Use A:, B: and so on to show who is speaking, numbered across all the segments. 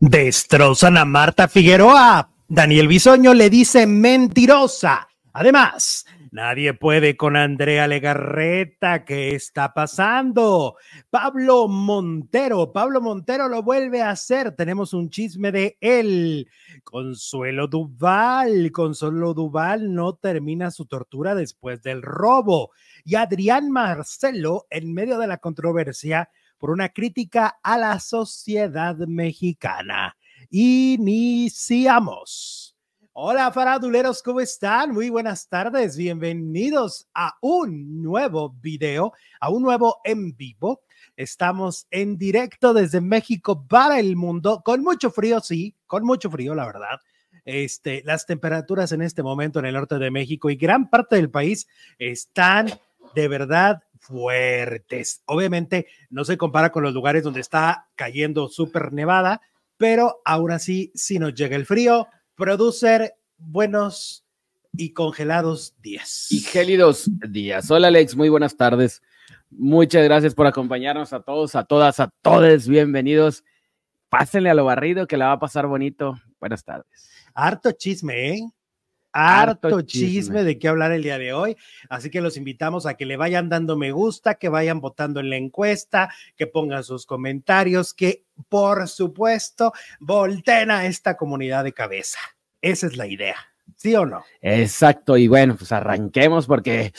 A: Destrozan a Marta Figueroa. Daniel Bisoño le dice mentirosa. Además, nadie puede con Andrea Legarreta. ¿Qué está pasando? Pablo Montero. Pablo Montero lo vuelve a hacer. Tenemos un chisme de él. Consuelo Duval. Consuelo Duval no termina su tortura después del robo. Y Adrián Marcelo, en medio de la controversia, por una crítica a la sociedad mexicana. Iniciamos. Hola, faraduleros, ¿cómo están? Muy buenas tardes, bienvenidos a un nuevo video, a un nuevo en vivo. Estamos en directo desde México para el mundo, con mucho frío, sí, con mucho frío, la verdad. Este, las temperaturas en este momento en el norte de México y gran parte del país están de verdad fuertes. Obviamente no se compara con los lugares donde está cayendo súper nevada, pero aún así, si nos llega el frío, producer buenos y congelados días.
B: Y gélidos días. Hola Alex, muy buenas tardes. Muchas gracias por acompañarnos a todos, a todas, a todos. Bienvenidos. Pásenle a lo barrido que la va a pasar bonito. Buenas tardes.
A: Harto chisme, ¿eh? harto, harto chisme. chisme. de qué hablar el día de hoy. Así que los invitamos a que le vayan dando me gusta, que vayan votando en la encuesta, que pongan sus comentarios, que por supuesto volteen a esta comunidad de cabeza. Esa es la idea. ¿Sí o no?
B: Exacto, y bueno, pues arranquemos porque,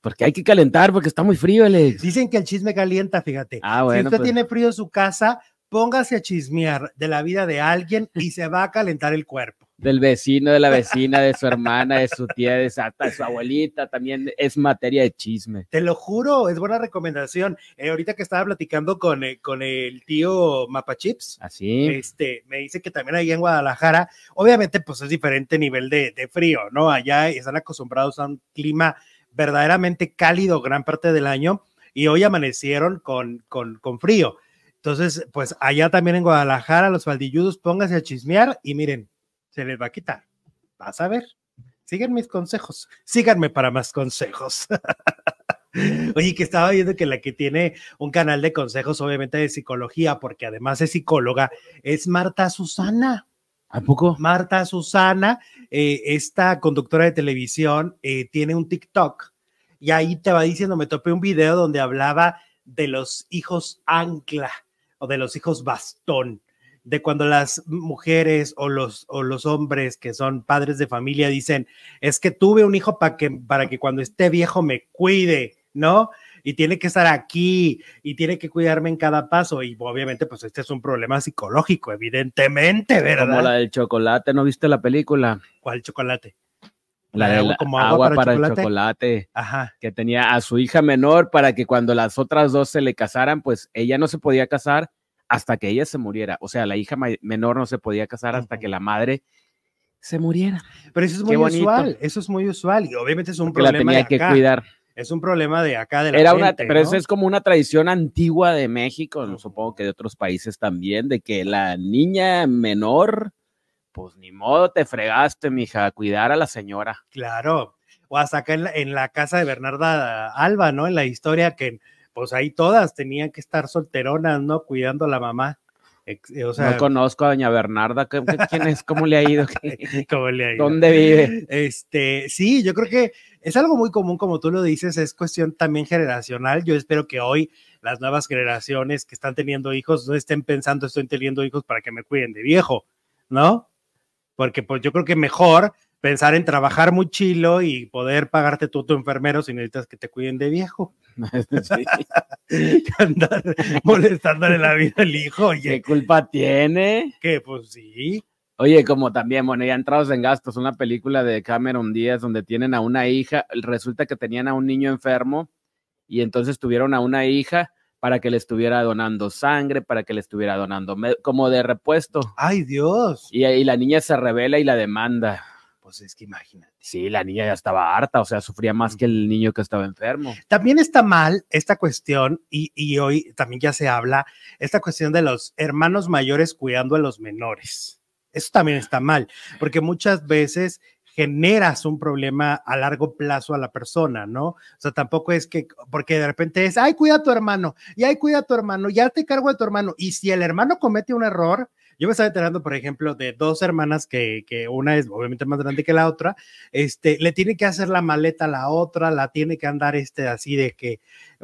B: porque hay que calentar, porque está muy frío, Alex.
A: Dicen que el chisme calienta, fíjate. Ah, bueno, si usted pues... tiene frío en su casa, póngase a chismear de la vida de alguien y se va a calentar el cuerpo
B: del vecino, de la vecina, de su hermana, de su tía, de, hasta de su abuelita, también es materia de chisme.
A: Te lo juro, es buena recomendación. Eh, ahorita que estaba platicando con, eh, con el tío Mapachips,
B: así,
A: este, me dice que también ahí en Guadalajara, obviamente, pues es diferente nivel de, de frío, ¿no? Allá están acostumbrados a un clima verdaderamente cálido gran parte del año y hoy amanecieron con, con, con frío. Entonces, pues allá también en Guadalajara, los faldilludos, pónganse a chismear y miren, se les va a quitar. Vas a ver. Sigan mis consejos. Síganme para más consejos. Oye, que estaba viendo que la que tiene un canal de consejos, obviamente de psicología, porque además es psicóloga, es Marta Susana.
B: ¿A poco?
A: Marta Susana, eh, esta conductora de televisión, eh, tiene un TikTok y ahí te va diciendo, me topé un video donde hablaba de los hijos ancla o de los hijos bastón de cuando las mujeres o los, o los hombres que son padres de familia dicen, es que tuve un hijo para que, para que cuando esté viejo me cuide, ¿no? Y tiene que estar aquí y tiene que cuidarme en cada paso. Y obviamente, pues este es un problema psicológico, evidentemente, ¿verdad?
B: Como la del chocolate, ¿no viste la película?
A: ¿Cuál chocolate?
B: La, la de como agua, agua para, para, el chocolate. chocolate
A: Ajá.
B: Que tenía a su hija menor para que cuando las otras dos se le casaran, pues ella no se podía casar hasta que ella se muriera. O sea, la hija menor no se podía casar hasta que la madre se muriera.
A: Pero eso es muy usual, eso es muy usual y obviamente es un
B: Porque
A: problema
B: la tenía
A: de
B: acá. que cuidar.
A: Es un problema de acá de la
B: Era
A: gente,
B: una, pero ¿no? eso es como una tradición antigua de México, no, supongo que de otros países también, de que la niña menor, pues ni modo te fregaste, mija, a cuidar a la señora.
A: Claro, o hasta acá en la, en la casa de Bernarda Alba, ¿no? En la historia que pues ahí todas tenían que estar solteronas, ¿no? Cuidando a la mamá.
B: O sea, no conozco a doña Bernarda, ¿quién es? ¿Cómo le ha ido?
A: ¿Cómo le ha ido?
B: ¿Dónde vive?
A: Este, sí, yo creo que es algo muy común, como tú lo dices, es cuestión también generacional. Yo espero que hoy las nuevas generaciones que están teniendo hijos no estén pensando, estoy teniendo hijos para que me cuiden de viejo, ¿no? Porque pues yo creo que mejor pensar en trabajar muy chilo y poder pagarte tú tu enfermero si necesitas que te cuiden de viejo. Sí. andar molestándole la vida al hijo, oye.
B: ¿Qué culpa tiene?
A: Que pues sí.
B: Oye, como también, bueno, ya entrados en gastos, una película de Cameron Díaz donde tienen a una hija, resulta que tenían a un niño enfermo y entonces tuvieron a una hija para que le estuviera donando sangre, para que le estuviera donando como de repuesto.
A: Ay, Dios.
B: Y, y la niña se revela y la demanda
A: pues es que imagínate.
B: Sí, la niña ya estaba harta, o sea, sufría más que el niño que estaba enfermo.
A: También está mal esta cuestión, y, y, hoy también ya se habla, esta cuestión de los hermanos mayores cuidando a los menores. Eso también está mal, porque muchas veces generas un problema a largo plazo a la persona, ¿no? O sea, tampoco es que, porque de repente es, ay, cuida a tu hermano, y ay, cuida a tu hermano, ya te cargo de tu hermano, y si el hermano comete un error, Yo me estaba enterando, por ejemplo, de dos hermanas que, que una es obviamente más grande que la otra, este, le tiene que hacer la maleta a la otra, la tiene que andar este así de que,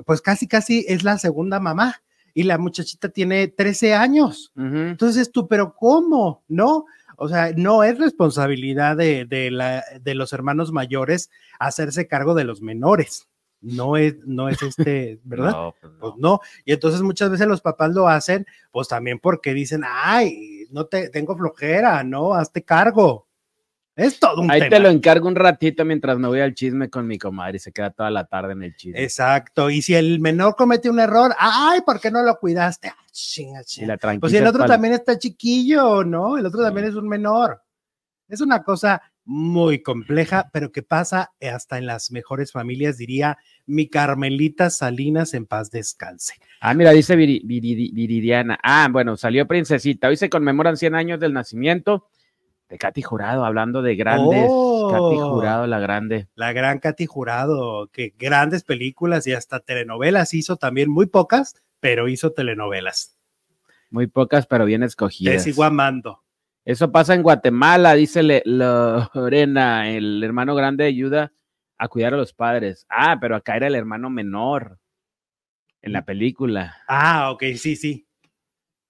A: pues casi, casi es la segunda mamá y la muchachita tiene 13 años.
B: Ujú.
A: Entonces tú, pero ¿cómo? ¿No? O sea, no es responsabilidad de, de la, de los hermanos mayores hacerse cargo de los menores. No es, no es este, ¿verdad?
C: No, pues no.
A: Pues no. Y entonces muchas veces los papás lo hacen, pues también porque dicen, ay, no te tengo flojera, no, hazte cargo. Es todo un
B: Ahí
A: tema.
B: te lo encargo un ratito mientras me voy al chisme con mi comadre y se queda toda la tarde en el chisme.
A: Exacto. Y si el menor comete un error, ay, ¿por qué no lo cuidaste? Ah, chinga,
B: y
A: chinga.
B: la
A: Pues si el
B: tranquilizas
A: otro
B: pa'l-
A: también está chiquillo, ¿no? El otro también es un menor. Es una cosa muy compleja, pero que pasa eh, hasta en las mejores familias, diría mi Carmelita Salinas en paz descanse.
B: Ah, mira, dice Viri- Viridi- Viridiana. Ah, bueno, salió Princesita. Hoy se conmemoran 100 años del nacimiento de Katy Jurado, hablando de grandes. Katy
A: Oh,
B: Jurado, la grande.
A: La gran Katy Jurado, que grandes películas y hasta telenovelas hizo también, muy pocas, pero hizo telenovelas.
B: Muy pocas, pero bien
A: Te
B: escogidas.
A: sigo amando.
B: Eso pasa en Guatemala, dice Le- Lorena. El hermano grande ayuda a cuidar a los padres. Ah, pero acá era el hermano menor en la película.
A: Ah, ok, sí, sí.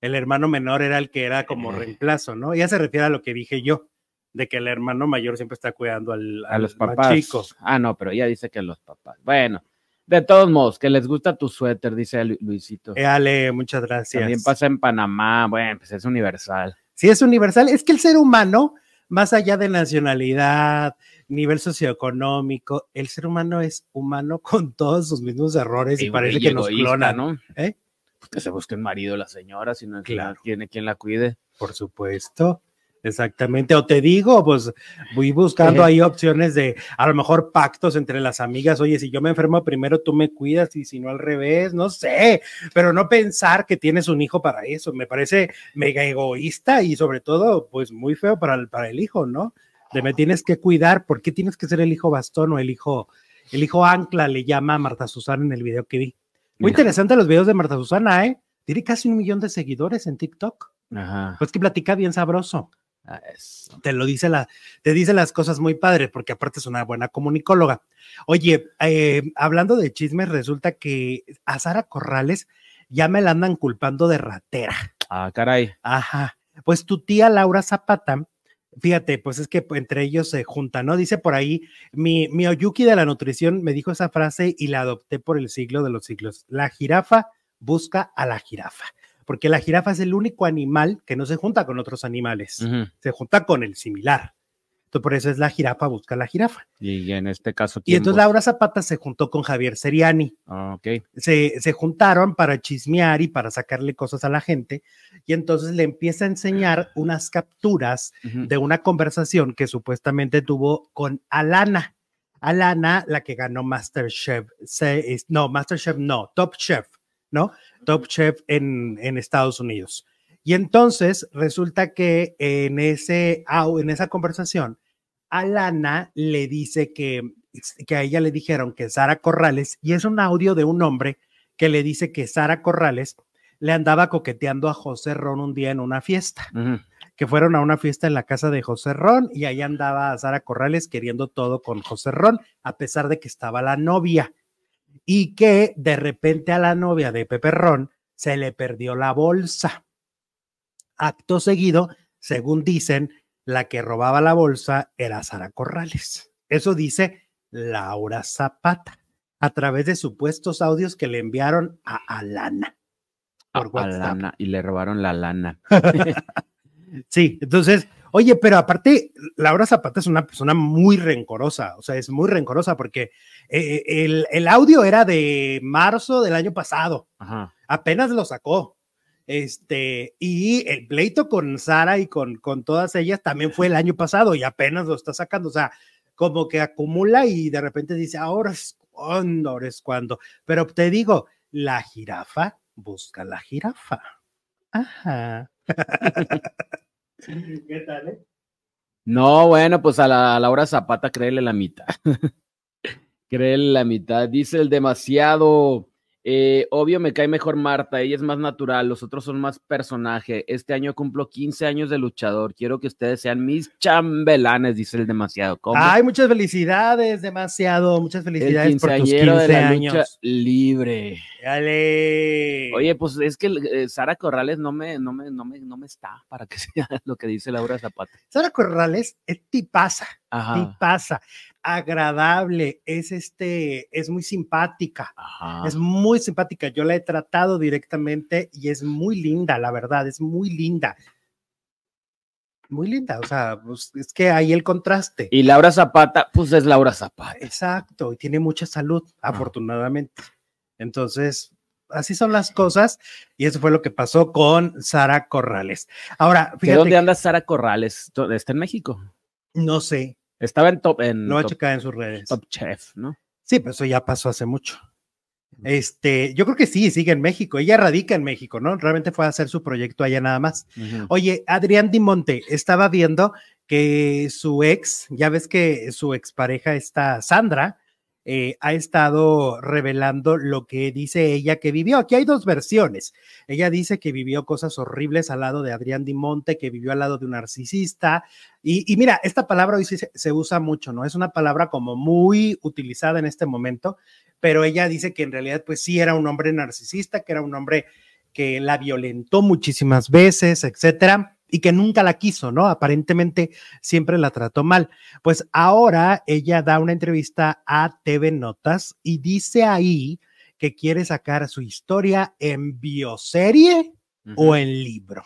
A: El hermano menor era el que era como
B: Eh.
A: reemplazo, ¿no? Ya se refiere a lo que dije yo, de que el hermano mayor siempre está cuidando al,
B: A
A: al
B: los
A: más
B: papás.
A: chico.
B: Ah, no, pero ella dice que a los papás. Bueno, de todos modos, que les gusta tu suéter, dice Lu- Luisito.
A: Eh, Ale, muchas gracias.
B: También pasa en Panamá, bueno, pues es universal.
A: Si es universal, es que el ser humano, más allá de nacionalidad, nivel socioeconómico, el ser humano es humano con todos sus mismos errores y, parece que nos
B: egoísta,
A: clonan.
B: ¿no?
A: ¿Eh?
B: Pues que se busque un marido la señora, si no
A: Claro.
B: no tiene quien la cuide.
A: Por supuesto. Exactamente, o te digo, pues voy buscando
B: Ejé.
A: ahí opciones de a lo mejor pactos entre las amigas, oye, si yo me enfermo primero tú me cuidas y si no al revés, no sé, pero no pensar que tienes un hijo para eso, me parece mega egoísta y sobre todo pues muy feo para el, para el hijo, ¿no? De me tienes que cuidar, ¿por qué tienes que ser el hijo bastón o el hijo, el hijo ancla? Le llama a Marta Susana en el video que vi. Muy
B: Hijo.
A: interesante los videos de Marta Susana, ¿eh? Tiene casi un millón de seguidores en TikTok.
B: Ajá.
A: Pues que platica bien sabroso.
B: Ah, eso.
A: Te lo dice la, te dice las cosas muy padres, porque aparte es una buena comunicóloga. Oye, eh, hablando de chismes, resulta que a Sara Corrales ya me la andan culpando de ratera.
B: Ah, caray.
A: Ajá. Pues tu tía Laura Zapata, fíjate, pues es que entre ellos se juntan, ¿no? Dice por ahí, mi, mi Oyuki de la nutrición me dijo esa frase y la adopté por el siglo de los siglos. La jirafa busca a la jirafa, porque la jirafa es el único animal que no se junta con otros animales,
B: Ujú.
A: se junta con el similar. Entonces, por eso es la jirafa busca a la jirafa.
B: Y en este caso,
A: Y
B: ¿quién
A: entonces Laura Zapata se juntó con Javier Seriani
B: Ah, ok.
A: se, se juntaron para chismear y para sacarle cosas a la gente. Y entonces le empieza a enseñar unas capturas
B: Ujú.
A: de una conversación que supuestamente tuvo con Alana. Alana, la que ganó Masterchef, se- es- no, Masterchef no, Top Chef, ¿no? Top Chef en, en Estados Unidos. Y entonces resulta que en, ese, au- en esa conversación, Alana le dice que, que a ella le dijeron que Sara Corrales, y es un audio de un hombre que le dice que Sara Corrales le andaba coqueteando a José Ron un día en una fiesta
B: Ujú.
A: que fueron a una fiesta en la casa de José Ron y ahí andaba Sara Corrales queriendo todo con José Ron, a pesar de que estaba la novia. Y que de repente a la novia de Pepe Ron se le perdió la bolsa. Acto seguido, según dicen, la que robaba la bolsa era Sara Corrales. Eso dice Laura Zapata a través de supuestos audios que le enviaron a Alana por
B: A- a
A: WhatsApp.
B: lana, y le robaron la lana.
A: Sí, entonces, oye, pero aparte, Laura Zapata es una persona muy rencorosa, o sea, es muy rencorosa porque eh, eh, el, el audio era de marzo del año pasado,
B: Ajá.
A: apenas lo sacó. Este, y el pleito con Sara y con, con todas ellas también fue el año pasado y apenas lo está sacando, o sea, como que acumula y de repente dice, ahora es cuando, ahora es cuando. Pero te digo, la jirafa busca la jirafa. Ajá. ¿Qué tal, eh?
B: No, bueno, pues a la a Laura Zapata créele la mitad. créele la mitad. Dice el demasiado. Eh, obvio, me cae mejor Marta, ella es más natural, los otros son más personaje. Este año cumplo 15 años de luchador, quiero que ustedes sean mis chambelanes, dice el demasiado. ¿Cómo?
A: Ay, muchas felicidades, demasiado, muchas
B: el
A: felicidades por tus 15
B: quinceañero de la
A: años.
B: lucha libre.
A: Dale.
B: Oye, pues es que eh, Sara Corrales no me, no, me, no, me, no me está para que sea lo que dice Laura Zapata.
A: Sara Corrales es tipaza,
B: Ajá.
A: tipaza, agradable, es este, es muy simpática.
B: Ajá.
A: Es muy simpática, yo la he tratado directamente y es muy linda, la verdad, es muy linda. Muy linda, o sea, pues, es que ahí el contraste.
B: Y Laura Zapata, pues es Laura Zapata.
A: Exacto, y tiene mucha salud,
B: Ah.
A: afortunadamente. Entonces, así son las cosas y eso fue lo que pasó con Sara Corrales. Ahora,
B: ¿De
A: fíjate,
B: dónde anda Sara Corrales? ¿Dó- ¿Está en México?
A: no sé,
B: Estaba en Top, en
A: lo voy a
B: top,
A: checar en sus redes.
B: Top Chef, ¿no?
A: Sí, pero eso ya pasó hace mucho. Este, yo creo que sí, sigue en México. Ella radica en México, ¿no? Realmente fue a hacer su proyecto allá nada más. Oye, Adrián Dimonte, estaba viendo que su ex, ya ves que su expareja, esta Sandra, eh, ha estado revelando lo que dice ella que vivió. Aquí hay dos versiones. Ella dice que vivió cosas horribles al lado de Adrián Dimonte, que vivió al lado de un narcisista. Y, y mira, esta palabra hoy sí se, se usa mucho, ¿no? Es una palabra como muy utilizada en este momento, pero ella dice que en realidad, pues sí, era un hombre narcisista, que era un hombre que la violentó muchísimas veces, etcétera, y que nunca la quiso, ¿no? Aparentemente siempre la trató mal. Pues ahora ella da una entrevista a TV Notas y dice ahí que quiere sacar su historia en bioserie o en libro.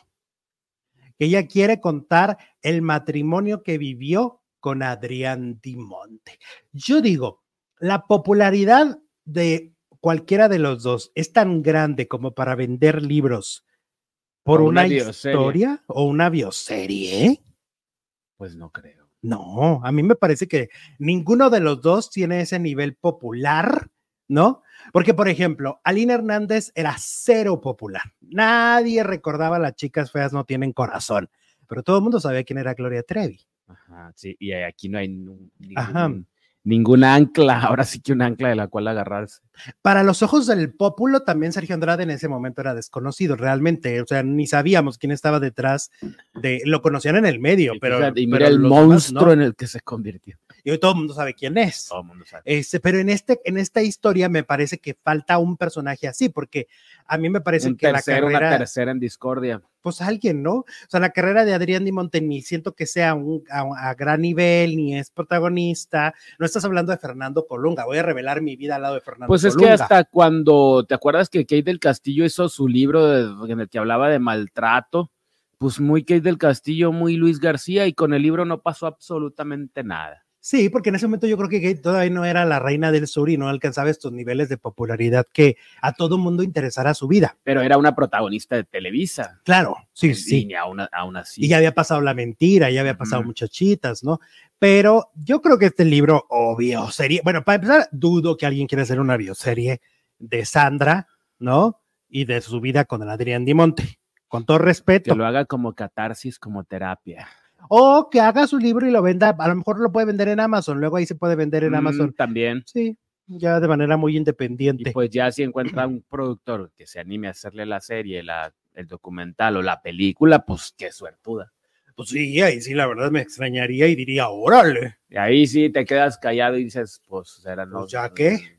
A: Que ella quiere contar el matrimonio que vivió con Adrián Dimonte. Yo digo, la popularidad de cualquiera de los dos es tan grande como para vender libros por
B: O
A: una,
B: una bioserie.
A: historia o una bioserie.
B: Pues no creo.
A: No, a mí me parece que ninguno de los dos tiene ese nivel popular, ¿no? Porque, por ejemplo, Alina Hernández era cero popular. Nadie recordaba a las chicas feas no tienen corazón, pero todo el mundo sabía quién era Gloria Trevi.
B: Ajá, sí, y aquí no hay nu- ningún,
A: Ajá.
B: ningún ancla, ahora sí que un ancla de la cual agarrarse.
A: Para los ojos del populo, también Sergio Andrade en ese momento era desconocido realmente, o sea, ni sabíamos quién estaba detrás de, lo conocían en el medio,
B: Y
A: pero,
B: fíjate, y
A: pero
B: mira el
A: los demás
B: monstruo
A: no.
B: en el que se convirtió.
A: y hoy todo el mundo sabe quién es.
B: Todo el mundo sabe.
A: Este, pero en, este, en esta historia me parece que falta un personaje así, porque a mí me parece
B: Un
A: que
B: tercero,
A: la
B: una
A: carrera,
B: tercera en discordia.
A: pues alguien, ¿no? O sea, la carrera de Adrián Dimonte ni siento que sea un- a, a gran nivel, ni es protagonista. No estás hablando de Fernando Colunga, voy a revelar mi vida al lado de Fernando
B: Pues es que
A: Colunga.
B: hasta cuando, ¿te acuerdas que Kate del Castillo hizo su libro de- en el que hablaba de maltrato? Pues muy Kate del Castillo, muy Luis García, y con el libro no pasó absolutamente nada.
A: Sí, porque en ese momento yo creo que Kate todavía no era la reina del sur y no alcanzaba estos niveles de popularidad que a todo mundo interesara su vida.
B: Pero era una protagonista de Televisa.
A: Claro, sí,
B: y-
A: sí.
B: Y aún, aún así.
A: y ya había pasado la mentira, ya había pasado
B: Ujú.
A: muchachitas, ¿no? Pero yo creo que este libro, obvio, sería, bueno, para empezar, dudo que alguien quiera hacer una bioserie de Sandra, ¿no? Y de su vida con el Adrián Dimonte, con todo
B: que
A: respeto.
B: lo haga como catarsis, como terapia.
A: O que haga su libro y lo venda, a lo mejor lo puede vender en Amazon, luego ahí se puede vender en
B: Mm,
A: Amazon.
B: También.
A: Sí, ya de manera muy
B: Y
A: independiente.
B: pues ya si encuentra un productor que se anime a hacerle la serie, la, el documental o la película, pues qué suertuda.
A: Pues sí, ahí sí, la verdad me extrañaría y diría, órale.
B: Y ahí sí te quedas callado y dices, pues será no.
A: Pues, ¿ya qué?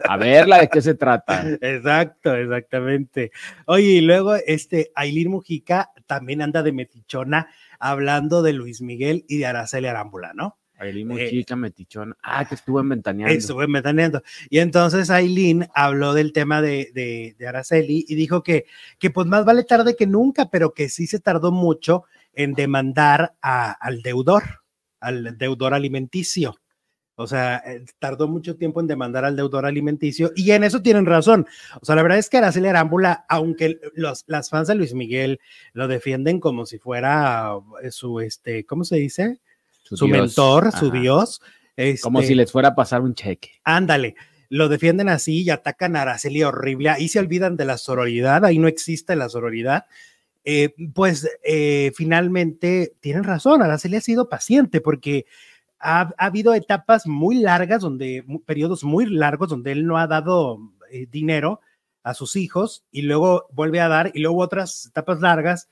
B: A verla, ¿de qué se trata?
A: Exacto, exactamente. Oye, y luego este Aileen Mujica también anda de metichona hablando de Luis Miguel y de Araceli Arámbula, ¿no?
B: Aileen
A: Eh,
B: Mujica, Metichón. Ah, que estuvo en Ventaneando.
A: Estuve metaneando. Y entonces Aileen habló del tema de, de- de Araceli y dijo que, que pues más vale tarde que nunca, pero que sí se tardó mucho en demandar a- al deudor, al deudor alimenticio. O sea, eh, tardó mucho tiempo en demandar al deudor alimenticio y en eso tienen razón. O sea, la verdad es que Araceli Arámbula, aunque los, las fans de Luis Miguel lo defienden como si fuera eh, su, este, ¿cómo se dice?
B: su
A: Su,
B: dios.
A: mentor, su
B: Ajá.
A: dios.
B: Como
A: este,
B: si les fuera a pasar un cheque.
A: Ándale, lo defienden así y atacan a Araceli horrible. Ahí se olvidan de la sororidad, ahí no existe la sororidad. Eh, pues eh, finalmente tienen razón, Araceli ha sido paciente porque ha, ha habido etapas muy largas, donde mu- periodos muy largos donde él no ha dado eh, dinero a sus hijos y luego vuelve a dar y luego otras etapas largas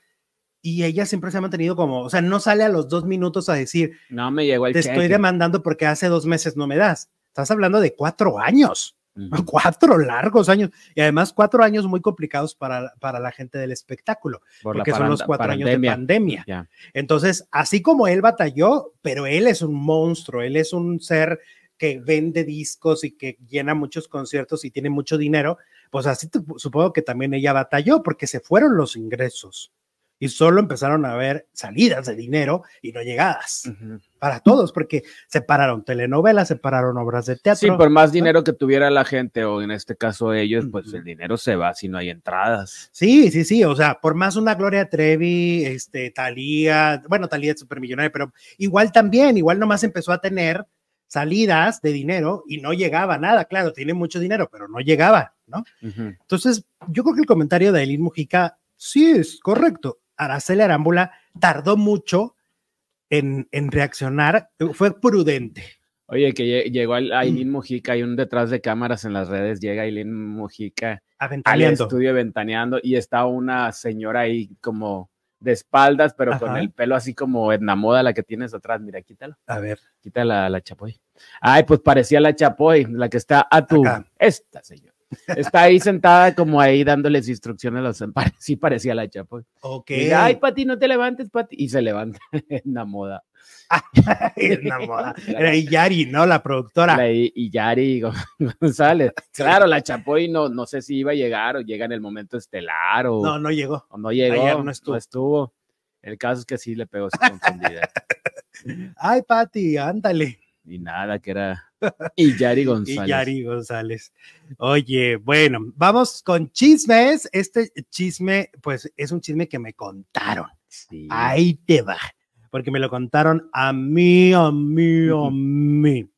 A: y ella siempre se ha mantenido como, o sea, no sale a los dos minutos a decir,
B: No me llegó el
A: te
B: cheque.
A: estoy demandando porque hace dos meses no me das. Estás hablando de cuatro años.
B: Ujú.
A: Cuatro largos años y además cuatro años muy complicados para, para la gente del espectáculo,
B: Por la
A: porque son los
B: paranda-
A: cuatro años de
B: parandemia.
A: pandemia.
B: Ya.
A: Entonces, así como él batalló, pero él es un monstruo, él es un ser que vende discos y que llena muchos conciertos y tiene mucho dinero, pues así tu- supongo que también ella batalló porque se fueron los ingresos y solo empezaron a haber salidas de dinero y no llegadas
B: Ujú.
A: para todos porque separaron telenovelas, separaron obras de teatro.
B: Sí, por más dinero que tuviera la gente, o en este caso ellos, pues
A: Ujú.
B: el dinero se va si no hay entradas.
A: Sí, sí, sí, o sea, por más una Gloria Trevi, este, Talía, bueno, Talía es supermillonaria, pero igual también, igual nomás empezó a tener salidas de dinero y no llegaba nada, claro, tiene mucho dinero, pero no llegaba, ¿no?
B: Ujú.
A: Entonces, yo creo que el comentario de Eileen Mujica sí es correcto. Araceli Arámbula tardó mucho en, en reaccionar, fue prudente.
B: Oye, que lle- llegó al-
A: Mm.
B: Aileen Mojica, hay un detrás de cámaras en las redes, llega Aileen Mojica al
A: aventaleando.
B: estudio ventaneando y está una señora ahí como de espaldas, pero con
A: Ajá.
B: el pelo así como etnamoda la que tienes atrás. Mira, quítalo,
A: A ver,
B: quítala la chapoy. Ay, pues parecía la chapoy, la que está a tu...
A: Acá.
B: Esta señora. Está ahí sentada como ahí dándoles instrucciones a los... Sí parecía la chapoy.
A: ok.
B: Y, Ay, Pati, no te levantes, Pati. Y se levanta en la moda.
A: Enamorada. Era Yari, ¿no? La productora.
B: La I- y Yari Gon- González. Claro, la Chapoy no, no sé si iba a llegar o llega en el momento estelar o o
A: No,
B: no,
A: no llegó.
B: llegó.
A: ayer no
B: no estuvo.
A: estuvo.
B: El caso es que sí le pegó su confundida.
A: Ay, Pati, ándale.
B: y nada, que era. Y Yari González.
A: Y Yari González. Oye, bueno, vamos con chismes. Este chisme, pues, es un chisme que me contaron.
B: Sí.
A: Ahí te va. Porque me lo contaron a mí, a mí, a
B: Ujú.
A: mí.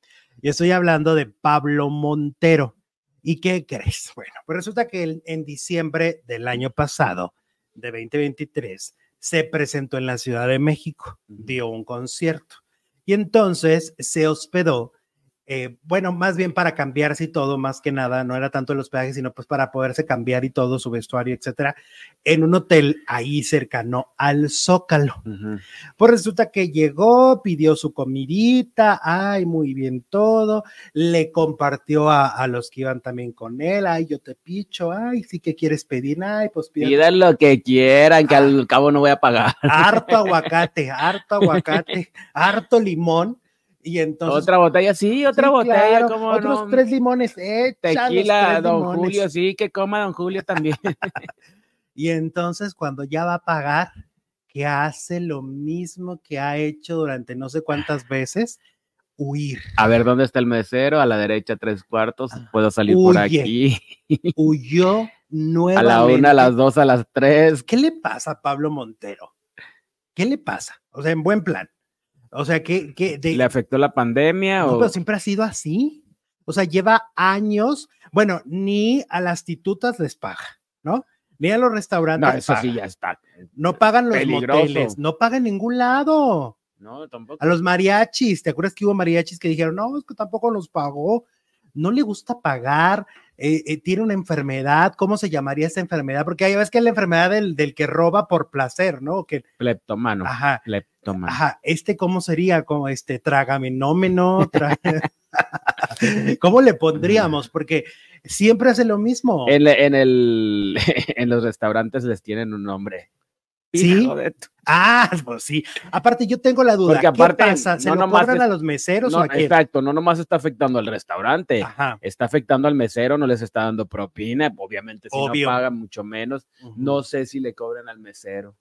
A: Y estoy hablando de Pablo Montero. ¿Y qué crees? Bueno, pues resulta que el- en diciembre del año pasado, de 2023, se presentó en la Ciudad de México,
B: Ujú.
A: dio un concierto. Y entonces se hospedó, eh, bueno, más bien para cambiarse y todo, más que nada, no era tanto el hospedaje, sino pues para poderse cambiar y todo, su vestuario, etcétera, en un hotel ahí cercano al Zócalo.
B: Ujú.
A: Pues resulta que llegó, pidió su comidita, ay, muy bien todo, le compartió a, a los que iban también con él, ay, yo te picho, ay, sí que quieres pedir, ay, pues pida
B: Pidan lo que quieran,
A: Ah.
B: que al cabo no voy a pagar.
A: harto aguacate, harto aguacate, harto limón, y entonces... pues,
B: otra botella, sí, otra
A: Sí,
B: botella.
A: claro,
B: cómo
A: Otros
B: no.
A: tres limones, eh,
B: Tequila, don Julio, sí, que coma don Julio también.
A: Y entonces cuando ya va a pagar, que hace lo mismo que ha hecho durante no sé cuántas veces, huir.
B: A ver, ¿dónde está el mesero? A la derecha, tres cuartos.
A: Ah.
B: Puedo salir por
A: Huye.
B: aquí.
A: Huyó
B: A
A: eh, nuevamente.
B: la una, a las dos, a las tres.
A: ¿Qué le pasa a Pablo Montero? ¿Qué le pasa? O sea, en buen plan. O sea, que, que de,
B: ¿Le afectó la pandemia
A: No,
B: o
A: pero siempre ha sido así. O sea, lleva años. Bueno, ni a las titutas les paga, ¿no? Ni a los
B: no?
A: restaurantes.
B: Eso
A: paga.
B: sí ya está.
A: No pagan los
B: Peligroso.
A: moteles, no pagan ningún lado.
B: No, tampoco.
A: A los mariachis, ¿te acuerdas que hubo mariachis que dijeron, no, es que tampoco los pagó? No le gusta pagar, eh, eh, tiene una enfermedad, ¿cómo se llamaría esa enfermedad? Porque ahí ves que es la enfermedad del, del que roba por placer, ¿no? Que,
B: Pleptomano.
A: ajá,
B: Pleptomano.
A: Ajá, este cómo sería, como este tragaminómeno, tra- ¿cómo le pondríamos? Porque siempre hace lo mismo.
B: En, la- en el, en los restaurantes les tienen un nombre.
A: Sí.
B: Hijo de tu-
A: Ah, pues sí. Aparte, yo tengo la duda.
B: Porque aparte,
A: ¿Qué pasa? ¿Se
B: no
A: lo
B: nomás
A: cobran
B: es-
A: a los meseros o
B: No,
A: a quién?
B: exacto, no nomás está afectando al restaurante,
A: Ajá.
B: está afectando al mesero, no les está dando propina, obviamente si
A: Obvio.
B: no pagan mucho menos. No
A: No.
B: sé si le cobran al mesero.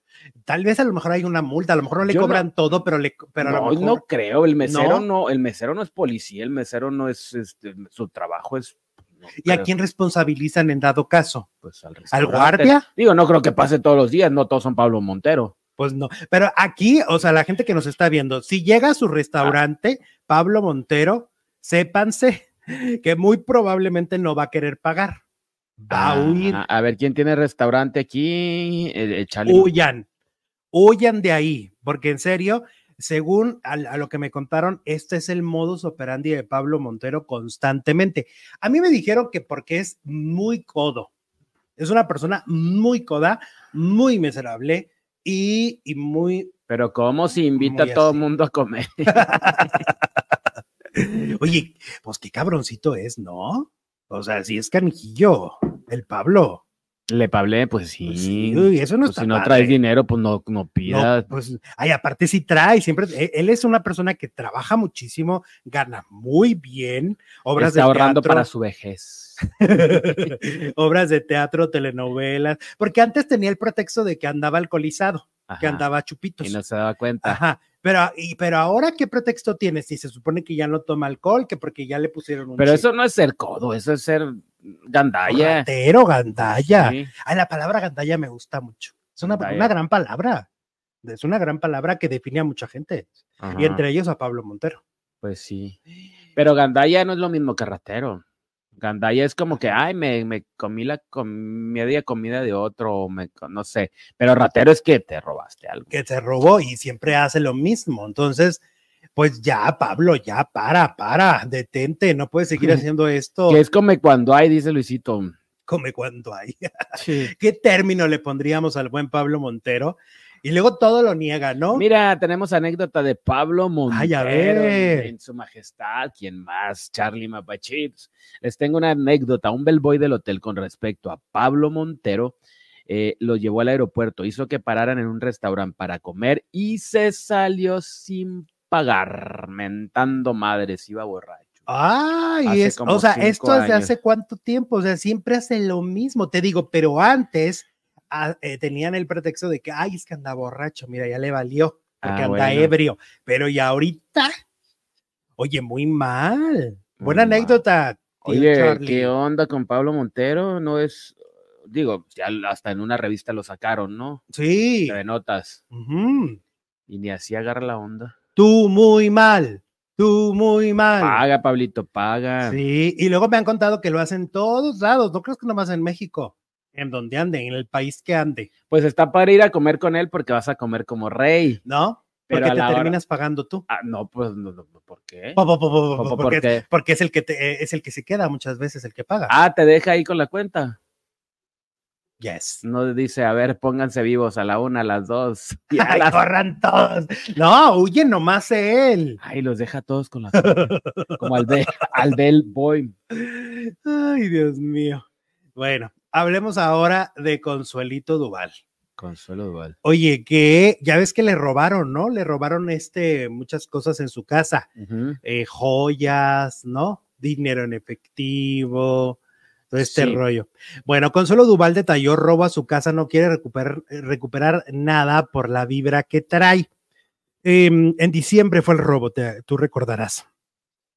A: Tal vez a lo mejor hay una multa, a lo mejor no le
B: Yo no-
A: cobran todo, pero le pero a
B: no,
A: lo mejor
B: no creo, el mesero
A: ¿No?
B: ¿No? el mesero no es policía, el mesero no es, este, su trabajo es... no
A: ¿Y a
B: creo,
A: quién responsabilizan en dado caso?
B: pues, al,
A: ¿Al
B: restaurante.
A: guardia?
B: Digo, no creo que pase todos los días, no todos son Pablo Montero.
A: Pues no, pero aquí, o sea, la gente que nos está viendo, si llega a su restaurante, Pablo Montero, sépanse que muy probablemente no va a querer pagar. Va a
B: Ah,
A: huir.
B: A, ver, ¿quién tiene E, restaurante aquí? Eh, eh, chale,
A: Huyan, huyan de ahí, porque en serio, Según a, a, lo que me contaron, este es el modus operandi de Pablo Montero constantemente. A mí me dijeron que porque es muy codo. Es una persona muy coda, muy miserable y, y muy...
B: Pero ¿cómo se invita a todo el mundo a comer?
A: Oye, pues qué cabroncito es, ¿no? O sea, si es canijillo, el Pablo. pues
B: Le pablé, pues sí. Pues sí
A: uy, eso no
B: pues
A: está
B: Si no
A: padre.
B: traes dinero, pues no, no pidas.
A: No, pues, ay, aparte sí trae, siempre. Él, él es una persona que trabaja muchísimo, gana muy bien. Obras
B: está
A: de
B: ahorrando
A: teatro,
B: para su vejez.
A: obras de teatro, telenovelas. Porque antes tenía el pretexto de que andaba alcoholizado, que
B: Ajá,
A: andaba pues, ah, a chupitos.
B: Ah, Y no se daba cuenta.
A: Ajá. Pero, y, pero ahora, ¿qué pretexto tienes? Si se supone que ya no toma alcohol, que porque ya le pusieron un.
B: Pero
A: chip.
B: eso no es ser codo, eso es ser gandalla.
A: Ratero, gandalla.
B: Sí.
A: Ay, la palabra gandalla me gusta mucho. Es una,
B: Gandalla.
A: una gran palabra. Es una gran palabra que define a mucha gente.
B: Ajá,
A: Y entre ellos a Pablo Montero.
B: Pues sí. Pero gandalla no es lo mismo que ratero. Gandalla es como que, ay, me, me comí la com- media comida de otro, o me, co- no sé. Pero ratero es que te robaste algo.
A: que se robó y siempre hace lo mismo. Entonces, pues ya, Pablo, ya para, para, detente, no puedes seguir haciendo esto.
B: Que es como cuando hay, dice Luisito.
A: Come cuando hay. ¿Qué término le pondríamos al buen Pablo Montero? Y luego todo lo niega, ¿no?
B: Mira, tenemos anécdota de Pablo Montero
A: Ay, a ver.
B: en- en su majestad, quien más, Charlie Mapachips. Les tengo una anécdota, un bellboy del hotel con respecto a Pablo Montero eh, lo llevó al aeropuerto, hizo que pararan en un restaurante para comer y se salió sin pagar, mentando madres, iba borracho.
A: Ay,
B: Hace
A: es,
B: como
A: o sea,
B: cinco
A: esto es de
B: años.
A: hace cuánto tiempo, o sea, siempre hace lo mismo, te digo, pero antes ah, eh, tenían el pretexto de que, ay, es que anda borracho, mira, ya le valió, porque
B: Ah,
A: anda
B: bueno.
A: ebrio, pero ya ahorita, oye, muy mal. Buena
B: Muy mal.
A: anécdota. tío
B: Oye,
A: Charlie.
B: ¿qué onda con Pablo Montero? No es, digo, ya hasta en una revista lo sacaron, ¿no?
A: Sí.
B: De notas.
A: ujú.
B: Y ni así agarra la onda.
A: Tú muy mal, tú muy mal.
B: Paga, Pablito, paga.
A: Sí, y luego me han contado que lo hacen en todos lados, no creo que nomás en México, en donde ande, en el país que ande,
B: Pues está para ir a comer con él porque vas a comer como rey.
A: ¿no?
B: Pero
A: Porque
B: a
A: te
B: la hora-
A: terminas pagando tú.
B: Ah, no, pues, no, no, no, ¿por qué?
A: Ah, Po, po, po, po, po,
B: Po- po-
A: porque,
B: ¿por qué?
A: porque es el que te- eh, es el que se queda muchas veces el que paga.
B: Ah, te deja ahí con la cuenta.
A: yes.
B: No dice, a ver, pónganse vivos a la una, a las dos. Y a
A: Ay,
B: las-
A: corran todos. No, huye nomás él.
B: Ay, los deja todos con la cuenta. Como al, de, al Bell Boy.
A: Ay, Dios mío. Bueno, hablemos ahora de Consuelito Duval.
B: Consuelo Duval.
A: Oye, que ya ves que le robaron, ¿no? Le robaron este muchas cosas en su casa,
B: Ujú.
A: eh, joyas, ¿no? Dinero en efectivo, todo este
B: Sí.
A: rollo. Bueno, Consuelo Duval detalló robo a su casa, no quiere recuperar, eh, recuperar nada por la vibra que trae. Em, en diciembre fue el robo, te- tú recordarás.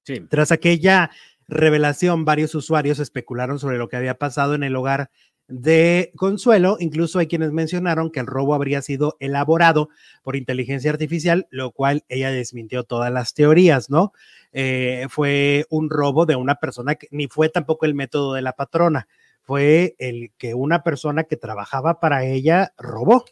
B: Sí.
A: Tras aquella revelación, varios usuarios especularon sobre lo que había pasado en el hogar de Consuelo. Incluso hay quienes mencionaron que el robo habría sido elaborado por inteligencia artificial, lo cual ella desmintió todas las teorías, ¿no? Eh, fue un robo de una persona que ni fue tampoco el método de la patrona, fue el que una persona que trabajaba para ella robó.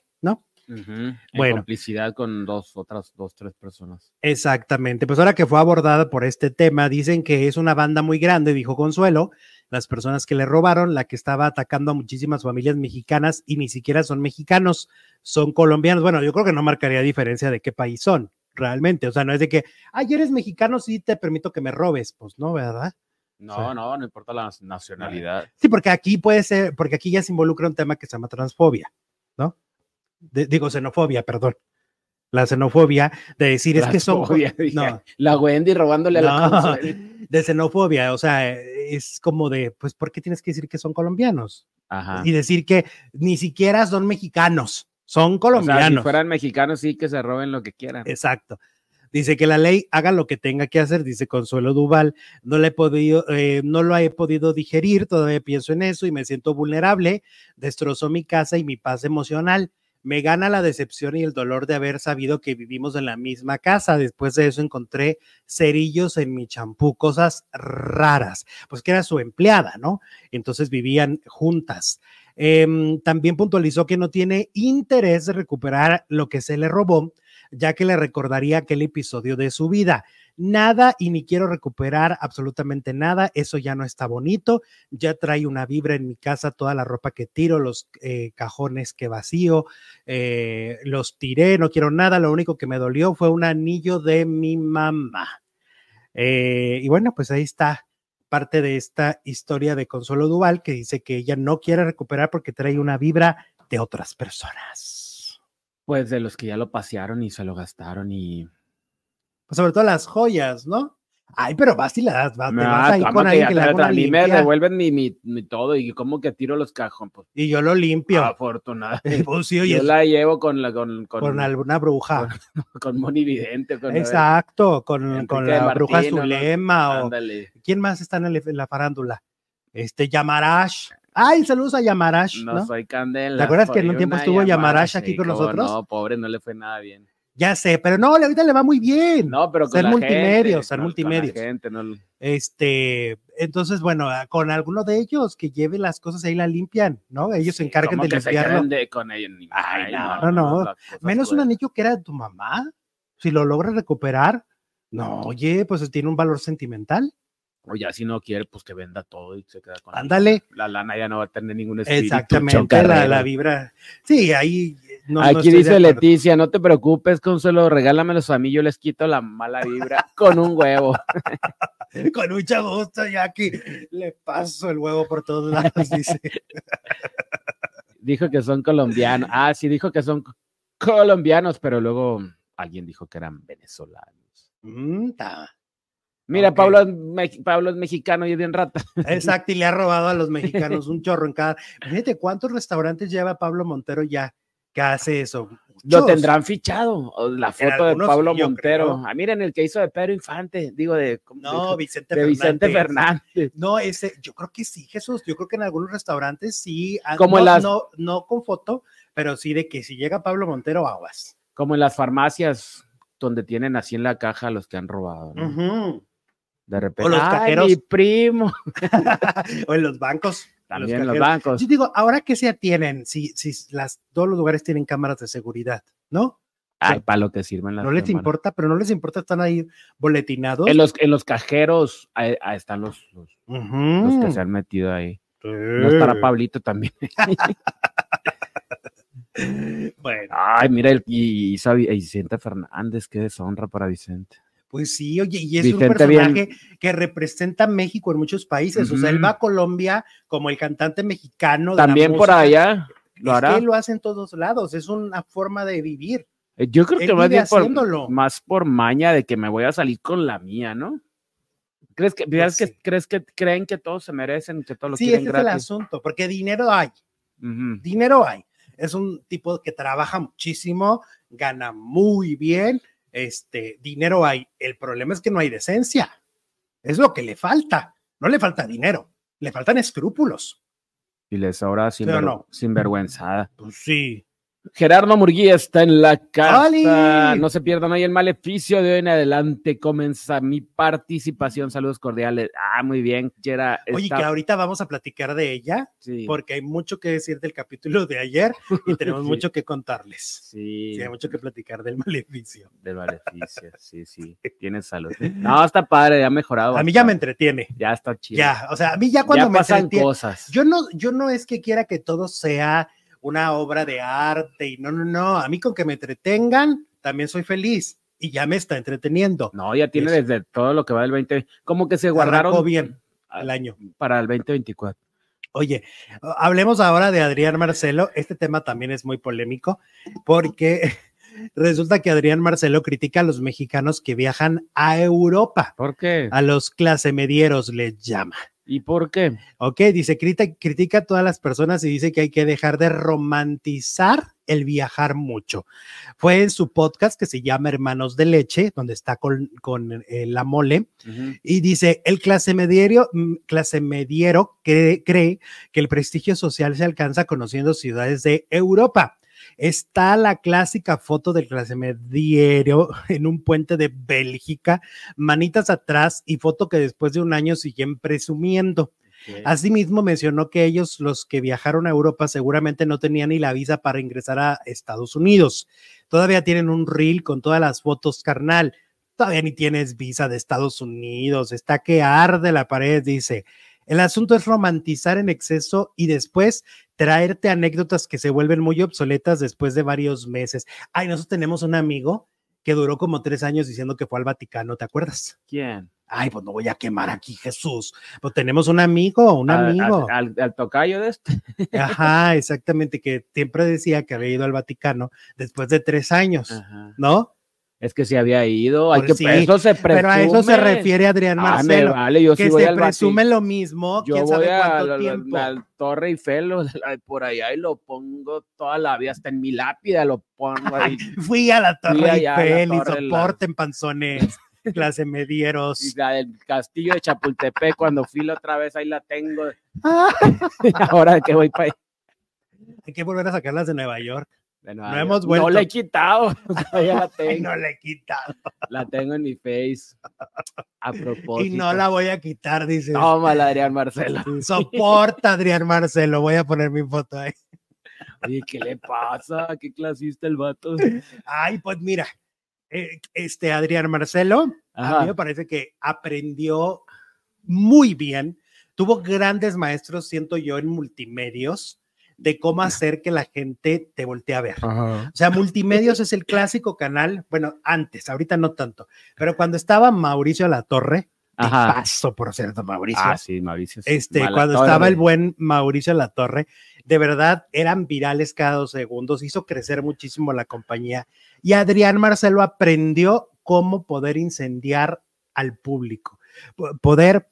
B: Ujú. En
A: Bueno.
B: complicidad con dos, otras dos, tres personas.
A: Exactamente, pues ahora que fue abordada por este tema, dicen que es una banda muy grande, dijo Consuelo, las personas que le robaron, la que estaba atacando a muchísimas familias mexicanas y ni siquiera son mexicanos, son colombianos. Bueno, yo creo que no marcaría diferencia de qué país son, realmente. O sea, no es de que, ay, eres mexicano, sí te permito que me robes. Pues no, ¿verdad?
B: No,
A: Sí.
B: no, no importa la nacionalidad.
A: Sí, porque aquí puede ser, porque aquí ya se involucra un tema que se llama transfobia, ¿no? De- digo, xenofobia, perdón. La xenofobia de decir es que son... co-
B: Transfobia, dije.
A: No.
B: La Wendy robándole a la
A: No,
B: Consuelo.
A: de xenofobia, o sea, eh, es como de, pues, ¿por qué tienes que decir que son colombianos?
B: Ajá.
A: Y decir que ni siquiera son mexicanos, son
B: O sea, si
A: colombianos. Eh.
B: fueran mexicanos, sí que se roben lo que quieran.
A: Exacto. Dice que la ley haga lo que tenga que hacer, dice Consuelo Duval. No, le he podido, eh, no lo he podido digerir, todavía pienso en eso y me siento vulnerable. Destrozó mi casa y mi paz emocional. Me gana la decepción y el dolor de haber sabido que vivimos en la misma casa. Después de eso encontré cerillos en mi champú, cosas raras. Pues que era su empleada, ¿no? Entonces vivían juntas. Em, también puntualizó que no tiene interés de recuperar lo que se le robó, ya que le recordaría aquel episodio de su vida. Nada y ni quiero recuperar absolutamente nada, eso ya no está bonito, ya trae una vibra en mi casa, toda la ropa que tiro, los eh, cajones que vacío, eh, los tiré, no quiero nada, lo único que me dolió fue un anillo de mi mamá. Eh, y bueno, pues ahí está parte de esta historia de Consuelo Duval que dice que ella no quiere recuperar porque trae una vibra de otras personas.
B: Pues de los que ya lo pasearon y se lo gastaron y...
A: Pues sobre todo las joyas, ¿no? Ay, pero vas y las vas, Ah,
B: No,
A: te vas ahí
B: ¿cómo
A: con
B: que
A: alguien
B: ya
A: que
B: te
A: le
B: la
A: haga una
B: tra- a mí me
A: limpia
B: devuelven mi, mi, mi todo y como que tiro los cajones. Pues,
A: y yo lo limpio.
B: afortunada.
A: Pues sí, oye,
B: Yo la llevo con la con, con,
A: con alguna bruja.
B: con Moni Vidente. Con
A: Exacto, con, con
B: Enrique
A: la
B: Martino,
A: bruja
B: ¿no?
A: Zulema o
B: Ándale.
A: quién más está en, el- en la farándula. Este Yamarash. Ay, saludos a Yamarash,
B: No,
A: ¿no?
B: soy Candela.
A: ¿Te acuerdas que en un
B: soy
A: tiempo
B: una
A: estuvo Yamarash
B: Yamarash,
A: aquí
B: sí,
A: con
B: cómo
A: nosotros?
B: No, pobre, no le fue nada bien.
A: Ya sé, pero no, le- ahorita le va muy bien.
B: No, pero con
A: Ser
B: la
A: multimedios, ser
B: gente, con- con la
A: multimedios.
B: gente, no-
A: Este, entonces, bueno, a- con alguno de ellos que lleve las cosas ahí la limpian, ¿no? Ellos se encargan
B: ¿cómo
A: de
B: que se
A: limpiarlo.
B: quedan de- con ellos? Ni-
A: Ay,
B: ay,
A: no, no, no.
B: las cosas
A: Menos un
B: pueden-
A: anillo que era de tu mamá, si lo logras recuperar. No, oye, pues tiene un valor sentimental.
B: O ya si no quiere, pues que venda todo y se queda con la-
A: Ándale,
B: la lana ya no va a tener ningún espíritu.
A: exactamente, la,
B: chocarrero.
A: la vibra. Sí, ahí eh, no, no
B: Aquí
A: estoy de
B: dice
A: acuerdo.
B: Leticia, no te preocupes, Consuelo, regálamelos a mí, yo les quito la mala vibra con un huevo.
A: Con mucho gusto, Jackie. Le paso el huevo por todos lados, dice.
B: Dijo que son colombianos. Ah, sí, dijo que son colombianos, pero luego alguien dijo que eran venezolanos.
A: Mm, ta.
B: Mira,
A: Ok.
B: Pablo, es me- Pablo es mexicano y es bien rata.
A: Exacto, y le ha robado a los mexicanos un chorro en cada. Fíjate cuántos restaurantes lleva Pablo Montero ya que hace eso.
B: Lo
A: Muchos.
B: tendrán fichado. o La foto
A: algunos
B: de Pablo
A: sí, yo
B: Montero.
A: creo.
B: Ah, miren el que hizo de Pedro Infante, digo, de, ¿cómo
A: No,
B: dijo?
A: Vicente
B: de
A: Fernández.
B: Vicente Fernández.
A: No, ese, yo creo que sí, Jesús. Yo creo que en algunos restaurantes sí. ah,
B: Como
A: no,
B: en las-
A: no, no con foto, pero sí de que si llega Pablo Montero, aguas.
B: Como en las farmacias donde tienen así en la caja a los que han robado. ¿no?
A: Ujú.
B: De repente,
A: los
B: "Ay,
A: cajeros".
B: mi primo.
A: O en los bancos.
B: También los
A: cajeros.
B: bancos.
A: Yo digo, ahora que se tienen, si, si las, todos los lugares tienen cámaras de seguridad, ¿no?
B: Ay, para lo que sirven las
A: No les
B: cámaras.
A: importa, pero no les importa, están ahí boletinados.
B: En los, en los cajeros ahí- ahí están los, los,
A: Ujú.
B: los que se han metido ahí. No
A: Sí.
B: estará Pablito también.
A: Bueno,
B: Ay, mira, el, y, y sabe- y Vicente Fernández, qué deshonra para Vicente.
A: pues sí, oye, y es un
B: Vicente
A: personaje
B: bien-
A: que representa a México en muchos países. O sea, él
B: Ujú.
A: va a Colombia como el cantante mexicano. de la
B: También por
A: música.
B: allá lo
A: Es
B: hará.
A: que lo hace en todos lados, es una forma de vivir.
B: Eh, Yo creo
A: él
B: que más
A: vive
B: bien
A: haciéndolo.
B: por, más por maña de que me voy a salir con la mía, ¿no? ¿Crees que,
A: Pues
B: crees
A: sí.
B: que, crees que creen que todos se merecen, que todos lo
A: sí, ese
B: quieren
A: es el
B: gratis?
A: asunto, porque dinero hay,
B: Ujú.
A: dinero hay. Es un tipo que trabaja muchísimo, gana muy bien, este, dinero hay. El problema es que no hay decencia, es lo que le falta. No le falta dinero, le faltan escrúpulos.
B: Y les ahora
A: o
B: sin,
A: no?
B: sinvergüenzada.
A: Pues sí,
B: Gerardo Murguía está en la casa.
A: ¡Ali!
B: No se pierdan hoy el maleficio de hoy en adelante. Comienza mi participación. Saludos cordiales. Ah, muy bien, Gerard.
A: Oye,
B: Está-
A: que ahorita vamos a platicar de ella,
B: sí,
A: porque hay mucho que decir del capítulo de ayer y tenemos
B: Sí.
A: mucho que contarles.
B: sí,
A: Sí, hay mucho que platicar del maleficio.
B: del maleficio. Sí, sí. Tiene salud. No, está padre, ha mejorado.
A: A mí ya me
B: bastante.
A: entretiene.
B: Ya está chido.
A: Ya, o sea, a mí ya cuando
B: Ya
A: me
B: pasan
A: entretiene.
B: cosas.
A: Yo no, yo no es que quiera que todo sea una obra de arte y no, no, no. A mí con que me entretengan, también soy feliz y ya me está entreteniendo.
B: no, ya tiene
A: Eso.
B: desde todo lo que va del 20. Como que se
A: Arrancó
B: guardaron
A: bien
B: Ah.
A: el año.
B: para el 2024.
A: Oye, hablemos ahora de Adrián Marcelo. Este tema también es muy polémico porque resulta que Adrián Marcelo critica a los mexicanos que viajan a Europa,
B: ¿Por qué?
A: a los clasemedieros les llama.
B: ¿Y por qué?
A: Ok, dice, critica, critica a todas las personas y dice que hay que dejar de romantizar el viajar mucho. Fue en su podcast que se llama Hermanos de Leche, donde está con, con, eh, la mole, y dice, el clasemediero, mm, clasemediero cree, cree que el prestigio social se alcanza conociendo ciudades de Europa. Está la clásica foto del clasemediero en un puente de Bélgica, manitas atrás y foto que después de un año siguen presumiendo. Ah. Asimismo, mencionó que ellos, los que viajaron a Europa, seguramente no tenían ni la visa para ingresar a Estados Unidos. Todavía tienen un reel con todas las fotos, carnal. Todavía ni tienes visa de Estados Unidos. Está que arde la pared, dice. El asunto es romantizar en exceso y después traerte anécdotas que se vuelven muy obsoletas después de varios meses. Ay, nosotros tenemos un amigo que duró como tres años diciendo que fue al Vaticano, ¿te acuerdas?
B: ¿Quién?
A: Ay, pues no voy a quemar aquí, Jesús. Pues tenemos un amigo, un
B: ¿Al-
A: amigo.
B: Al, al- al tocayo de este.
A: Ajá, exactamente, que siempre decía que había ido al Vaticano después de tres años,
B: Ajá.
A: ¿no?
B: Es que si había ido, hay
A: Por
B: que,
A: sí,
B: eso se presume.
A: Pero a eso se refiere Adrián
B: Ah, me
A: Marcelo,
B: vale, yo sí
A: que
B: voy
A: se
B: al Vaticano.
A: presume lo mismo,
B: Yo
A: quién
B: voy
A: sabe
B: a
A: cuánto
B: la, la-
A: tiempo.
B: la Torre Eiffel, o la- por allá, y lo pongo toda la vida, hasta en mi lápida lo pongo ahí.
A: Fui a la Torre
B: allá a la
A: Eiffel y
B: Torre, la-
A: soporten panzones, clase medieros.
B: Y la del castillo de Chapultepec, cuando fui la otra vez, ahí la tengo. Ahora que voy para allá.
A: Hay que volver a sacarlas de Nueva York.
B: De
A: No
B: Nueva York.
A: hemos vuelto.
B: No la he quitado. Ya la
A: Y
B: tengo,
A: no le he quitado.
B: la tengo en mi face. A propósito.
A: Y no la voy a quitar, dice.
B: Tómala, Adrián Marcelo.
A: Soporta, Adrián Marcelo. Voy a poner mi foto ahí.
B: Oye, ¿qué le pasa? ¿Qué clasista el vato?
A: Ay, pues mira, eh, este Adrián Marcelo, a mí me
B: Ajá.
A: parece que aprendió muy bien. Tuvo grandes maestros, siento yo, en multimedios de cómo hacer que la gente te voltee a ver.
B: Ah.
A: O sea, Multimedios es el clásico canal, bueno, antes, ahorita no tanto, pero cuando estaba Mauricio Latorre,
B: Ajá.
A: paso por cierto, Mauricio,
B: Ah, sí, Mauricio. es
A: este,
B: mala
A: cuando
B: torre.
A: estaba el buen Mauricio Latorre, de verdad eran virales cada dos segundos, hizo crecer muchísimo la compañía y Adrián Marcelo aprendió cómo poder incendiar al público, po- poder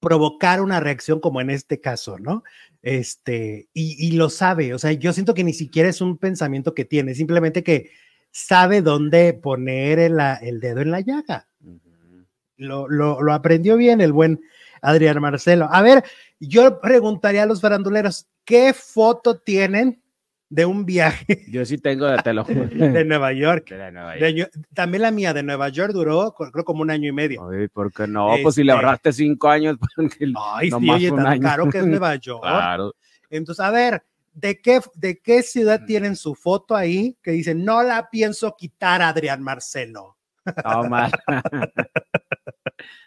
A: provocar una reacción como en este caso, ¿no? Este, y, y lo sabe, o sea, yo siento que ni siquiera es un pensamiento que tiene, simplemente que sabe dónde poner el, la- el dedo en la llaga
B: Ujú.
A: lo, lo- lo aprendió bien el buen Adrián Marcelo. A ver, yo preguntaría a los faranduleros, ¿qué foto tienen de un viaje
B: Yo sí tengo de te lo juro.
A: de Nueva York?
B: De la Nueva
A: De Ñu- también la mía de Nueva York duró, co- creo, como un año y medio.
B: Oye, ¿por qué no? Pues si le
A: Este-
B: ahorraste cinco años. porque-
A: Ay, sí,
B: nomás
A: oye,
B: un
A: tan
B: año. Ah.
A: caro que es Nueva York.
B: Claro.
A: Entonces, a ver, ¿de qué, ¿de qué ciudad
B: Mm.
A: tienen su foto ahí que dice, no la pienso quitar, Adrián Marcelo?
B: Toma.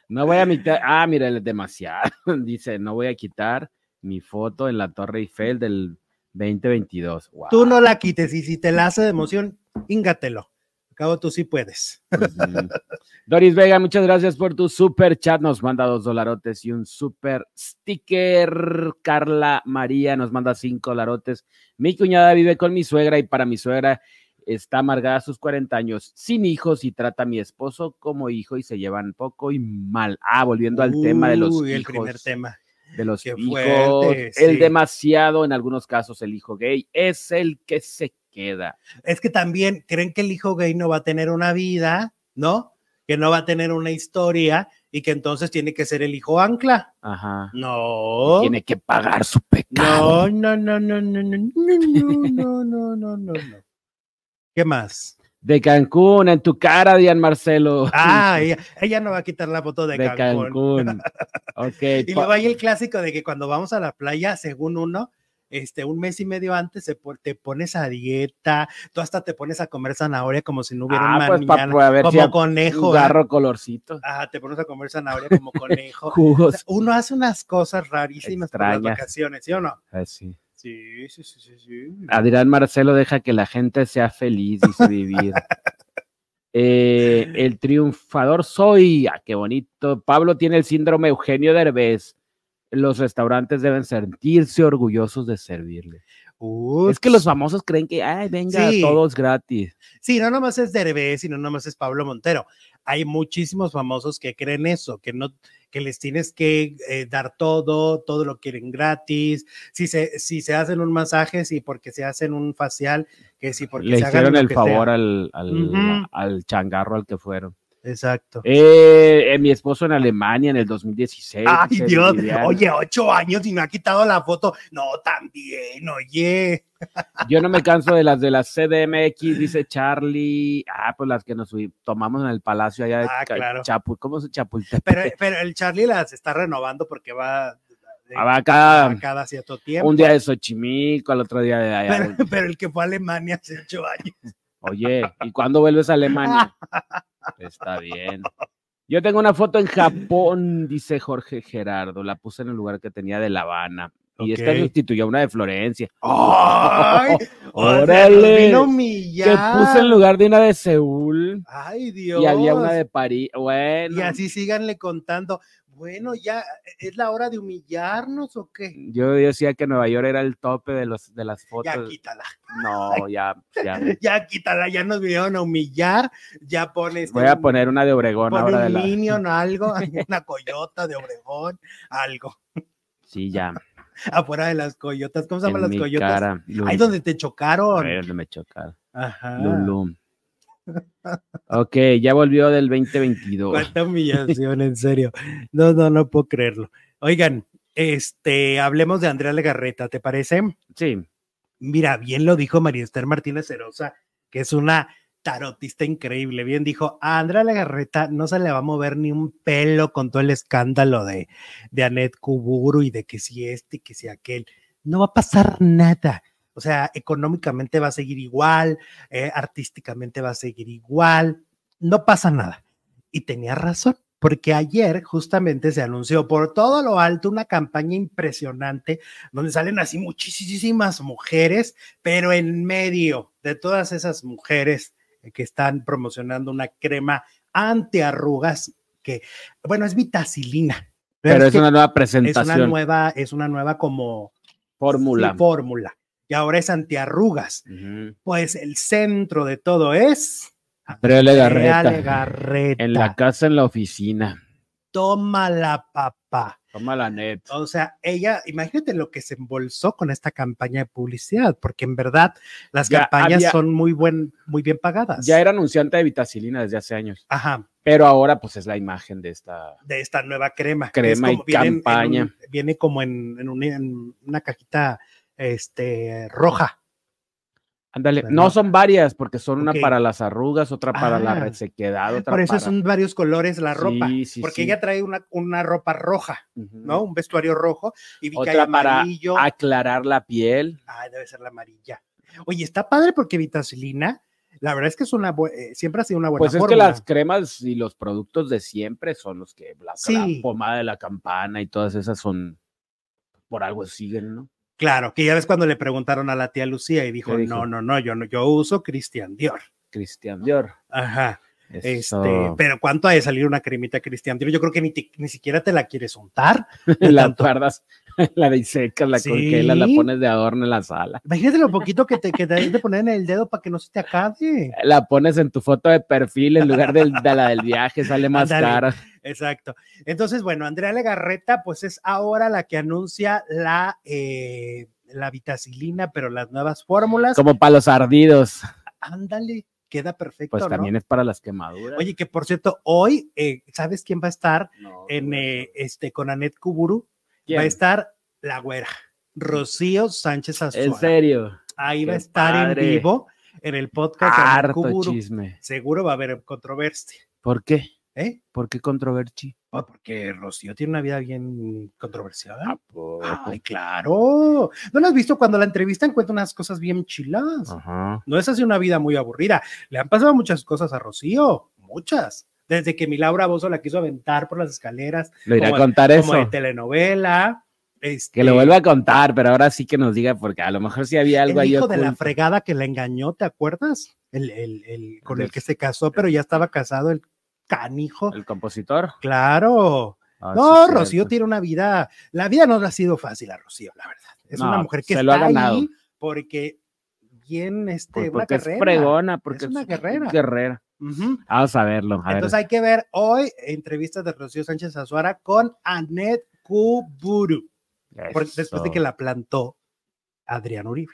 B: No voy a quitar. Ah, mira, es demasiado. Dice, no voy a quitar mi foto en la Torre Eiffel del 2022. Guau.
A: Tú no la quites y si te la hace de emoción, íngatelo. Al cabo tú sí puedes.
B: Ujú. Pues Doris Vega, muchas gracias por tu super chat. Nos manda dos dolarotes y un super sticker. Carla María nos manda cinco dolarotes. Mi cuñada vive con mi suegra y para mi suegra está amargada a sus 40 años, sin hijos y trata a mi esposo como hijo y se llevan poco y mal. Ah, volviendo al tema de los
A: Uy,
B: hijos.
A: el primer tema.
B: De los
A: Qué
B: hijos.
A: fuerte,
B: el
A: sí.
B: demasiado, en algunos casos, el hijo gay es el que se queda.
A: es que también creen que el hijo gay no va a tener una vida, ¿no? Que no va a tener una historia y que entonces tiene que ser el hijo ancla.
B: Ajá.
A: No.
B: Tiene que pagar su pecado.
A: No, no, no, no, no, no, no, no, no, no, no, no, no. ¿Qué más?
B: De Cancún, en tu cara, Dian Marcelo.
A: Ah, ella, ella no va a quitar la foto de,
B: de
A: Cancún.
B: Cancún. Ok.
A: Y
B: pa-
A: luego hay el clásico de que cuando vamos a la playa, según uno, este, un mes y medio antes se po- te pones a dieta, tú hasta te pones a comer zanahoria como si no hubiera
B: Ah,
A: un
B: pues, pa-
A: mañana,
B: pa- a ver si
A: como
B: a-
A: conejo.
B: un
A: ¿ah?
B: garro colorcito.
A: Ajá, te pones a comer zanahoria como conejo. O sea,
B: Jugos.
A: uno hace unas cosas rarísimas por las
B: Extrañas.
A: vacaciones, ¿sí o no?
B: Ah, sí.
A: Sí, sí, sí, sí. sí.
B: Adrián Marcelo deja que la gente sea feliz y vivir. Eh, el triunfador soy. Ah, qué bonito. Pablo tiene el síndrome Eugenio Derbez. Los restaurantes deben sentirse orgullosos de servirle.
A: Ups.
B: Es que los famosos creen que, ay, venga,
A: Sí.
B: todos gratis.
A: Sí, no nomás es Derbez y no nomás es Pablo Montero. Hay muchísimos famosos que creen eso, que no que les tienes que eh, dar todo, todo lo quieren gratis. Si se, si se hacen un masaje, sí, porque se hacen un facial, que sí, porque
B: Le
A: se hagan
B: hicieron
A: lo
B: el
A: que sea.
B: favor al, al,
A: Ujú.
B: al changarro al que fueron.
A: Exacto.
B: Eh, eh, mi esposo en Alemania en el 2016.
A: Ay,
B: dice
A: Dios,
B: Viviana.
A: oye, ocho años y no ha quitado la foto. No, también, oye.
B: Yo no me canso de las de las CDMX, dice Charlie. Ah, pues las que nos subi- tomamos en el palacio allá de
A: Ah,
B: Ca-
A: claro.
B: Chapu- ¿Cómo se Chapultepec?
A: Pero, pero el Charlie las está renovando porque va eh,
B: Ah, va acá,
A: cada cierto tiempo.
B: un día de Xochimilco, al otro día de allá.
A: pero, pero el que fue a Alemania hace ocho años.
B: Oye, ¿y cuándo vuelves a Alemania? Está bien. Yo tengo una foto en Japón, dice Jorge Gerardo. La puse en el lugar que tenía de La Habana. Y esta
A: Ok.
B: sustituyó a una de Florencia.
A: ¡Ay!
B: ¡Órale!
A: Vino
B: Que puse en
A: humillar.
B: lugar de una de Seúl.
A: ¡Ay, Dios!
B: Y había una de París. Bueno,
A: Y así síganle contando. Bueno, ya es la hora de humillarnos o qué?
B: yo decía que Nueva York era el tope de, los, de las fotos.
A: Ya quítala,
B: No, ya, ya.
A: ya quítala, ya nos vinieron a humillar, ya pones
B: Voy a poner una de Obregón
A: Pone
B: ahora de
A: un
B: la.
A: minion, algo, una coyota de Obregón, algo,
B: Sí, ya.
A: afuera de las coyotas. ¿Cómo se
B: En
A: llaman las
B: mi
A: coyotas?
B: cara. Lulú.
A: Ahí donde te
B: Ahí
A: chocaron.
B: donde me chocaron.
A: Ajá.
B: Lulú. Ok, ya volvió del 2022.
A: Cuánta humillación, en serio. No, no, no puedo creerlo. Oigan, este, hablemos de Andrea Legarreta, ¿te parece?
B: Sí,
A: Mira, bien lo dijo María Esther Martínez Herosa, que es una tarotista increíble. Bien dijo, a Andrea Legarreta no se le va a mover ni un pelo con todo el escándalo de, de Anet Kuburu y de que si este y que si aquel. No va a pasar nada. O sea, económicamente va a seguir igual, eh, artísticamente va a seguir igual. No pasa nada. Y tenía razón, porque ayer justamente se anunció por todo lo alto una campaña impresionante donde salen así muchísimas mujeres, pero en medio de todas esas mujeres que están promocionando una crema antiarrugas que, bueno, es vitacilina.
B: pero es
A: que
B: una nueva
A: es una
B: presentación,
A: nueva, es una nueva como
B: fórmula.
A: sí, fórmula. Y ahora es antiarrugas.
B: Ujú.
A: Pues el centro de todo es
B: Andrea Legarreta.
A: Legarreta.
B: En la casa, en la oficina.
A: Toma la papá.
B: Toma la net.
A: O sea, ella, imagínate lo que se embolsó con esta campaña de publicidad, porque en verdad las
B: Ya
A: campañas
B: había-
A: son muy buen, muy bien pagadas.
B: Ya era anunciante de Vitacilina desde hace años,
A: Ajá,
B: pero ahora pues es la imagen de esta.
A: de esta nueva crema. que
B: Crema y
A: viene en- en un-
B: campaña.
A: viene como en, en un- en una cajita este, roja.
B: Ándale,
A: Bueno.
B: no son varias porque son una
A: Ok.
B: para las arrugas, otra para la
A: Ah.
B: resequedad, otra
A: Por eso
B: para-
A: son varios colores la
B: Sí,
A: ropa.
B: sí,
A: porque
B: sí.
A: ella trae una, una ropa roja,
B: Ujú.
A: ¿no? Un vestuario rojo y vi que hay
B: Otra para
A: amarillo.
B: aclarar la piel.
A: Ah, debe ser la amarilla. Oye, está padre porque Vitacilina, la verdad es que es una bu- eh, siempre ha sido una buena
B: Pues es que
A: fórmula.
B: las cremas y los productos de siempre son los que la, la
A: Sí.
B: pomada de la campana y todas esas son por algo siguen, ¿no?
A: Claro, que ya ves cuando le preguntaron a la tía Lucía y dijo,
B: ¿Qué dijo?
A: no, no, no, yo no, yo uso Christian Dior.
B: Cristian Dior.
A: Ajá.
B: Eso.
A: Este, pero cuánto ha de salir una cremita Christian Dior, yo creo que ni, te- ni siquiera te la quieres untar. de
B: la
A: tanto-
B: guardas, la disecas, la
A: Sí.
B: congelas, la pones de adorno en la sala.
A: Imagínate lo poquito que te, que te has de poner en el dedo para que no se te acabe.
B: La pones en tu foto de perfil en lugar del- de la del viaje, sale más
A: Ándale.
B: cara.
A: Exacto. Entonces, bueno, Andrea Legarreta, pues es ahora la que anuncia la, eh, la vitacilina, pero las nuevas fórmulas.
B: Como para los ardidos.
A: Ándale, queda perfecto.
B: Pues
A: ¿no?
B: también es para las quemaduras.
A: Oye, que por cierto, hoy, eh, ¿sabes quién va a estar
B: No,
A: en,
B: güey.
A: eh, este, con Anet Kuburu?
B: ¿Quién?
A: va a estar la güera, Rocío Sánchez
B: En
A: Azuara.
B: serio.
A: Ahí va a
B: ¡Qué
A: estar
B: padre!
A: en vivo en el podcast de Anet
B: Harto
A: Kuburu.
B: chisme.
A: Seguro va a haber controversia,
B: ¿Por qué?
A: ¿eh?
B: ¿Por qué controversia?
A: Ah, porque Rocío tiene una vida bien controversial. Ah, Ay,
B: Ay,
A: claro. ¿No lo has visto cuando la entrevistan? Cuenta unas cosas bien chilas.
B: Ajá.
A: No es así una vida muy aburrida. Le han pasado muchas cosas a Rocío, muchas. Desde que mi Laura Bozo la quiso aventar por las escaleras,
B: Lo iré a
A: Como-
B: contar
A: como de
B: eso.
A: telenovela. Este,
B: Que lo vuelva a contar, pero ahora sí que nos diga, porque a lo mejor sí había
A: el
B: algo ahí.
A: hijo de la
B: oculto.
A: fregada que la engañó, ¿te acuerdas? El, el- el- con el
B: Del-
A: que se casó, pero ya estaba casado, el canijo.
B: ¿El compositor?
A: Claro.
B: Ah, sí,
A: No,
B: cierto.
A: Rocío tiene una vida. La vida no le ha sido fácil a Rocío, la verdad. Es
B: No,
A: una mujer que
B: se
A: está
B: lo ha ganado.
A: ahí porque bien este,
B: Pues
A: una
B: porque es
A: carrera.
B: fregona, porque
A: Es una
B: es
A: guerrera.
B: guerrera.
A: Ujú.
B: Vamos a verlo. A
A: Entonces
B: ver.
A: hay que ver hoy entrevistas de Rocío Sánchez Azuara con Anet Kuburu, por- después de
B: Eso.
A: que la plantó Adrián Uribe.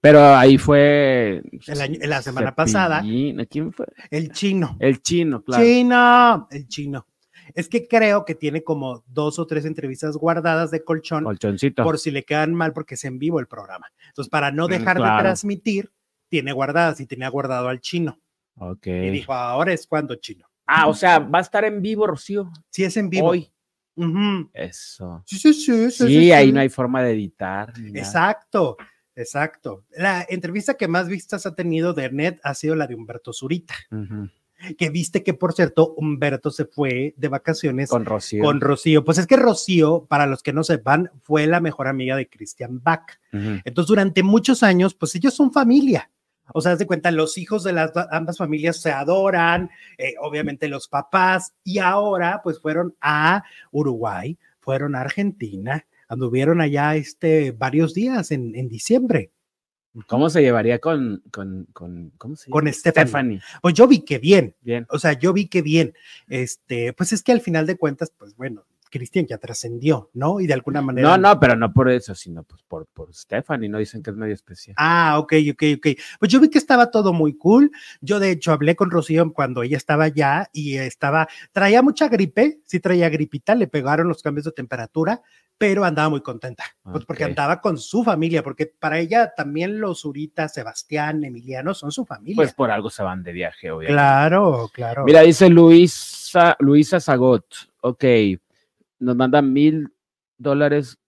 B: Pero ahí fue.
A: El año- la semana pasada.
B: Cepillín, ¿Quién fue?
A: El chino.
B: El chino, claro.
A: Chino. El chino. Es que creo que tiene como dos o tres entrevistas guardadas de colchón
B: Colchoncito.
A: por si le quedan mal porque es en vivo el programa. Entonces, para no
B: Mm,
A: dejar de
B: claro.
A: transmitir, tiene guardadas y tenía guardado al chino.
B: Ok.
A: Y dijo, ahora es cuando chino.
B: Ah, o sea, va a estar en vivo, Rocío.
A: Si es en vivo.
B: Hoy.
A: Ujú.
B: Eso.
A: Sí, sí, sí, sí,
B: Sí,
A: sí,
B: ahí
A: sí.
B: no hay forma de editar. ni nada.
A: Exacto. Exacto. La entrevista que más vistas ha tenido de Ernet ha sido la de Humberto Zurita,
B: Ujú.
A: que viste que, por cierto, Humberto se fue de vacaciones
B: Con Rocío.
A: con Rocío. Pues es que Rocío, para los que no sepan, fue la mejor amiga de Christian Bach.
B: Ujú.
A: Entonces, durante muchos años, pues ellos son familia. O sea, haz de cuenta, los hijos de las do- ambas familias se adoran, eh, obviamente los papás, y ahora pues fueron a Uruguay, fueron a Argentina, anduvieron allá este, varios días en, en diciembre.
B: ¿Cómo se llevaría con, con, con, ¿cómo se
A: Con
B: llama?
A: Stephanie.
B: Stephanie.
A: Pues yo vi que bien,
B: Bien.
A: o sea, yo vi que bien, este, pues es que al final de cuentas, pues bueno, Cristian ya trascendió, ¿no? Y de alguna manera...
B: No, no, pero no por eso, sino pues por, por Stephanie, no dicen que es medio especial.
A: Ah, ok, ok, ok. Pues yo vi que estaba todo muy cool. Yo, de hecho, hablé con Rocío cuando ella estaba allá y estaba, traía mucha gripe, sí traía gripita, le pegaron los cambios de temperatura, pero andaba muy contenta, pues porque
B: Ok.
A: andaba con su familia, porque para ella también los Zurita, Sebastián, Emiliano son su familia.
B: Pues por algo se van de viaje, obviamente.
A: claro, claro.
B: Mira, dice Luisa, Luisa Zagot. Ok. Nos manda mil dólares.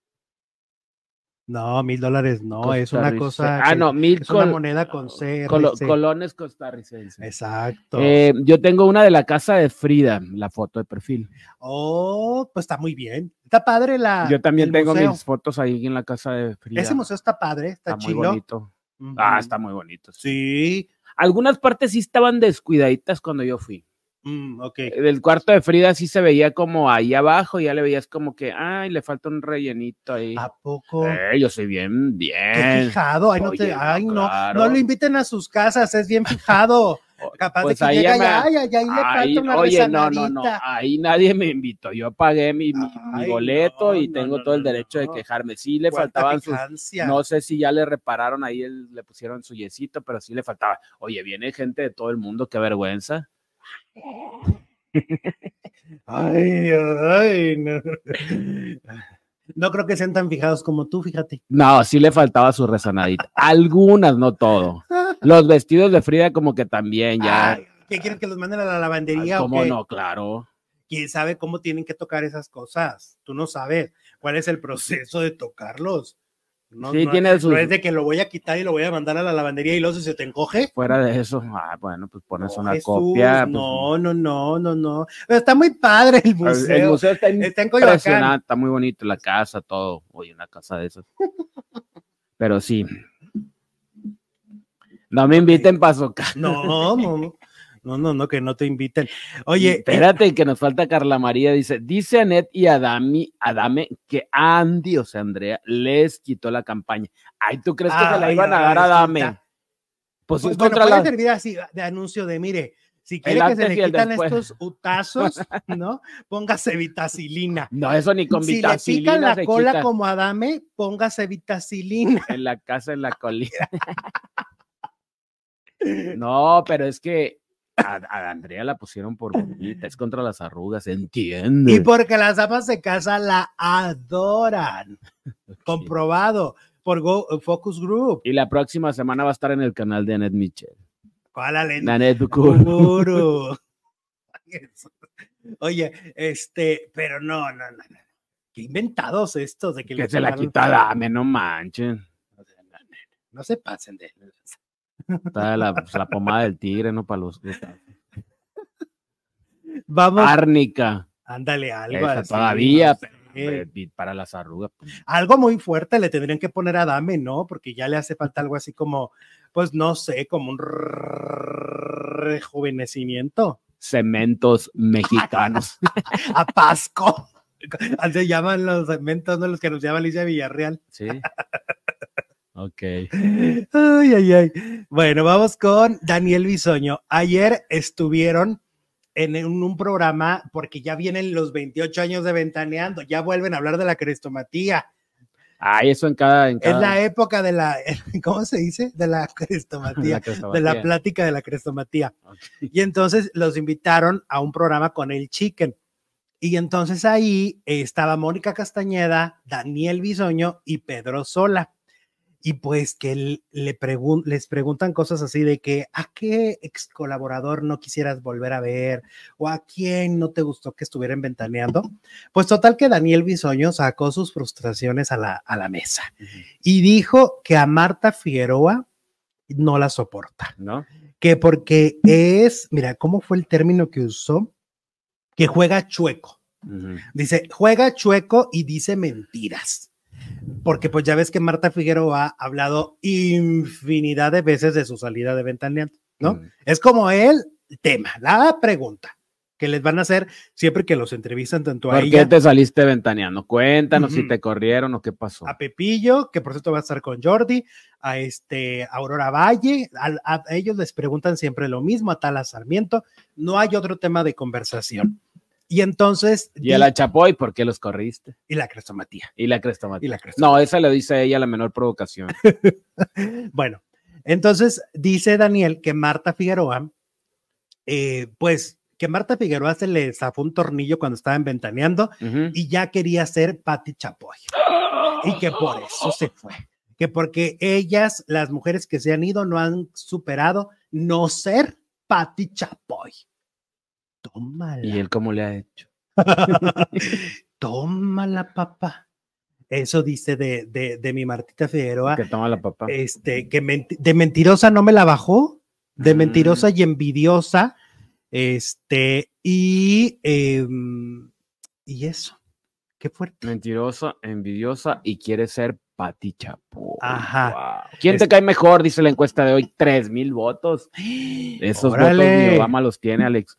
A: no, mil dólares no, es una
B: costarricense-
A: cosa.
B: Ah,
A: que-
B: no, mil
A: Es una
B: col-
A: moneda con CRC.
B: colo- colones costarricenses.
A: Exacto.
B: Eh, yo tengo una de la casa de Frida, la foto de perfil.
A: oh, pues está muy bien. Está padre la.
B: yo también
A: el
B: tengo
A: Ah, museo.
B: mis fotos ahí en la casa de Frida.
A: Ese museo está padre, está,
B: está muy
A: chido.
B: bonito. Ah,
A: Ujú.
B: está muy bonito. sí.
A: Sí.
B: Algunas partes sí estaban descuidaditas cuando yo fui. Eh,
A: mm, ok.
B: Del cuarto de Frida sí se veía como ahí abajo, ya le veías como que, ay, le falta un rellenito ahí.
A: ¿A poco?
B: Eh, yo soy bien,
A: Qué
B: bien.
A: fijado. Ay, no, te-
B: Eh, Oye, no,
A: ay, no,
B: claro.
A: no lo inviten a sus casas, es bien fijado. Capaz
B: Pues
A: de que
B: ahí
A: llega
B: ya me-
A: ya, ay, ay, ahí le
B: Ahí,
A: falta una
B: oye, no, Ah, no, no,
A: rebanadita.
B: ahí nadie me invitó. Yo pagué mi, mi- mi
A: Ay,
B: boleto
A: no,
B: y
A: no,
B: tengo
A: no,
B: todo el
A: no,
B: derecho
A: no.
B: de quejarme. Sí le
A: Cuánta
B: faltaban sus.
A: picancia.
B: No sé si ya le repararon ahí, el- le pusieron su yesito, pero sí le faltaba. Oye, viene gente de todo el mundo, qué vergüenza.
A: Ay, ay, no. No creo que sean tan fijados como tú, fíjate.
B: No, sí le faltaba su rezanadita. Algunas, no todo. Los vestidos de Frida, como que también ya.
A: Ay, ¿Qué quieren que los manden a la
B: Ay,
A: lavandería? Ah, o
B: ¿Cómo
A: qué?
B: no? Claro.
A: ¿Quién sabe cómo tienen que tocar esas cosas? Tú no sabes cuál es el proceso de tocarlos. No,
B: sí,
A: no-
B: tiene sus.
A: No es de que lo voy a quitar y lo voy a mandar a la lavandería y luego si se te encoge.
B: Fuera de eso, ah, bueno, pues pones
A: No,
B: una
A: Jesús,
B: copia. pues,
A: no, no, no, no, no. Pero está muy padre el
B: el-
A: museo.
B: El museo está en
A: Está en
B: impresionante,
A: Coyoacán.
B: está muy bonito la casa, todo. Oye, una casa de esas. Pero sí. No me inviten para su casa.
A: No, no, no. no, no, no, que no te inviten. Oye, eh.
B: espérate que nos falta Carla María. Dice, dice Anet y Adami, Adame que Andy, o sea, Andrea, les quitó la campaña. Ay, ¿tú crees que se la
A: Ay,
B: iban a
A: ahora
B: dar a Adame?
A: resulta.
B: Pues, es
A: bueno,
B: contra
A: puede
B: la-
A: servir así de anuncio de, mire, si quiere que
B: antes
A: se le
B: y el
A: quitan
B: después.
A: estos utazos, ¿no? Póngase vitacilina.
B: No, eso ni con
A: Si le pican
B: vitacilina
A: la
B: se
A: cola
B: quita.
A: como Adame, póngase vitacilina.
B: en la casa en la colina. No, pero es que a, a Andrea la pusieron por bonita, es contra las arrugas, entiende.
A: Y porque las damas de casa la adoran. Comprobado por Go- eh, Focus Group.
B: Y la próxima semana va a estar en el canal de Annette Mitchell.
A: ¿Cuál Alen?
B: Annette Ducour.
A: Guru. Oye, este, pero no, no, no, no. Qué inventados estos de que,
B: que
A: les
B: se la
A: regalan-
B: quita dame, no manchen.
A: No se pasen de.
B: Está la, pues, la pomada del tigre, no para los.
A: Vamos,
B: Árnica.
A: ándale algo.
B: Ah, Esa
A: así,
B: todavía,
A: no sé.
B: eh, y para las arrugas. pues,
A: algo muy fuerte le tendrían que poner a Dame, ¿no? Porque ya le hace falta algo así como, pues no sé, como un rejuvenecimiento.
B: Cementos mexicanos.
A: A Pasco. Así llaman los segmentos, ¿no? Los que nos llama Alicia Villarreal.
B: Sí. Ok.
A: Ay, ay, ay. Bueno, vamos con Daniel Bisoño. Ayer estuvieron en un, un programa porque ya vienen los 28 años de ventaneando, ya vuelven a hablar de la crestomatía.
B: Ay, eso en cada. En
A: Es
B: cada-
A: la época de la, ¿cómo se dice? De la
B: en la
A: crestomatía, de
B: crestomatía.
A: la plática de la crestomatía.
B: Ok.
A: Y entonces los invitaron a un programa con el Chicken. Y entonces ahí eh, estaba Mónica Castañeda, Daniel Bisoño y Pedro Sola. y pues que le pregun les preguntan cosas así de que a qué ex colaborador no quisieras volver a ver o a quién no te gustó que estuvieran ventaneando. Pues total que Daniel Bisoño sacó sus frustraciones a la, a la mesa uh -huh. y dijo que a Marta Figueroa no la soporta,
B: ¿no?
A: Que porque es, mira, ¿cómo fue el término que usó? Que juega chueco. Uh -huh. Dice, juega chueco y dice mentiras porque pues ya ves que Marta Figueroa ha hablado infinidad de veces de su salida de Ventaneando, ¿no? Mm. Es como el tema, la pregunta que les van a hacer siempre que los entrevistan tanto a
B: ¿Por
A: ella.
B: qué te saliste ventaneando? Cuéntanos uh -huh. si te corrieron o qué pasó.
A: A Pepillo, que por cierto va a estar con Jordi, a este a Aurora Valle, a, a, ellos les preguntan siempre lo mismo, a Tala Sarmiento, no hay otro tema de conversación. Y entonces.
B: Y a la Chapoy, ¿por qué los corriste?
A: Y la crestomatía.
B: Y la crestomatía.
A: Y la
B: No, esa le dice a ella la menor provocación.
A: bueno, entonces dice Daniel que Marta Figueroa, eh, pues que Marta Figueroa se le zafó un tornillo cuando estaban ventaneando uh -huh. y ya quería ser Patti Chapoy. y que por eso se fue. Que porque ellas, las mujeres que se han ido, no han superado no ser Patti Chapoy. Tómala.
B: ¿Y él cómo le ha hecho?
A: tómala, papá. Eso dice de, de, de, mi Martita Figueroa.
B: Que toma la papá.
A: Este, que menti de mentirosa no me la bajó,
B: Ah.
A: de mentirosa mm. y envidiosa. Este, y, eh, y eso. Qué fuerte.
B: Mentirosa, envidiosa y quiere ser Pati Chapo.
A: Ajá.
B: Wow. ¿Quién es... te cae mejor? Dice la encuesta de hoy. Tres mil votos. Esos Órale. votos ni Obama los tiene, Alex.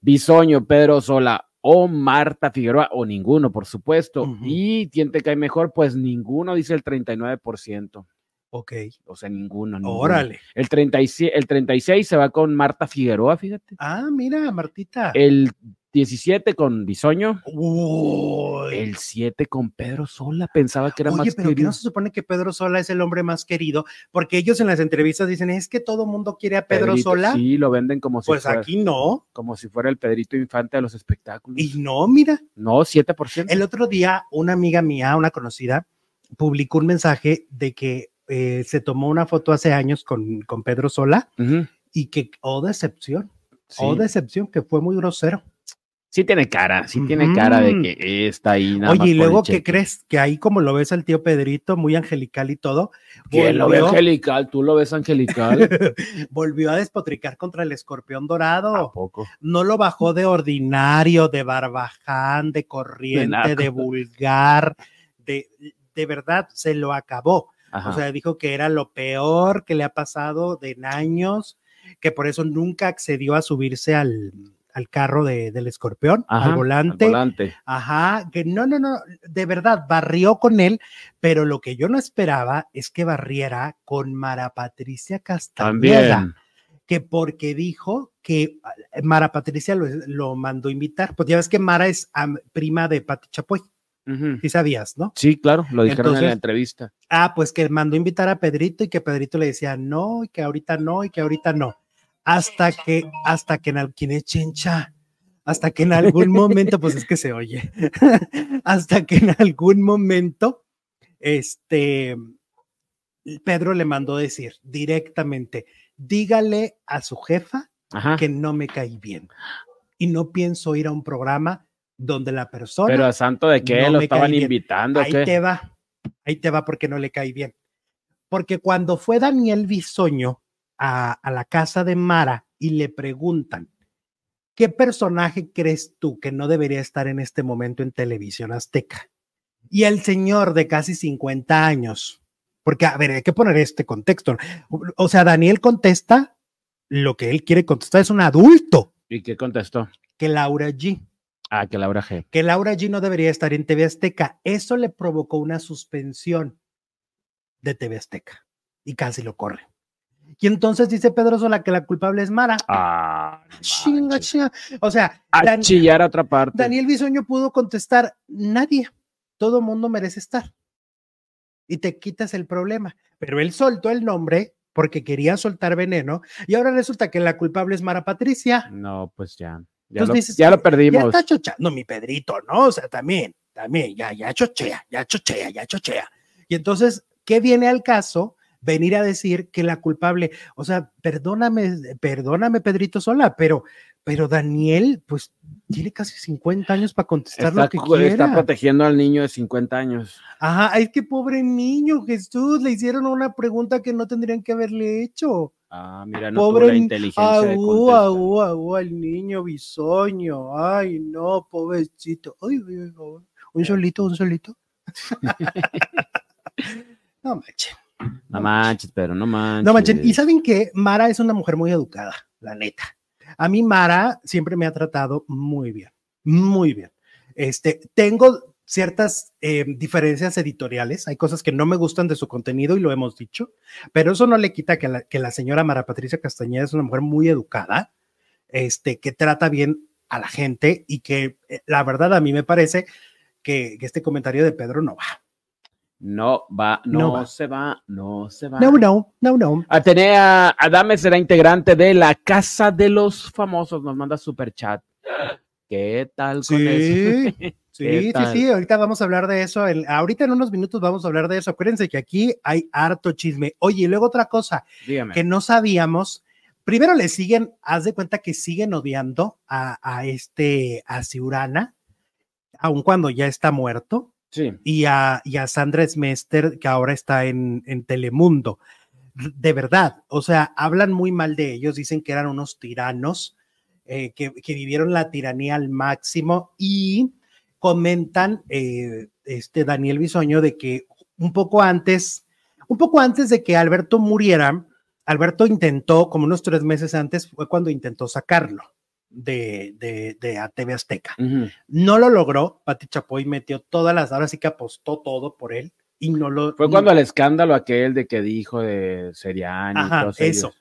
B: Bisoño, Pedro Sola o Marta Figueroa o ninguno, por supuesto. Uh -huh. ¿Y quién te cae mejor? Pues ninguno, dice el 39%.
A: Ok.
B: O sea, ninguno.
A: Órale.
B: Ninguno. El, 36, el 36 se va con Marta Figueroa, fíjate.
A: Ah, mira, Martita.
B: El 17 con Bisoño.
A: Uy.
B: El 7 con Pedro Sola. Pensaba que era
A: Oye,
B: más
A: pero querido. Que no se supone que Pedro Sola es el hombre más querido, porque ellos en las entrevistas dicen, es que todo mundo quiere a Pedro
B: Pedrito,
A: Sola.
B: Sí, lo venden como si
A: Pues fuera, aquí no.
B: Como si fuera el Pedrito Infante de los espectáculos.
A: Y no, mira.
B: No, 7%.
A: El otro día, una amiga mía, una conocida, publicó un mensaje de que eh, se tomó una foto hace años con, con Pedro Sola uh -huh. y que, oh decepción, sí. oh decepción, que fue muy grosero.
B: Sí tiene cara, sí tiene mm. cara de que está ahí.
A: Nada Oye, más y luego, ¿qué crees? Que ahí como lo ves al tío Pedrito, muy angelical y todo.
B: ¿Quién volvió, lo ve angelical? ¿Tú lo ves angelical?
A: volvió a despotricar contra el escorpión dorado.
B: ¿A poco?
A: No lo bajó de ordinario, de barbaján, de corriente, de, de vulgar, de, de verdad, se lo acabó. Ajá. O sea, dijo que era lo peor que le ha pasado de en años, que por eso nunca accedió a subirse al, al carro de, del escorpión,
B: Ajá,
A: al, volante.
B: al, volante.
A: Ajá, que no, no, no, de verdad, barrió con él, pero lo que yo no esperaba es que barriera con Mara Patricia Castañeda. También. Que porque dijo que eh, Mara Patricia lo, lo, mandó invitar, pues ya ves que Mara es prima de Pati Chapoy. Uh -huh. Sí sabías, ¿no?
B: Sí, claro, lo dijeron Entonces, en la entrevista.
A: Ah, pues que mandó invitar a Pedrito y que Pedrito le decía no, y que ahorita no, y que ahorita no. Hasta que, hasta que en ¿quién es chencha? Hasta que en algún momento, pues es que se oye, hasta que en algún momento, este, Pedro le mandó decir directamente, dígale a su jefa
B: Ajá.
A: que no me caí bien y no pienso ir a un programa donde la persona.
B: Pero a santo de qué
A: no
B: lo estaban invitando.
A: Ahí
B: ¿qué?
A: te va, ahí te va porque no le cae bien. Porque cuando fue Daniel Bisoño a, a, la casa de Mara y le preguntan, ¿qué personaje crees tú que no debería estar en este momento en televisión azteca? Y el señor de casi 50 años, porque a ver, hay que poner este contexto. O sea, Daniel contesta lo que él quiere contestar, es un adulto.
B: ¿Y qué contestó?
A: Que Laura G.
B: Ah, que Laura G.
A: Que Laura G no debería estar en TV Azteca. Eso le provocó una suspensión de TV Azteca y casi lo corre. Y entonces dice Pedro Sola que la culpable es Mara.
B: Ah,
A: chinga, chinga. O sea,
B: a Dan chillar a otra parte.
A: Daniel Bisoño pudo contestar: nadie, todo mundo merece estar. Y te quitas el problema. Pero él soltó el nombre porque quería soltar veneno y ahora resulta que la culpable es Mara Patricia.
B: No, pues ya. Ya, Entonces, lo, dices, ya, lo, perdimos.
A: Ya está chochando mi Pedrito, ¿no? O sea, también, también, ya, ya chochea, ya chochea, ya chochea. Y entonces ¿Qué viene al caso? venir a decir que la culpable, o sea, perdóname, perdóname Pedrito Sola, pero, pero Daniel, pues tiene casi 50 años para contestar
B: está,
A: lo que quiera.
B: Está protegiendo al niño de 50 años.
A: Ajá, es que pobre niño, Jesús, le hicieron una pregunta que no tendrían que haberle hecho.
B: Ah, mira, no
A: pobre
B: tuvo la
A: ni-
B: inteligencia de
A: Aú,
B: contestar.
A: aú, aú, el niño bisoño. Ay, no, pobrecito. Ay, ay, ay. un solito, un solito. no manchen.
B: No manches, pero no manches.
A: No manchen. Y saben que Mara es una mujer muy educada, la neta. A mí Mara siempre me ha tratado muy bien, muy bien. Este, tengo ciertas eh, diferencias editoriales, hay cosas que no me gustan de su contenido y lo hemos dicho, pero eso no le quita que la, que la señora Mara Patricia Castañeda es una mujer muy educada, este, que trata bien a la gente y que eh, la verdad a mí me parece que, que este comentario de Pedro no va.
B: No va, no,
A: No va.
B: se va, no se va.
A: No, no, no, no.
B: Atenea Adames será integrante de la Casa de los Famosos. Nos manda super chat. ¿Qué tal con eso?
A: Sí,
B: ¿Qué
A: Sí, sí,
B: tal?
A: sí, ahorita vamos a hablar de eso. en- ahorita en unos minutos vamos a hablar de eso. Acuérdense que aquí hay harto chisme. Oye, y luego otra cosa
B: Dígame.
A: que no sabíamos. Primero le siguen, haz de cuenta que siguen odiando a, a este, a Ciurana, aun cuando ya está muerto,
B: Sí.
A: y a, y a Sandra Smester, que ahora está en, en Telemundo. De verdad, o sea, hablan muy mal de ellos, dicen que eran unos tiranos, eh, que, que vivieron la tiranía al máximo y comentan, eh, este Daniel Bisoño, de que un poco antes, un poco antes de que Alberto muriera, Alberto intentó, como unos tres meses antes, fue cuando intentó sacarlo de, de, de a TV Azteca.
B: Ujú.
A: No lo logró. Pati Chapoy metió todas las, ahora sí que apostó todo por él y no lo.
B: Fue cuando el escándalo aquel de que dijo de Seriani. y
A: Ajá,
B: todos
A: eso.
B: ellos.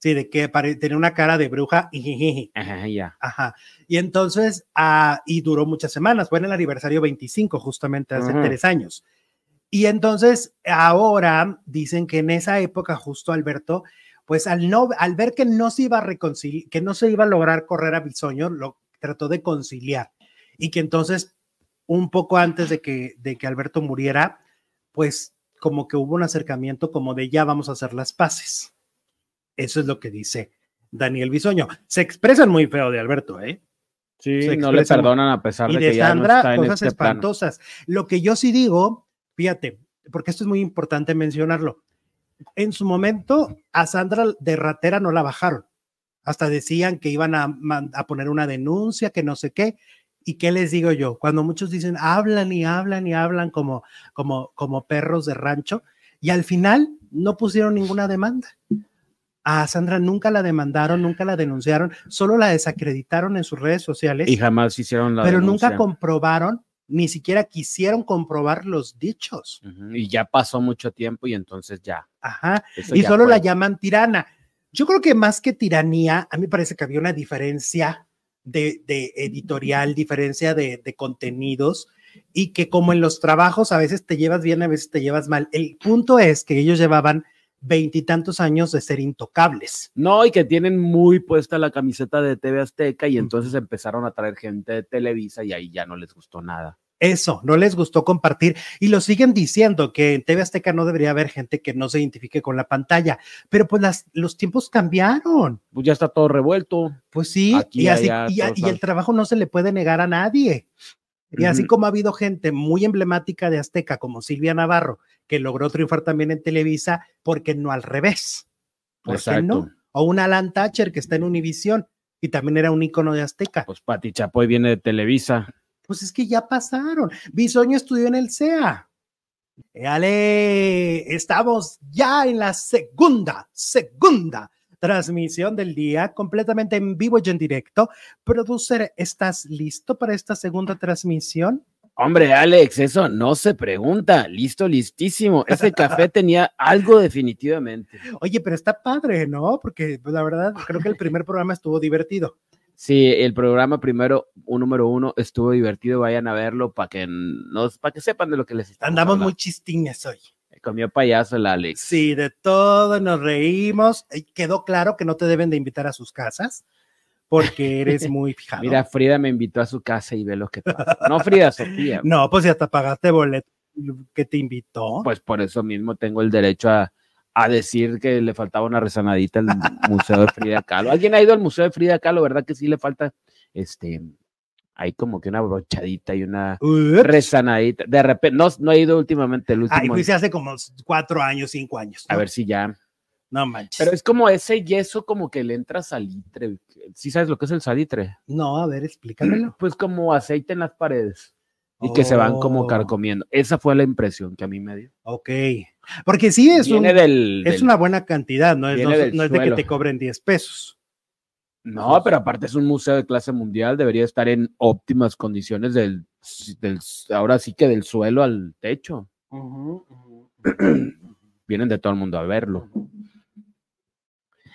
A: Sí, de que pare- tenía una cara de bruja y jejeje.
B: Ajá, ya.
A: Ajá. Y entonces, ah, y duró muchas semanas. Fue en el aniversario 25, justamente hace
B: Ujú.
A: tres años. Y entonces, ahora dicen que en esa época, justo Alberto, pues al, no, al ver que no se iba a reconciliar, que no se iba a lograr correr a Bisoño, lo trató de conciliar. Y que entonces, un poco antes de que, de que Alberto muriera, pues como que hubo un acercamiento como de ya vamos a hacer las paces. Eso es lo que dice Daniel Bisoño. Se expresan muy feo de Alberto, ¿eh?
B: Sí,
A: Se
B: no le
A: expresa-
B: perdonan a pesar
A: y
B: de
A: de
B: que ya no
A: Sandra
B: está en
A: cosas
B: este plano.
A: espantosas. Lo que yo sí digo, fíjate, porque esto es muy importante mencionarlo. En su momento, a Sandra de ratera no la bajaron. Hasta decían que iban a, man- a poner una denuncia, que no sé qué. ¿Y qué les digo yo? Cuando muchos dicen, hablan y hablan y hablan como, como, como perros de rancho, y al final no pusieron ninguna demanda. A Sandra nunca la demandaron, nunca la denunciaron, solo la desacreditaron en sus redes sociales
B: Y jamás hicieron la
A: pero
B: denuncia.
A: nunca comprobaron, ni siquiera quisieron comprobar los dichos.
B: Ujú, Y ya pasó mucho tiempo y entonces ya.
A: Ajá.
B: eso
A: y
B: ya
A: solo
B: fue.
A: la llaman tirana. Yo creo que más que tiranía, a mí parece que había una diferencia de, de editorial, diferencia de, de contenidos y que como en los trabajos a veces te llevas bien, a veces te llevas mal. El punto es que ellos llevaban veintitantos años de ser intocables.
B: No, y que tienen muy puesta la camiseta de TV Azteca y entonces empezaron a traer gente de Televisa y ahí ya no les gustó nada.
A: Eso, no les gustó compartir y lo siguen diciendo que en TV Azteca no debería haber gente que no se identifique con la pantalla, pero pues las, los tiempos cambiaron,
B: Pues ya está todo revuelto.
A: pues sí,
B: Aquí,
A: y, así,
B: allá,
A: y, a-
B: todos
A: y el
B: lados.
A: trabajo no se le puede negar a nadie. Y así
B: Ujú.
A: como ha habido gente muy emblemática de Azteca como Silvia Navarro, que logró triunfar también en Televisa, porque no al revés? ¿Por qué no?
B: Exacto.
A: O una Alan Thatcher que está en Univisión y también era un ícono de Azteca.
B: Pues Pati Chapoy viene de Televisa.
A: Pues es que ya pasaron. Bisoño estudió en el CEA. ¡Ale! Estamos ya en la segunda, segunda transmisión del día, completamente en vivo y en directo. Producer, ¿estás listo para esta segunda transmisión?
B: Hombre, Alex, eso no se pregunta. Listo, listísimo. Ese café tenía algo definitivamente.
A: Oye, pero está padre, ¿no? Porque pues, la verdad creo que el primer programa estuvo divertido.
B: Sí, el programa primero, un número uno, estuvo divertido. Vayan a verlo para que nos, para que sepan de lo que les estamos
A: Andamos muy
B: hablando.
A: chistines hoy.
B: Comió payaso el Alex.
A: Sí, de todo nos reímos. Eh, Quedó claro que no te deben de invitar a sus casas porque eres muy fijado.
B: Mira, Frida me invitó a su casa y ve lo que pasa. No Frida, Sofía.
A: No, pues ya te pagaste boleto. que te invitó.
B: Pues por eso mismo tengo el derecho a, a decir que le faltaba una rezanadita al Museo de Frida Kahlo. ¿Alguien ha ido al Museo de Frida Kahlo? ¿Verdad que sí le falta este hay como que una brochadita y una
A: Ups.
B: rezanadita? De repente, no, no he ido últimamente el último.
A: Ay, pues, fuiste hace como cuatro años, cinco años.
B: a
A: ¿no?
B: ver si ya.
A: No manches.
B: Pero es como ese yeso como que le entra salitre. ¿Sí sabes lo que es el salitre?
A: no, a ver, explícamelo.
B: Pues como aceite en las paredes y que se van como
A: Oh,
B: carcomiendo. Esa fue la impresión que a mí me dio.
A: Ok. Porque sí es, un-
B: Viene del,
A: es
B: del-
A: una buena cantidad, no es,
B: Viene
A: no-
B: del
A: no es de que
B: suelo.
A: te cobren 10 pesos.
B: No, pero aparte es un museo de clase mundial, debería estar en óptimas condiciones del, del ahora sí que del suelo al techo. Vienen de todo el mundo a verlo.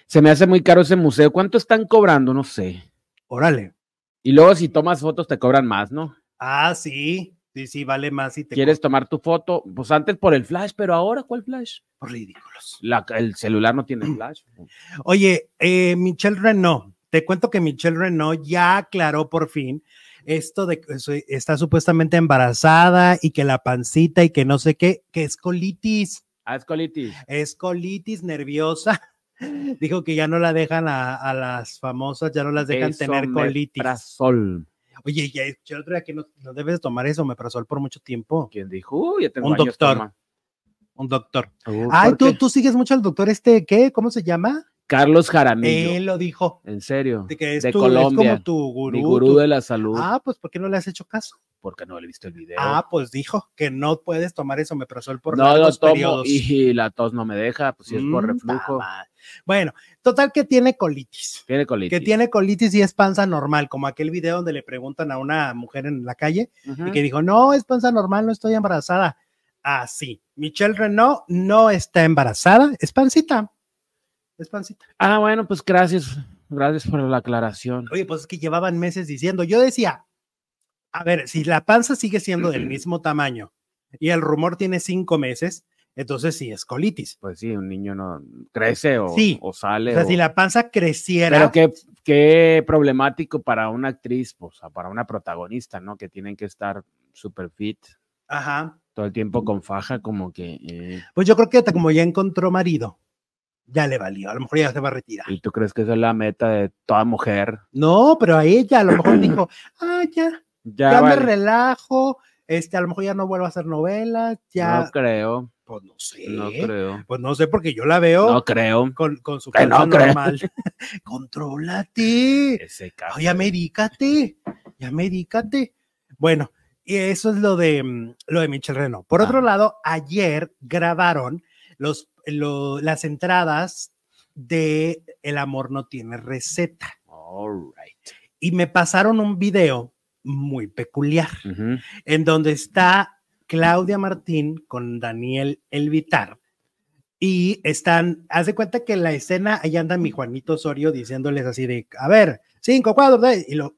B: Se me hace muy caro ese museo. ¿Cuánto están cobrando? No sé.
A: Órale.
B: Y luego si tomas fotos te cobran más, ¿no?
A: Ah, sí. Sí, sí, vale más si te
B: ¿Quieres tomar tu foto? Pues antes por el flash, pero ahora ¿cuál flash?
A: cobran por ridículos.
B: La- el celular no tiene flash.
A: Oye, eh, Michelle Renault, te cuento que Michelle Renault ya aclaró por fin esto de que su- está supuestamente embarazada y que la pancita y que no sé qué, que es colitis.
B: Ah, es colitis.
A: es colitis nerviosa. Dijo que ya no la dejan a, a las famosas, ya no las dejan tener colitis.
B: Esomeprazol.
A: Oye, ya escuché el otro día que no, no debes tomar eso, me pasó por mucho tiempo.
B: ¿Quién dijo? Uy, ya tengo
A: Un
B: años
A: doctor.
B: toma.
A: Un doctor.
B: Uh,
A: Ay,
B: ¿por
A: tú,
B: qué?
A: tú sigues mucho al doctor este, ¿qué? ¿Cómo se llama?
B: Carlos Jaramillo.
A: Él lo dijo.
B: En serio.
A: Eh, de que es,
B: de
A: tu- es
B: Colombia.
A: como tu gurú.
B: Mi gurú
A: tu-
B: de la salud.
A: Ah, pues ¿por qué no le has hecho caso?
B: porque no le he visto el video.
A: Ah, pues dijo que no puedes tomar eso, me pasó por
B: no lo
A: largos
B: tomo
A: periodos.
B: y, la tos no me deja, pues si es por
A: Mm,
B: reflujo.
A: mamá. Bueno, total que tiene colitis.
B: Tiene colitis.
A: que tiene colitis y es panza normal, como aquel video donde le preguntan a una mujer en la calle
B: Ujú.
A: y que dijo, no, es panza normal, no estoy embarazada. Así, Michelle Renault no está embarazada, es pancita. Es pancita.
B: Ah, bueno, pues gracias. Gracias por la aclaración.
A: Oye, pues es que llevaban meses diciendo, yo decía, a ver, si la panza sigue siendo del mismo tamaño y el rumor tiene cinco meses, entonces sí es colitis.
B: Pues sí, un niño no crece o,
A: Sí.
B: o
A: O
B: sale.
A: sea,
B: o-
A: si la panza creciera,
B: Pero qué, qué problemático para una actriz, pues, o sea, para una protagonista, ¿no? Que tienen que estar super fit,
A: ajá,
B: todo el tiempo con faja, como que... eh,
A: pues yo creo que como ya encontró marido, ya le valió, a lo mejor ya se va a retirar.
B: ¿Y tú crees que esa es la meta de toda mujer?
A: No, pero a ella a lo mejor dijo, ah, ya,
B: Ya,
A: ya me
B: vale.
A: relajo, este, a lo mejor ya no vuelvo a hacer novelas, ya,
B: No creo,
A: pues no sé,
B: no creo.
A: pues no sé porque yo la veo
B: No creo.
A: con, con su
B: Que
A: calza
B: no creo.
A: normal. Contrólate,
B: Ese
A: Ay,
B: caso.
A: ya medícate, ya medícate. Bueno, y eso es lo de mm, lo de Michelle Renault. Por otro
B: Ah.
A: lado, ayer grabaron los, lo- las entradas de El amor no tiene receta.
B: All right.
A: y me pasaron un video muy peculiar
B: Ujú.
A: en donde está Claudia Martín con Daniel Elvitar y están, haz de cuenta que en la escena ahí anda mi Juanito Osorio diciéndoles así de, a ver, cinco cuadros de-", y lo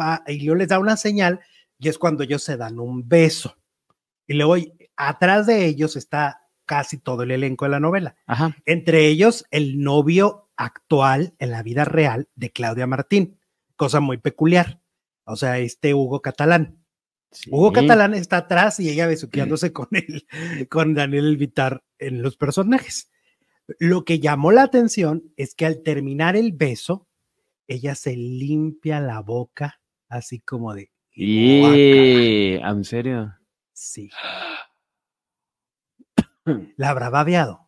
A: va y yo les da una señal y es cuando ellos se dan un beso y luego y- atrás de ellos está casi todo el elenco de la novela,
B: Ajá.
A: entre ellos el novio actual en la vida real de Claudia Martín, cosa muy peculiar. O sea, este Hugo Catalán. Hugo
B: Sí.
A: Catalán está atrás y ella besuqueándose con él, con Daniel Vitar en los personajes. Lo que llamó la atención es que al terminar el beso, ella se limpia la boca, así como de. "Guácala".
B: Y... ¿En serio?
A: Sí. La habrá babeado.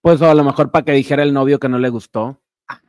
B: Pues o a lo mejor para que dijera el novio que no le gustó.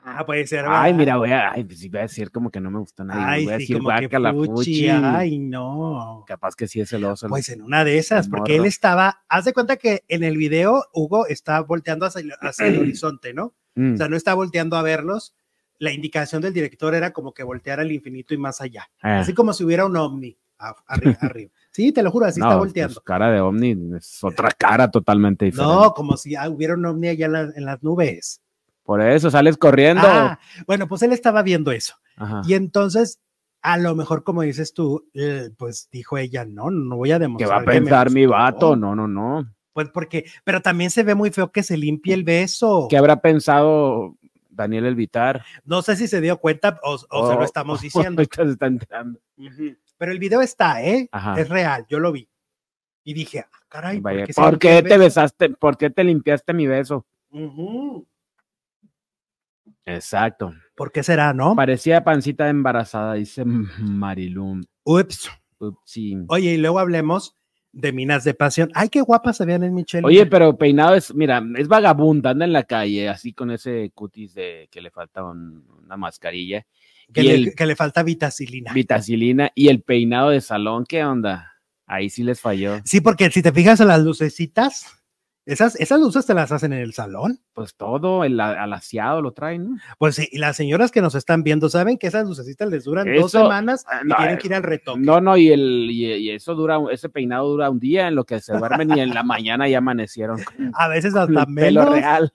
A: Ah, puede ser.
B: Ay,
A: ¿verdad?
B: mira, voy a, ay, pues, sí, voy a decir como que no me gustó nadie.
A: Ay,
B: voy a
A: sí,
B: decir
A: como que
B: vaca la
A: fuchi,
B: fuchi.
A: Ay, no.
B: Capaz que sí es el oso.
A: Pues en una de esas,
B: el
A: porque él
B: morro.
A: estaba, haz de cuenta que en el video Hugo está volteando hacia, el- hacia el horizonte, ¿no?
B: Mm.
A: O sea, no está volteando a verlos. La indicación del director era como que voltear al infinito y más allá,
B: Ah,
A: así como si hubiera un ovni a- arriba. arriba. Sí, te lo juro, así está
B: no,
A: volteando.
B: pues, cara de ovni es otra cara totalmente diferente.
A: No, como si ah, hubiera un ovni allá en, la- en las nubes.
B: Por eso sales corriendo.
A: Ah, bueno, pues él estaba viendo eso.
B: Ajá.
A: Y entonces, a lo mejor, como dices tú, eh, pues dijo ella, no, no voy a
B: ¿Qué
A: demostrar.
B: va a
A: que me
B: pensar mi
A: gustó".
B: vato? No, no, no.
A: Pues porque, pero también se ve muy feo que se limpie el beso.
B: ¿Qué habrá pensado Daniel Elvitar?
A: No sé si se dio cuenta o, o se lo
B: Oh,
A: estamos diciendo.
B: Ahorita se está enterando.
A: Pero el video está, ¿eh?
B: Ajá.
A: Es real, yo lo vi. Y dije, ah, caray,
B: Vaya,
A: se
B: ¿Por
A: limpia
B: qué
A: el
B: te
A: beso?
B: besaste? ¿Por qué te limpiaste mi beso?
A: Ujú.
B: Exacto.
A: ¿Por qué será, no?
B: Parecía pancita embarazada, dice Marilum. Pues,
A: Ups.
B: Upsi.
A: Oye, y luego hablemos de minas de pasión. Ay, qué guapas se veían en Michelle.
B: Oye, pero peinado es, mira, es vagabunda, anda en la calle, así con ese cutis de que le falta un- una mascarilla,
A: que,
B: y
A: le,
B: el-
A: que le falta vitacilina.
B: vitacilina y el peinado de salón, ¿qué onda? Ahí sí les falló.
A: sí, porque si te fijas en las lucecitas, esas, esas luces te las hacen en el salón.
B: Pues todo, el a- alaciado lo traen, ¿no?
A: Pues sí, y las señoras que nos están viendo saben que esas lucecitas les duran dos
B: Eso-
A: semanas
B: Ah,
A: y
B: no,
A: tienen
B: eh,
A: que ir al retoque.
B: No, no, y, el, y, y eso dura, un- ese peinado dura un día en lo que se duermen y en la mañana ya amanecieron. con
A: A veces hasta
B: el pelo
A: menos.
B: real.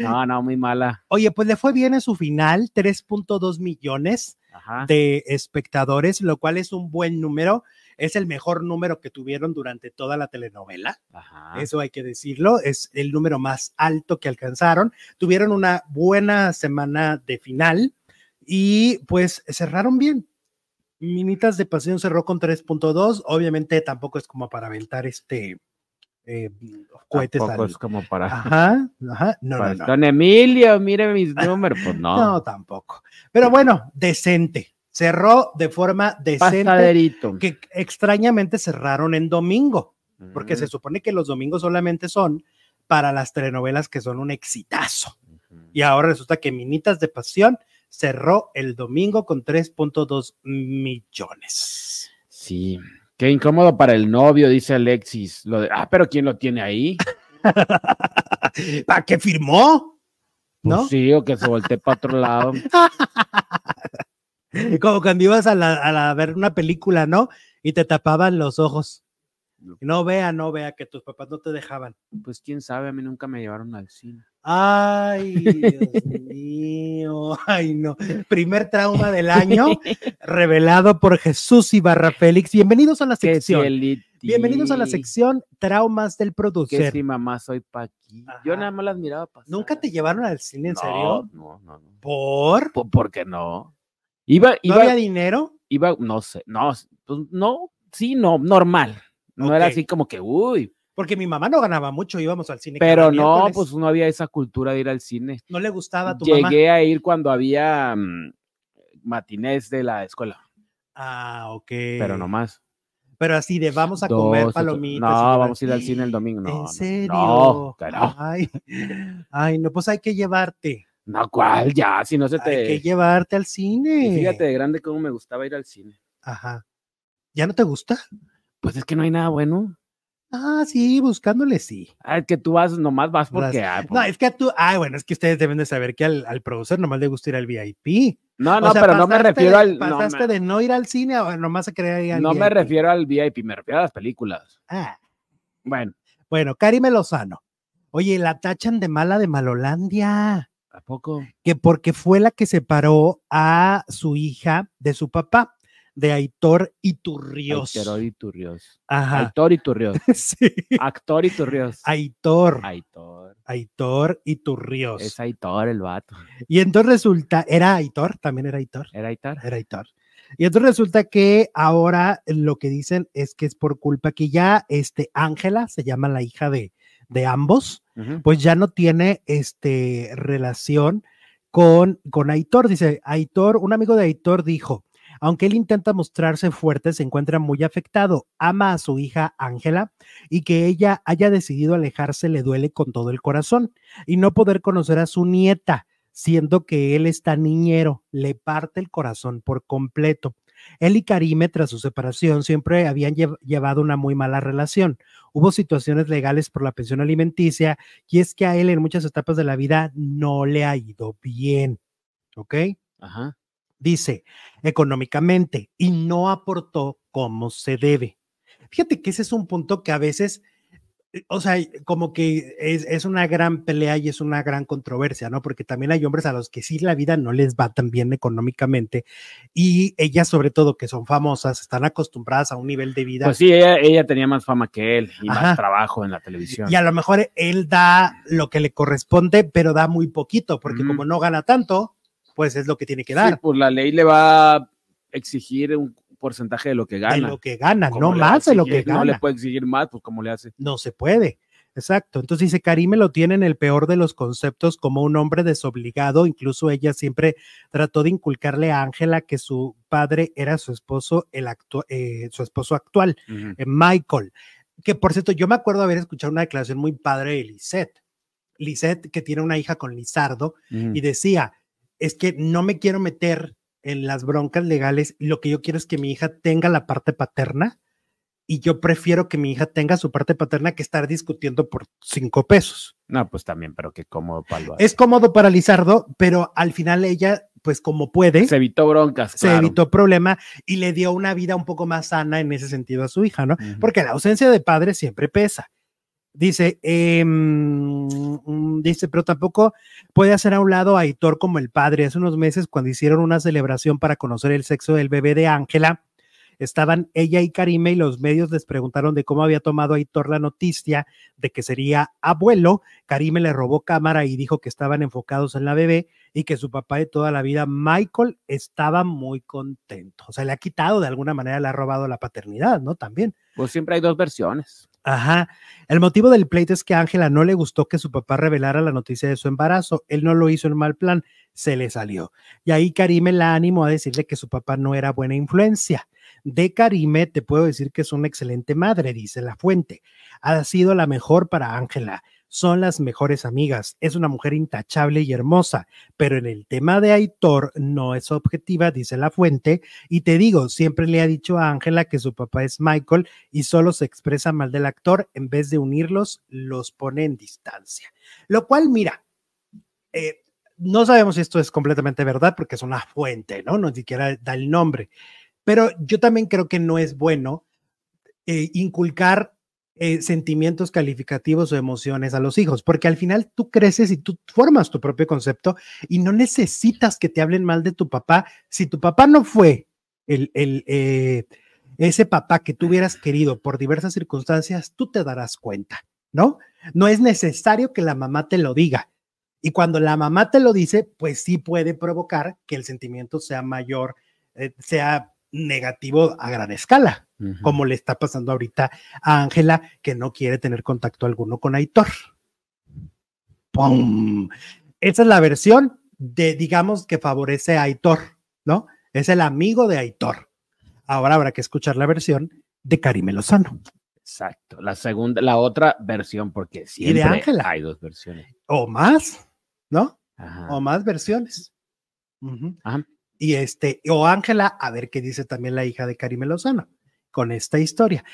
B: no, no, muy mala.
A: Oye, pues le fue bien en su final, 3.2 millones
B: Ajá.
A: de espectadores, lo cual es un buen número. Es el mejor número que tuvieron durante toda la telenovela,
B: ajá.
A: eso hay que decirlo, es el número más alto que alcanzaron. Tuvieron una buena semana de final y pues cerraron bien. Minitas de Pasión cerró con 3.2, obviamente tampoco es como para aventar este eh, cohetes
B: Tampoco
A: al...
B: es como para...
A: Ajá, ajá, no, no,
B: Pues,
A: no.
B: Don Emilio, mire mis números. Pues
A: No,
B: no.
A: tampoco. Pero bueno, decente. Cerró de forma decente.
B: Pasaderito.
A: Que extrañamente cerraron en domingo, porque se
B: Mm,
A: supone que los domingos solamente son para las telenovelas que son un exitazo.
B: ujú.
A: Y ahora resulta que Minitas de Pasión cerró el domingo con 3.2 millones.
B: Sí. Qué incómodo para el novio, dice Alexis. Lo de, ah, pero ¿quién lo tiene ahí?
A: ¿Para qué firmó?
B: Pues
A: ¿No?
B: sí, o que se voltee para otro lado.
A: Como cuando ibas a, la- a la- a ver una película, ¿no? Y te tapaban los ojos. No vea, no vea que tus papás no te dejaban.
B: Pues quién sabe, a mí nunca me llevaron al cine.
A: Ay, Dios mío, ay no. Primer trauma del año revelado por Jesús Ibarra Félix. Bienvenidos a la
B: Que si
A: sección.
B: el iti,
A: Bienvenidos a la sección Traumas del
B: Que
A: Producer.
B: si mamá soy Paqui.
A: Ajá.
B: Yo nada más las miraba pasar.
A: ¿Nunca te llevaron al cine en
B: No,
A: serio?
B: No, no, no.
A: ¿Por?
B: Po- ¿Por qué no? Iba,
A: ¿No
B: iba,
A: había dinero?
B: iba, no sé, no, pues, no, sí, no, normal. No era
A: Ok.
B: así como que, uy,
A: Porque mi mamá no ganaba mucho, íbamos al cine. cada
B: Pero no,
A: miércoles.
B: pues no había esa cultura de ir al cine.
A: No le gustaba a tu mamá.
B: Llegué a ir cuando había mm, matinés de la escuela,
A: Ah, ok.
B: pero no más.
A: Pero así de vamos a
B: Dos,
A: comer
B: otro-
A: palomitas. y
B: No,
A: llevar-
B: vamos a ir al cine el domingo. No,
A: ¿En
B: no,
A: serio?
B: No, que no,
A: Ay, ay, no, pues hay que llevarte.
B: no, ¿cuál? Ya, si no se
A: Hay que
B: te.
A: llevarte al
B: Y
A: cine.
B: Fíjate de grande cómo me gustaba ir al cine.
A: Ajá. ¿Ya no te gusta?
B: Pues es que no hay nada bueno.
A: Ah, sí, buscándole sí.
B: Ah, es que tú vas, nomás vas porque. ah,
A: No,
B: pues-
A: es que tú, ay, bueno, es que ustedes deben de saber que al, al producer nomás le gusta ir al VIP.
B: No,
A: O
B: Ah, no,
A: sea,
B: pero no me
A: pasaste
B: refiero
A: de-
B: al. No,
A: Pasaste
B: me,
A: de no ir al cine a nomás a querer ir al
B: no me
A: VIP.
B: refiero al VIP, me refiero a las películas.
A: Ah,
B: Bueno,
A: bueno, Karime Lozano. Oye, la tachan de mala de Malolandia.
B: ¿a poco?
A: que porque fue la que separó a su hija de su papá, de Aitor Iturrios.
B: Aitor Iturrios.
A: Ajá.
B: Aitor Iturrios.
A: Sí.
B: Actor Iturrios.
A: Aitor,
B: Aitor.
A: Aitor Iturrios.
B: Es Aitor el vato.
A: Y entonces resulta, era Aitor, también era Aitor,
B: ¿Era Aitor?
A: era Aitor. Y entonces resulta que ahora lo que dicen es que es por culpa que ya este Ángela, se llama la hija de, de ambos,
B: Ujú.
A: pues ya no tiene este relación con, con Aitor. Dice, Aitor, un amigo de Aitor dijo, aunque él intenta mostrarse fuerte, se encuentra muy afectado, ama a su hija Ángela y que ella haya decidido alejarse le duele con todo el corazón y no poder conocer a su nieta, siendo que él está niñero, le parte el corazón por completo. Él y Karime, tras su separación, siempre habían lle- llevado una muy mala relación. Hubo situaciones legales por la pensión alimenticia y es que a él en muchas etapas de la vida no le ha ido bien, ¿ok?
B: Ajá.
A: Dice, económicamente, y no aportó como se debe. Fíjate que ese es un punto que a veces, eh, o sea, como que es, es una gran pelea y es una gran controversia, ¿no? Porque también hay hombres a los que sí la vida no les va tan bien económicamente y ellas sobre todo que son famosas, están acostumbradas a un nivel de vida
B: Pues sí, ella, ella tenía más fama que él y
A: Ajá.
B: más trabajo en la televisión.
A: Y a lo mejor él da lo que le corresponde, pero da muy poquito, porque
B: Ujú.
A: como no gana tanto, pues es lo que tiene que
B: Sí,
A: dar.
B: pues la ley le va a exigir un porcentaje de lo que gana.
A: de lo que gana,
B: ¿Cómo
A: no
B: le va a
A: más de lo que
B: exigir? No le
A: gana.
B: puede exigir más, pues como le hace.
A: No se puede. Exacto. Entonces dice, Karime lo tiene en el peor de los conceptos como un hombre desobligado. Incluso ella siempre trató de inculcarle a Ángela que su padre era su esposo, el actu- eh, su esposo actual, eh, Michael. Que por cierto, yo me acuerdo haber escuchado una declaración muy padre de Lisette. Lisette, que tiene una hija con Lizardo, y decía, es que no me quiero meter en las broncas legales, lo que yo quiero es que mi hija tenga la parte paterna y yo prefiero que mi hija tenga su parte paterna que estar discutiendo por cinco pesos.
B: No, pues también, pero qué cómodo palo.
A: Es cómodo para Lizardo, pero al final ella, pues como puede,
B: Se
A: se,
B: evitó broncas. claro.
A: evitó problema y le dio una vida un poco más sana en ese sentido a su hija, ¿no?
B: Ujú.
A: Porque la ausencia de padre siempre pesa. Dice, em, mm, dice, pero tampoco puede hacer a un lado a Hitor como el padre. Hace unos meses, cuando hicieron una celebración para conocer el sexo del bebé de Ángela, estaban ella y Karime y los medios les preguntaron de cómo había tomado a Hitor la noticia de que sería abuelo. Karime le robó cámara y dijo que estaban enfocados en la bebé y que su papá de toda la vida, Michael, estaba muy contento. O sea, le ha quitado de alguna manera, le ha robado la paternidad, ¿no? También.
B: Pues siempre hay dos versiones.
A: Ajá. El motivo del pleito es que a Ángela no le gustó que su papá revelara la noticia de su embarazo. Él no lo hizo en mal plan, se le salió. Y ahí Karime la animó a decirle que su papá no era buena influencia. De Karime te puedo decir que es una excelente madre, dice la fuente. Ha sido la mejor para Ángela. Son las mejores amigas. Es una mujer intachable y hermosa, pero en el tema de Aitor no es objetiva, dice la fuente. Y te digo, siempre le ha dicho a Ángela que su papá es Michael y solo se expresa mal del actor, en vez de unirlos, los pone en distancia. Lo cual, mira, eh, no sabemos si esto es completamente verdad porque es una fuente, ¿no? No siquiera da el nombre. Pero yo también creo que no es bueno eh, inculcar eh, sentimientos calificativos o emociones a los hijos, porque al final tú creces y tú formas tu propio concepto y no necesitas que te hablen mal de tu papá. Si tu papá no fue el, el, eh, ese papá que tú hubieras querido por diversas circunstancias, tú te darás cuenta, ¿no? No es necesario que la mamá te lo diga. Y cuando la mamá te lo dice, pues sí puede provocar que el sentimiento sea mayor, eh, sea negativo a gran escala, como le está pasando ahorita a Ángela, que no quiere tener contacto alguno con Aitor. ¡Pum! Esa es la versión de, digamos, que favorece a Aitor, ¿no? Es el amigo de Aitor. Ahora habrá que escuchar la versión de Karime Lozano,
B: Exacto. La segunda, la otra versión, porque
A: Y de
B: siempre
A: Ángela.
B: hay dos versiones.
A: o más, ¿no?
B: Ajá.
A: O más versiones. Ujú.
B: Ajá.
A: Y este, o Ángela, a ver qué dice también la hija de Karime Lozano con esta historia.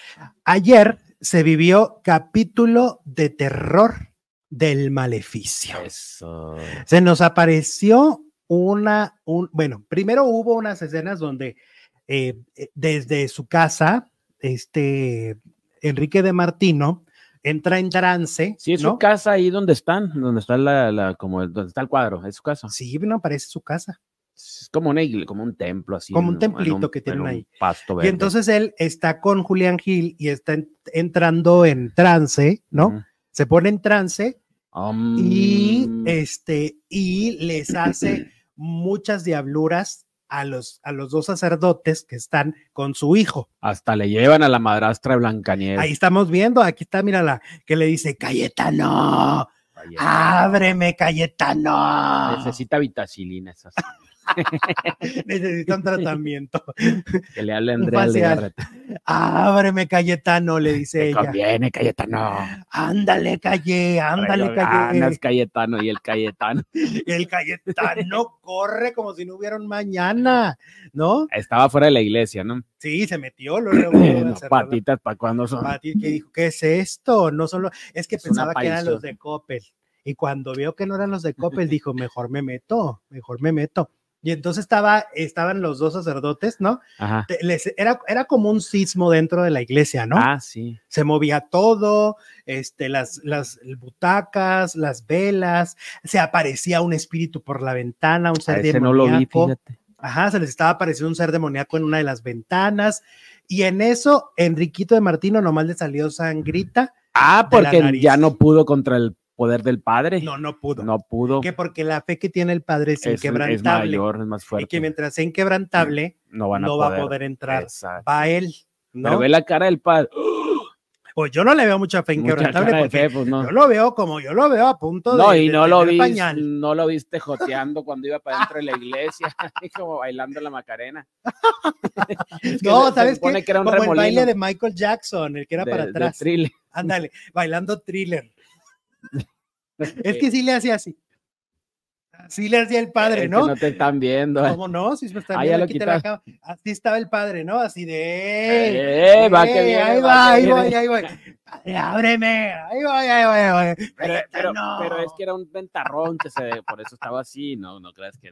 A: Ayer se vivió capítulo de terror del maleficio.
B: Eso.
A: Se nos apareció una, un, bueno, primero hubo unas escenas donde eh, eh, desde su casa, este Enrique de Martino entra en trance,
B: Sí, es
A: ¿no?
B: su casa ahí donde están, donde está la, la- como el- donde está el cuadro, es su casa.
A: Sí, no parece su casa.
B: Es como una igle- como un templo así.
A: Como un
B: en- en
A: templito que tienen
B: en un
A: ahí.
B: Pasto
A: Y
B: verde.
A: entonces él está con Julián Gil y está en- entrando en trance, ¿no?
B: Ujú.
A: Se pone en trance
B: Um,
A: y este y les hace muchas diabluras a los a los dos sacerdotes que están con su hijo.
B: hasta le llevan a la madrastra de Blancanieves.
A: Ahí estamos viendo, aquí está, mírala, que le dice, Cayetano,
B: Ahí está.
A: ábreme, Cayetano.
B: Necesita vitacilina esas.
A: Necesitan tratamiento.
B: Que le hable a Andrea
A: facial.
B: Legarreta.
A: ábreme, Cayetano, le dice
B: Te
A: ella.
B: conviene, Cayetano.
A: Ándale, Calle, ándale,
B: Ganas,
A: Calle.
B: Cayetano y el Cayetano.
A: El Cayetano corre como si no hubiera un mañana, ¿no?
B: Estaba fuera de la iglesia, ¿no?
A: Sí, se metió, luego luego
B: Eh,
A: a
B: no,
A: cerrar la
B: patitas, ¿para cuándo son?
A: Pati que dijo, ¿qué es esto? No solo, es que
B: Es una
A: pensaba que eran
B: aparición.
A: los de Coppel. Y cuando vio que no eran los de Coppel, dijo, mejor me meto, mejor me meto. Y entonces estaba, estaban los dos sacerdotes, ¿no?
B: Ajá.
A: Te- les- era, era como un sismo dentro de la iglesia, ¿no?
B: Ah, sí.
A: Se movía todo, este, las, las butacas, las velas, se aparecía un espíritu por la ventana, un
B: A
A: ser
B: ese no lo vi,
A: demoníaco.
B: fíjate.
A: Ajá, se les estaba apareciendo un ser demoníaco en una de las ventanas. Y en eso, Enriquito de Martino nomás le salió sangrita.
B: Ah,
A: de la
B: porque
A: nariz.
B: ya no pudo contra el poder del Padre.
A: No, no pudo.
B: No pudo.
A: Que porque la fe que tiene el Padre es,
B: Es,
A: inquebrantable.
B: es mayor, es más
A: y que
B: fuerte.
A: mientras sea inquebrantable,
B: No van a
A: no
B: poder.
A: va a poder entrar.
B: Exacto.
A: Va él,
B: Pero
A: ¿no?
B: ve la cara del Padre.
A: Pues yo no le veo mucha fe
B: Mucha
A: inquebrantable
B: cara de
A: porque
B: fe, pues, no.
A: yo lo veo como yo lo veo a punto
B: No,
A: de.
B: y
A: de
B: no lo,
A: tener
B: vi,
A: pañal.
B: no lo viste joteando cuando iba para dentro de la iglesia, así como bailando la Macarena. Es que
A: No,
B: se- se
A: ¿sabes
B: supone
A: qué?
B: que era un
A: Como el
B: remolino
A: baile de Michael Jackson, el que era
B: de-
A: para
B: de
A: atrás.
B: thriller.
A: Ándale, bailando thriller. Es que sí le hacía así. Así le hacía el
B: Es
A: padre,
B: Eh, que
A: ¿no?
B: te están viendo.
A: ¿Cómo no? Si se está
B: Ah, ya
A: viendo,
B: lo
A: aquí te la
B: quitaste.
A: acabo. Así estaba el padre, ¿no? Así de.
B: Eh, va que
A: ¡Eh!
B: viene,
A: ahí
B: va
A: va,
B: que
A: ahí
B: viene.
A: voy, ahí voy. Padre, ábreme. Ahí voy, ahí voy, ahí voy.
B: Pero, pero-
A: no.
B: pero es que era un ventarrón que se, por eso estaba así, no, no creas que.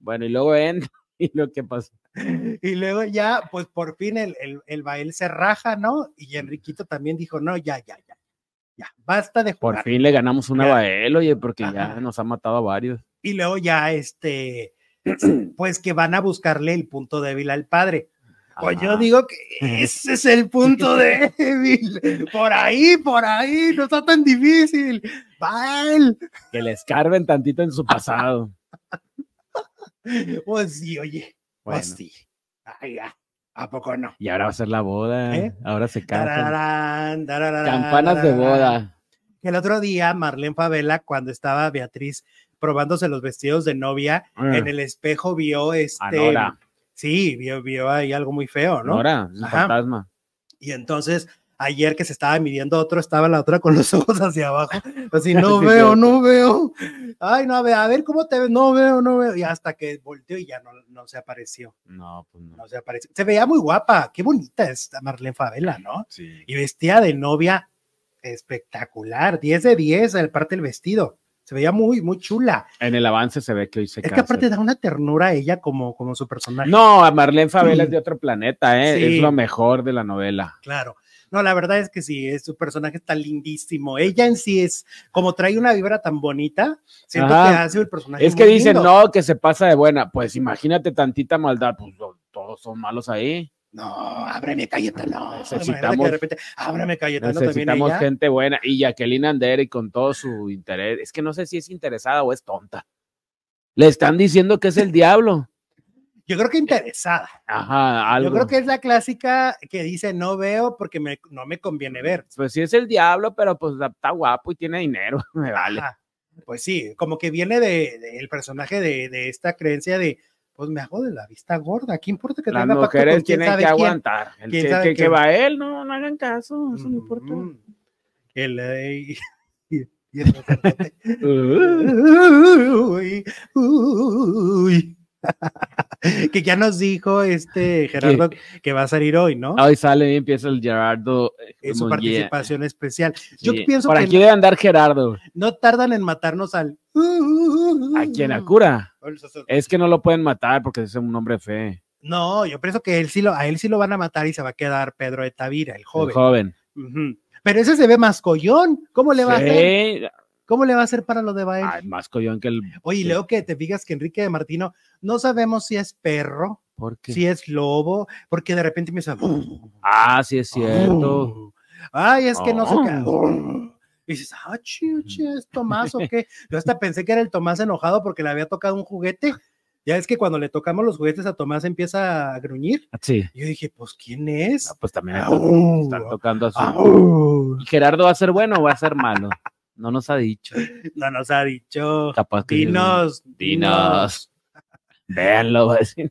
B: Bueno, y luego en y lo que pasó.
A: Y luego ya, pues por fin el, el, el Bael se raja, ¿no? Y Enriquito también dijo, no, ya, ya, ya. Ya, basta de
B: Por
A: jugar.
B: fin le ganamos una
A: Ya.
B: Bael, oye, porque
A: Ah. Ajá.
B: ya nos ha matado a varios.
A: Y luego ya, este, pues que van a buscarle el punto débil al padre. Pues yo
B: Ajá.
A: digo que ese es el punto débil. Por ahí, por ahí, no está tan difícil. Bael.
B: Que le escarben tantito en su pasado.
A: Pues sí, oye,
B: Bueno,
A: pues sí. Ay, ya. ¿A poco no?
B: y ahora va a ser la boda.
A: ¿Eh?
B: Ahora se casan.
A: Tarararán, tarararán,
B: Campanas de
A: tarararán.
B: boda.
A: El otro día, Marlene Favela, cuando estaba Beatriz probándose los vestidos de novia, en el espejo vio este.
B: Mm. Ah, Anora.
A: Sí, vio, vio ahí algo muy feo, ¿no?
B: Nora, es un
A: Ajá.
B: fantasma.
A: Y entonces, ayer que se estaba midiendo otro, estaba la otra con los ojos hacia abajo. Así, no
B: Sí,
A: veo,
B: cierto.
A: no veo. Ay, no, a ver, a ver cómo te ves. No veo, no veo. Y hasta que volteó y ya no, no se apareció.
B: No, pues no.
A: No se apareció. Se veía muy guapa. Qué bonita es Marlene Favela, ¿no?
B: Sí.
A: Y vestida de novia espectacular. 10 de 10, aparte el vestido. Se veía muy, muy chula.
B: En el avance se ve que hoy se
A: Es que
B: casan.
A: aparte da una ternura a ella como, como su personaje.
B: No, a Marlene Favela es de otro planeta, ¿eh?
A: Sí.
B: es lo mejor de la novela.
A: Claro. No, la verdad es que sí, es, su personaje está lindísimo. Ella en sí es, como trae una vibra tan bonita, siento
B: Ajá.
A: que hace el personaje.
B: es que
A: muy
B: dicen,
A: lindo.
B: no, que se pasa de buena. Pues imagínate tantita maldad, pues lo- todos son malos ahí.
A: No, ábreme, cállate, no.
B: Necesitamos-
A: Imagínate que de repente, ábreme, cállate, no, también
B: Necesitamos
A: ella.
B: gente buena. Y Jacqueline Andere con todo su interés. Es que no sé si es interesada o es tonta. Le están diciendo que es el diablo.
A: Yo creo que interesada.
B: Ajá, algo.
A: Yo creo que es la clásica que dice, no veo porque me- no me conviene ver.
B: Pues sí es el diablo, pero pues está guapo y tiene dinero. Me vale.
A: Ajá. Pues sí, como que viene del de, el personaje de, de esta creencia de, pues me hago de la vista gorda, ¿qué importa que
B: Las
A: tenga pacto con
B: mujeres
A: quién
B: tienen
A: sabe
B: que
A: quién?
B: aguantar. El
A: ¿Quién
B: que,
A: sabe
B: que- que
A: qué?
B: va él, no, no hagan caso. Eso no importa.
A: Mm. El, eh, y- y el sacerdote.
B: Uh.
A: Uy, uy. que ya nos dijo este Gerardo que va a salir hoy, ¿no?
B: Hoy sale y empieza el Gerardo. eh,
A: Es su
B: Munguía.
A: participación especial. Yo
B: Sí.
A: pienso
B: Por
A: que
B: aquí debe andar Gerardo.
A: no tardan en matarnos al. ¡Uh, ¿A
B: ¿A
A: Mm.
B: quién? ¿A Cura?
A: sacerdote.
B: Es que no lo pueden matar porque es un hombre fe.
A: No, yo pienso que él sí lo, a él sí lo van a matar y se va a quedar Pedro de Tavira, el
B: Joven.
A: joven.
B: joven.
A: Ujú. Pero ese se ve más collón. ¿Cómo le va a hacer?
B: Sí.
A: ¿Cómo le va a hacer para lo de Bael?
B: Ay, más collón que el.
A: Oye, y
B: Sí.
A: luego que te fijas que Enrique de Martino, no sabemos si es perro,
B: ¿Por qué?
A: si es lobo, porque de repente empieza.
B: Ah, sí es cierto.
A: Ay, es que no sé
B: Oh.
A: qué. Y dices, ah, chuche, es Tomás o qué. Yo hasta pensé que era el Tomás enojado porque le había tocado un juguete. Ya es que cuando le tocamos los juguetes a Tomás empieza a gruñir.
B: Ah, Sí.
A: Yo dije, pues, ¿quién es?
B: Ah, pues también están, están
A: Au,
B: tocando a su.
A: au.
B: ¿Y Gerardo va a ser bueno o va a ser malo? No nos ha dicho.
A: No nos ha dicho.
B: Capaz que.
A: Dinos,
B: Dinos. Véanlo, va a decir.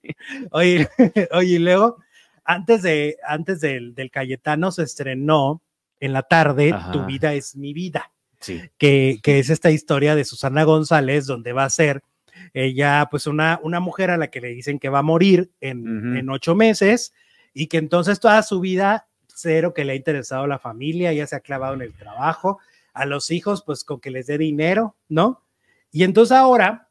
A: Oye, oye, y luego, antes, de, antes del, del Cayetano se estrenó en la tarde
B: Ajá.
A: Tu vida es mi vida,
B: Sí.
A: que, que es esta historia de Susana González, donde va a ser ella, pues una, una mujer a la que le dicen que va a morir en,
B: Ujú.
A: en ocho meses y que entonces toda su vida, cero que le ha interesado la familia, ya se ha clavado en el trabajo, a los hijos, pues con que les dé dinero, ¿no? Y entonces ahora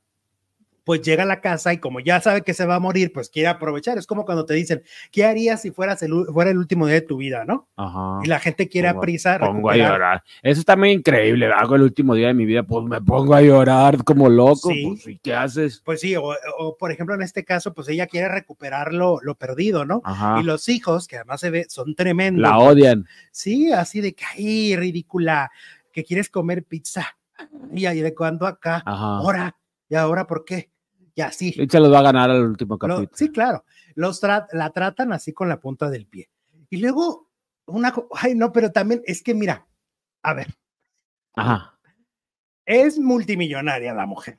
A: pues llega a la casa y como ya sabe que se va a morir, pues quiere aprovechar. Es como cuando te dicen, ¿qué harías si fueras el, u- fuera el último día de tu vida, no?
B: Ajá.
A: Y la gente quiere a
B: Pongo-
A: prisa
B: Ah, pues, Pongo a
A: recuperar.
B: llorar. Eso está muy increíble. Hago el último día de mi vida, pues me pongo a llorar como loco.
A: Sí.
B: Pues, ¿y qué haces?
A: Pues sí, o, o, por ejemplo en este caso, pues ella quiere recuperar lo, lo perdido, ¿no?
B: Ajá.
A: Y los hijos, que además se ve, son tremendos.
B: La odian.
A: Sí, así de que, ay, ridícula, que quieres comer pizza. Y ahí de cuando acá,
B: Ajá.
A: ahora, y ahora, ¿por qué? Y así.
B: Y se los va a ganar al último
A: Lo-
B: capítulo.
A: sí, claro. Los tra- la tratan así con la punta del pie. Y luego, una. co- Ay, no, pero también es que mira, a ver,
B: Ajá.
A: es multimillonaria la mujer,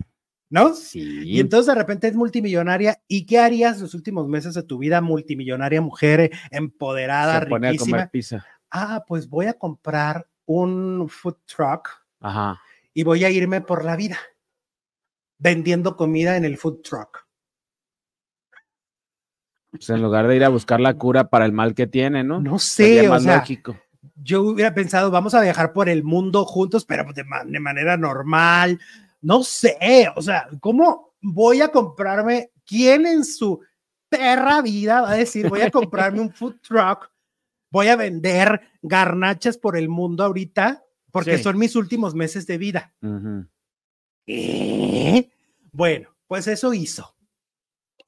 A: ¿no? Y
B: Sí.
A: entonces de repente es multimillonaria. ¿Y qué harías los últimos meses de tu vida multimillonaria, mujer eh, empoderada,
B: se pone a
A: riquísima?
B: comer pizza.
A: Ah, pues voy a comprar un food truck
B: Ajá.
A: y voy a irme por la vida vendiendo comida en el food truck.
B: Pues en lugar de ir a buscar la cura para el mal que tiene, ¿no?
A: No sé,
B: Sería
A: o
B: más
A: sea,
B: lógico.
A: yo hubiera pensado, vamos a viajar por el mundo juntos, pero de, ma- de manera normal. No sé, o sea, ¿cómo voy a comprarme? ¿Quién en su perra vida va a decir, voy a comprarme un food truck, voy a vender garnachas por el mundo ahorita, porque
B: Sí.
A: son mis últimos meses de vida?
B: Ujú.
A: ¿Qué? Bueno, pues eso hizo.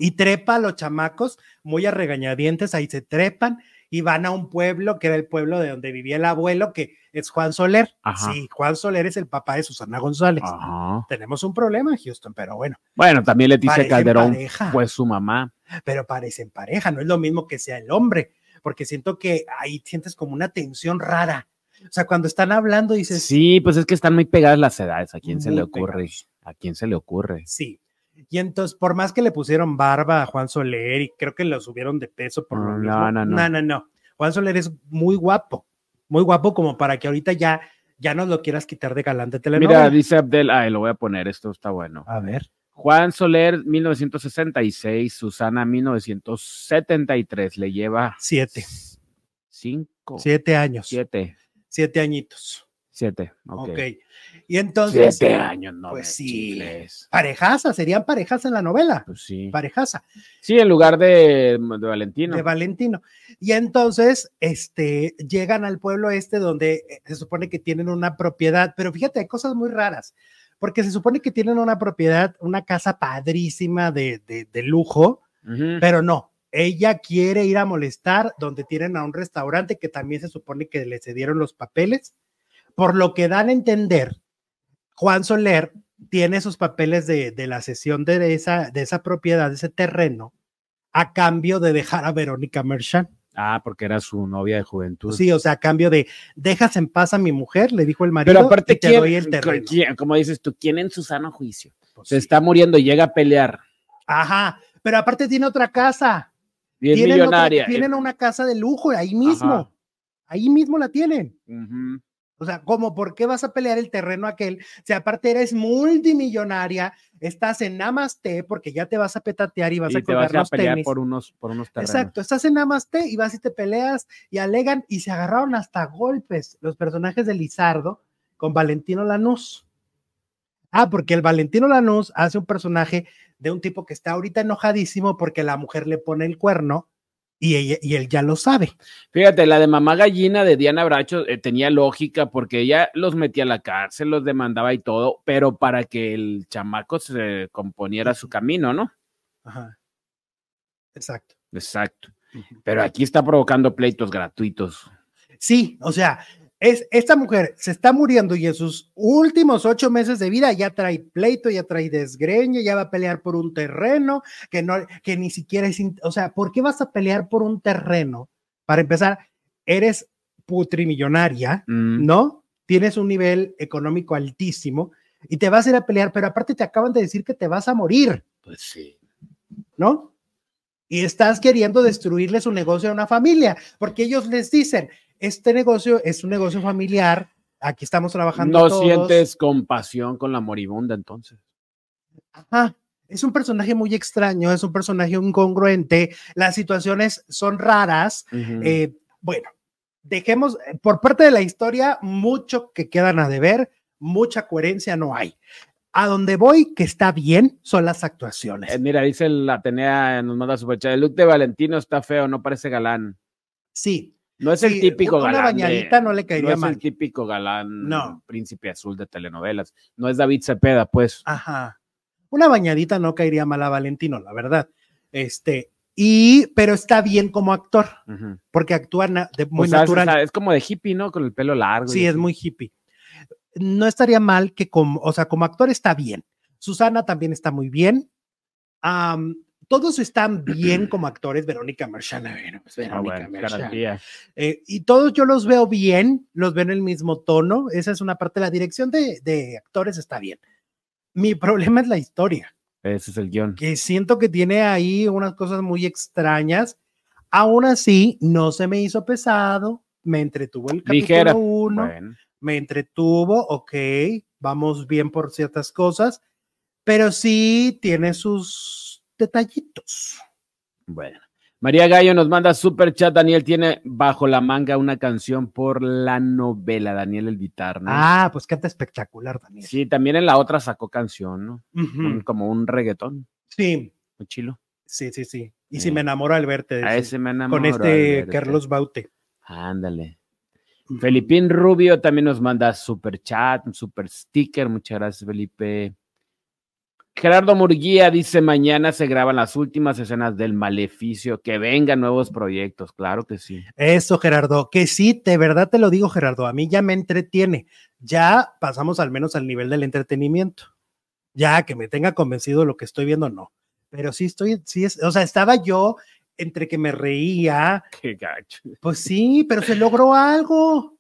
A: Y trepa a los chamacos, muy a regañadientes, ahí se trepan y van a un pueblo que era el pueblo de donde vivía el abuelo, que es Juan Soler.
B: Ajá. Ah.
A: Sí, Juan Soler es el papá de Susana González.
B: Ajá.
A: Tenemos un problema en Houston, pero bueno,
B: Bueno, también Leticia
A: parecen
B: Calderón pues.
A: pareja,
B: fue su mamá.
A: pero parecen pareja, no es lo mismo que sea el hombre, porque siento que ahí sientes como una tensión rara. O sea, cuando están hablando dices,
B: Sí, pues es que están muy pegadas las edades. ¿A quién se
A: Muy
B: le ocurre? ¿A quién se le ocurre?
A: Sí. Y entonces, por más que le pusieron barba a Juan Soler y creo que lo subieron de peso por lo
B: No,
A: mismo.
B: no, no.
A: no, no, no. Juan Soler es muy guapo, muy guapo como para que ahorita ya, ya nos lo quieras quitar de galante de telenovela.
B: Mira, dice Abdel, ay, lo voy a poner, esto está bueno.
A: a ver.
B: Juan Soler, 1966, Susana, 1973, le lleva
A: Siete.
B: cinco,
A: Siete años. Siete,
B: Oh. siete,
A: añitos.
B: siete, ok.
A: Ok. Y entonces,
B: Siete años, no
A: pues
B: me
A: sí.
B: chifles.
A: parejasa, serían parejas en la novela.
B: Pues sí.
A: Parejasa
B: Sí, en lugar de, mm, de Valentino.
A: de Valentino. Y entonces, este, llegan al pueblo este donde eh, se supone que tienen una propiedad, pero fíjate, hay cosas muy raras, porque se supone que tienen una propiedad, una casa padrísima de, de, de lujo,
B: Ujú.
A: pero no. Ella quiere ir a molestar donde tienen a un restaurante que también se supone que le cedieron los papeles, por lo que dan a entender, Juan Soler tiene esos papeles de, de la cesión de esa, de esa propiedad, de ese terreno, a cambio de dejar a Verónica Merchant.
B: Ah, porque era su novia de juventud.
A: Sí, o sea, a cambio de dejas en paz a mi mujer, le dijo el marido,
B: Pero aparte,
A: y te
B: ¿quién,
A: doy el terreno.
B: quién- como dices tú, ¿quién en su sano juicio?
A: Pues
B: Se
A: sí.
B: está muriendo y llega a pelear.
A: Ajá, pero aparte tiene otra casa.
B: Bien
A: tienen otra-
B: millonaria. eh.
A: tienen una casa de lujo ahí mismo.
B: Ajá.
A: Ahí mismo la tienen.
B: Ujú.
A: O sea, ¿cómo? ¿Por qué vas a pelear el terreno aquel? Si aparte eres multimillonaria, estás en Namaste porque ya te vas a petatear y vas a
B: y te
A: colgar
B: vas a
A: los
B: pelear
A: tenis.
B: por unos, por unos terrenos.
A: Exacto, estás en Namaste y vas y te peleas y alegan y se agarraron hasta golpes los personajes de Lizardo con Valentino Lanús. Ah, porque el Valentino Lanús hace un personaje de un tipo que está ahorita enojadísimo porque la mujer le pone el cuerno y, ella- y él ya lo sabe.
B: Fíjate, la de mamá gallina de Diana Bracho eh, tenía lógica porque ella los metía a la cárcel, los demandaba y todo, pero para que el chamaco se componiera su camino, ¿no?
A: Ajá. Exacto.
B: Exacto. Pero aquí está provocando pleitos gratuitos.
A: Sí, o sea, es, esta mujer se está muriendo y en sus últimos ocho meses de vida ya trae pleito, ya trae desgreño, ya va a pelear por un terreno que no, que ni siquiera es, in- o sea, ¿por qué vas a pelear por un terreno? Para empezar, eres putrimillonaria,
B: Mm.
A: ¿no? Tienes un nivel económico altísimo y te vas a ir a pelear, pero aparte te acaban de decir que te vas a morir,
B: Pues sí.
A: ¿no? Y estás queriendo destruirle su negocio a una familia, porque ellos les dicen, este negocio es un negocio familiar, aquí estamos trabajando.
B: No
A: todos".
B: sientes compasión con la moribunda entonces.
A: Ajá. Es un personaje muy extraño, es un personaje incongruente, las situaciones son raras. Eh, bueno, dejemos, eh, por parte de la historia, mucho que quedan a deber, mucha coherencia no hay. A donde voy, que está bien, son las actuaciones.
B: Eh, mira, dice la Atenea, nos manda superchat, el look de Valentino está feo, no parece galán.
A: Sí,
B: No es
A: Sí,
B: el típico
A: una
B: galán. de-
A: bañadita no le caería
B: es
A: mal.
B: el típico galán
A: No.
B: príncipe azul de telenovelas. No es David Cepeda, pues.
A: Ajá. Una bañadita no caería mal a Valentino, la verdad. Este, y, pero está bien como actor,
B: Ujú.
A: porque actúa na- de- muy
B: O sea, es-
A: natural.
B: o sea, es como de hippie, ¿no? Con el pelo largo. y
A: sí, es
B: así.
A: muy hippie. no estaría mal que como, o sea, como actor está bien. Susana también está muy bien. Am, todos están bien como actores, Verónica Marchand, a ver, pues,
B: Ah,
A: Verónica
B: bueno,
A: Merchant.
B: garantía.
A: Eh, y todos yo los veo bien, los veo en el mismo tono. Esa es una parte, la dirección de, de actores está bien. Mi problema es la historia,
B: Ese es el guión.
A: que siento que tiene ahí unas cosas muy extrañas. Aún así, no se me hizo pesado, me entretuvo el capítulo
B: Ligera.
A: uno,
B: Bueno,
A: me entretuvo, ok, vamos bien por ciertas cosas, pero sí tiene sus detallitos.
B: bueno. María Gallo nos manda super chat. Daniel tiene bajo la manga una canción por la novela. Daniel el Vitar, ¿no?
A: Ah, pues canta espectacular, Daniel.
B: Mm. Sí, también en la otra sacó canción, ¿no?
A: Ujú,
B: Un- como un reggaetón,
A: Sí.
B: muy chilo.
A: Sí, sí, sí. Y
B: Sí.
A: si me enamoro al verte.
B: A
A: dice,
B: ese me enamoro eh.
A: con
B: al
A: este
B: verte.
A: Carlos Baute.
B: este. Ándale. Felipín Rubio también nos manda super chat, un super sticker. Muchas gracias, Felipe. Gerardo Murguía dice: Mañana se graban las últimas escenas del Maleficio. Que vengan nuevos proyectos. Claro que sí.
A: Eso, Gerardo. Que sí, de verdad te lo digo, Gerardo. A mí ya me entretiene. Ya pasamos al menos al nivel del entretenimiento. Ya que me tenga convencido lo que estoy viendo, no. Pero sí estoy, sí es, o sea, estaba yo entre que me reía.
B: Qué gacho.
A: Pues sí, pero se logró algo,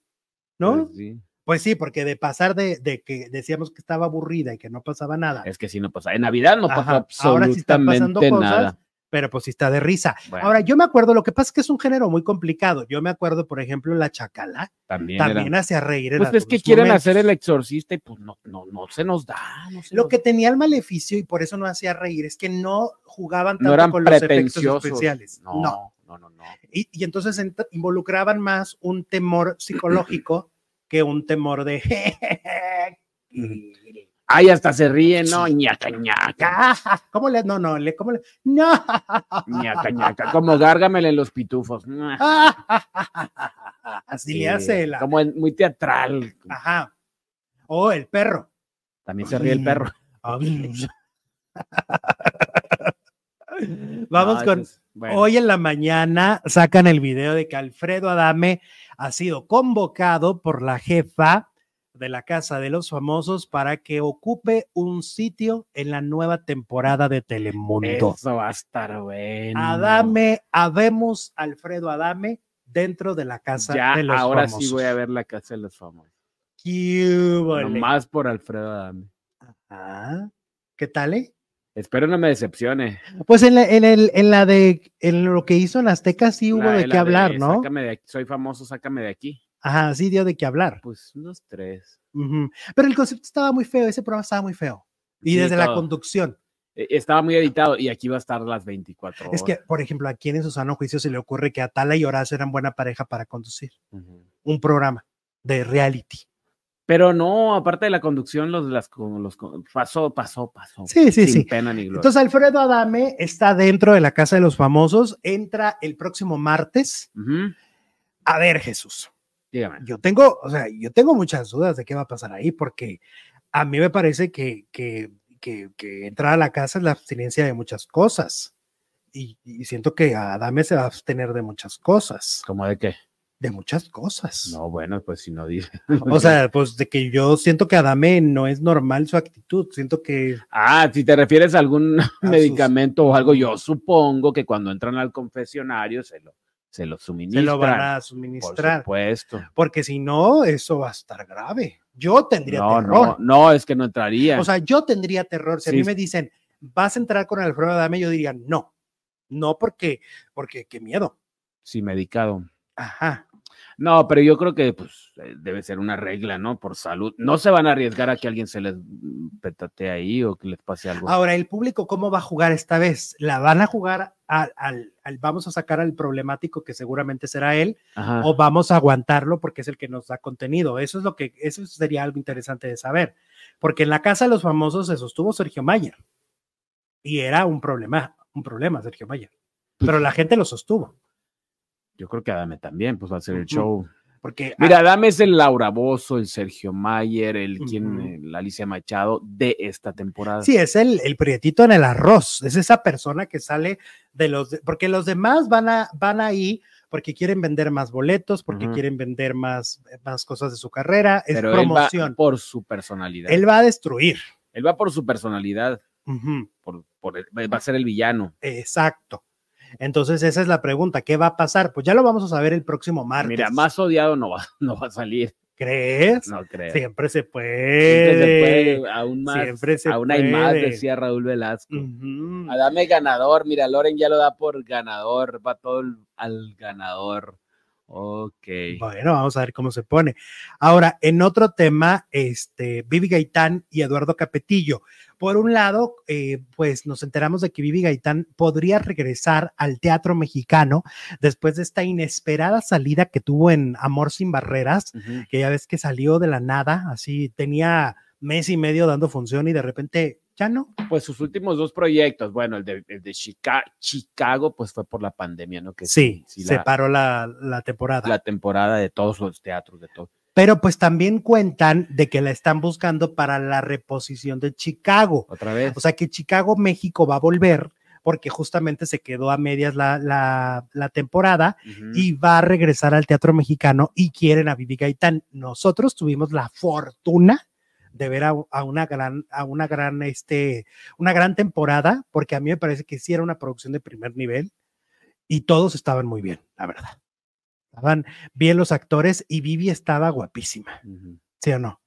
A: ¿no?
B: Pues sí.
A: Pues sí, porque de pasar de, de que decíamos que estaba aburrida y que no pasaba nada.
B: Es que si no pasa. En Navidad no pasa
A: Ajá, ahora sí están pasando
B: absolutamente
A: cosas.
B: nada.
A: Pero pues sí está de risa.
B: Bueno,
A: Ahora, yo me acuerdo, lo que pasa es que es un género muy complicado. Yo me acuerdo, por ejemplo, la chacala
B: también.
A: también
B: era-
A: hacía reír. en
B: Pues es que
A: algunos
B: quieren
A: momentos.
B: hacer el exorcista y pues no, no, no se nos da. no se
A: Lo
B: nos
A: que tenía el maleficio y por eso no hacía reír es que no jugaban
B: no
A: tanto
B: eran
A: con los efectos
B: pretenciosos.
A: especiales. No.
B: No, no, no, no.
A: Y, y entonces ent- involucraban más un temor psicológico que un temor de.
B: Ay, hasta se ríen, ¿no? Ñaca, ñaca,
A: "Ah, ¿Cómo le.? No, no, le, ¿cómo le.? No.
B: ñaca, ñaca. Como gárgamela en los pitufos. Así
A: Así le hace la.
B: Como en- muy teatral.
A: Ajá. O el perro.
B: También se ríe el perro.
A: Vamos
B: No,
A: con.
B: entonces, bueno,
A: Hoy en la mañana sacan el video de que Alfredo Adame ha sido convocado por la jefa de la Casa de los Famosos para que ocupe un sitio en la nueva temporada de Telemundo.
B: Eso va a estar bueno.
A: Adame, habemos Alfredo Adame dentro de la Casa
B: Ya,
A: de los
B: ahora
A: Famosos.
B: sí voy a ver la casa de los famosos.
A: ¿Qué huele?
B: Nomás por Alfredo Adame.
A: Ah, ¿Qué tal, eh?
B: Espero no me decepcione.
A: Pues en la, en el- en la de en lo que hizo en Azteca sí hubo
B: La-
A: de
B: la
A: qué hablar, ¿no?
B: Sácame de aquí, soy famoso, sácame de aquí.
A: Ajá, sí dio de qué hablar.
B: Pues unos tres.
A: Ujú. Pero el concepto estaba muy feo, ese programa estaba muy feo. Y
B: Sí,
A: desde la
B: todo.
A: conducción.
B: Eh, Estaba muy editado y aquí va a estar las 24 horas.
A: Es que, por ejemplo, a quién en su sano juicio se le ocurre que Atala y Horacio eran buena pareja para conducir
B: Ujú.
A: un programa de reality.
B: Pero no, aparte de la conducción, los de las con- los con- pasó, pasó, pasó.
A: Sí, sí,
B: sin
A: sí.
B: pena ni gloria.
A: Entonces, Alfredo Adame está dentro de la Casa de los Famosos, entra el próximo martes.
B: Ujú,
A: A ver, Jesús.
B: Dígame.
A: yo tengo, o sea, yo tengo muchas dudas de qué va a pasar ahí, porque a mí me parece que, que, que- que entrar a la casa es la abstinencia de muchas cosas. Y, y siento que Adame se va a abstener de muchas cosas,
B: ¿Cómo de qué?
A: de muchas cosas.
B: No, bueno, pues si no dice.
A: O sea, pues de que yo siento que Adame no es normal su actitud, siento que
B: Ah, si te refieres a algún
A: sus-
B: medicamento o algo, yo supongo que cuando entran al confesionario se lo, se lo
A: se
B: suministran.
A: lo van a
B: Por
A: suministrar,
B: supuesto.
A: porque si no, eso va a estar grave. Yo tendría
B: No,
A: terror.
B: no, no, es que no entraría.
A: O sea, yo tendría terror. Si a
B: Sí.
A: mí me dicen, vas a entrar con Alfredo Adame, yo diría, no. No, porque, porque qué miedo.
B: sí, medicado.
A: Ajá.
B: No, pero yo creo que pues, eh, debe ser una regla, ¿no? Por salud. No se van a arriesgar a que alguien se les mm, petatee ahí o que les pase algo.
A: Ahora, ¿el público cómo va a jugar esta vez? ¿La van a jugar a- al, al- vamos a sacar al problemático que seguramente será él
B: Ajá.
A: o vamos a aguantarlo porque es el que nos da contenido? Eso es lo que, eso sería algo interesante de saber. Porque en la casa de los famosos se sostuvo Sergio Mayer y era un problema, un problema Sergio Mayer.
B: Pues
A: Pero la gente lo sostuvo
B: Yo creo que Adame también, pues va a ser el
A: Ujú.
B: show.
A: porque
B: Mira, Adame es el Laura Bozo, el Sergio Mayer, el quien,
A: Ujú.
B: eh, la Alicia Machado de esta temporada.
A: Sí, es el, el prietito en el arroz, es esa persona que sale de los, de- porque los demás van, a, van ahí porque quieren vender más boletos, porque
B: Ujú.
A: quieren vender más, más cosas de su carrera, es
B: Pero él va
A: promoción.
B: por su personalidad. Él,
A: Él va, a destruir.
B: va por su personalidad.
A: Ujú,
B: Por, por- va a ser el villano.
A: Exacto. Entonces esa es la pregunta, ¿qué va a pasar? Pues ya lo vamos a saber el próximo martes.
B: Mira, más odiado no va, no va a salir.
A: ¿Crees?
B: No creo.
A: Siempre se
B: Siempre se
A: puede.
B: puede, aún más.
A: Siempre se
B: aún hay más,
A: puede.
B: decía Raúl Velasco.
A: Ujú.
B: Adame ganador, mira, Loren ya lo da por ganador, va todo el- al ganador. Ok.
A: Bueno, vamos a ver cómo se pone. Ahora, en otro tema, este, Vivi Gaitán y Eduardo Capetillo. Por un lado, eh, pues nos enteramos de que Vivi Gaitán podría regresar al teatro mexicano después de esta inesperada salida que tuvo en Amor sin Barreras,
B: Ujú.
A: que ya ves que salió de la nada, así tenía mes y medio dando función y de repente ya no.
B: Pues sus últimos dos proyectos, bueno, el de, el de Chica- Chicago, pues fue por la pandemia, ¿no? Que
A: Sí,
B: sí
A: se
B: la-
A: paró la, la temporada.
B: la temporada de todos los teatros, de todo.
A: Pero pues también cuentan de que la están buscando para la reposición de Chicago.
B: Otra vez.
A: O sea que Chicago, México va a volver porque justamente se quedó a medias la, la- la temporada
B: Ujú.
A: Pues, y va a regresar al teatro mexicano y quieren a Vivi Gaitán. Nosotros tuvimos la fortuna de ver a, a una gran, a una gran, este, una gran temporada porque a mí me parece que sí era una producción de primer nivel y todos estaban muy bien, la verdad. Estaban bien los actores y Vivi estaba guapísima,
B: Ujú.
A: ¿sí o no?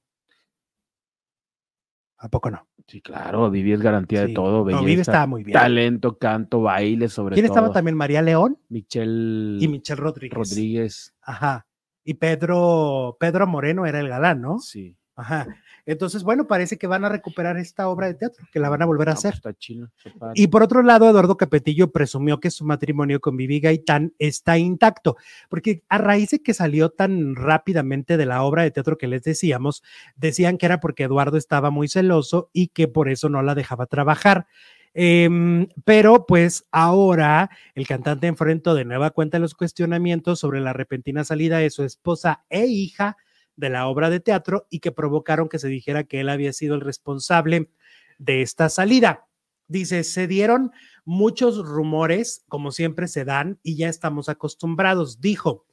A: ¿A poco no?
B: Sí, claro, Vivi es garantía
A: Sí.
B: de todo,
A: No,
B: belleza,
A: Vivi estaba muy bien.
B: talento, canto, baile, sobre
A: ¿Quién
B: todo.
A: estaba también? María León
B: Michelle
A: y Michelle Rodríguez.
B: Rodríguez.
A: Ajá. Y Pedro, Pedro Moreno era el galán, ¿no?
B: Sí.
A: Ajá. Entonces, bueno, parece que van a recuperar esta obra de teatro, que la van a volver a
B: No, pues,
A: hacer.
B: Está chido. está padre.
A: Y por otro lado, Eduardo Capetillo presumió que su matrimonio con Vivi Gaitán está intacto, porque a raíz de que salió tan rápidamente de la obra de teatro que les decíamos, decían que era porque Eduardo estaba muy celoso y que por eso no la dejaba trabajar. Em, pero pues ahora el cantante enfrentó de nueva cuenta los cuestionamientos sobre la repentina salida de su esposa e hija de la obra de teatro y que provocaron que se dijera que él había sido el responsable de esta salida. Dice, se dieron muchos rumores, como siempre se dan, y ya estamos acostumbrados. Dijo,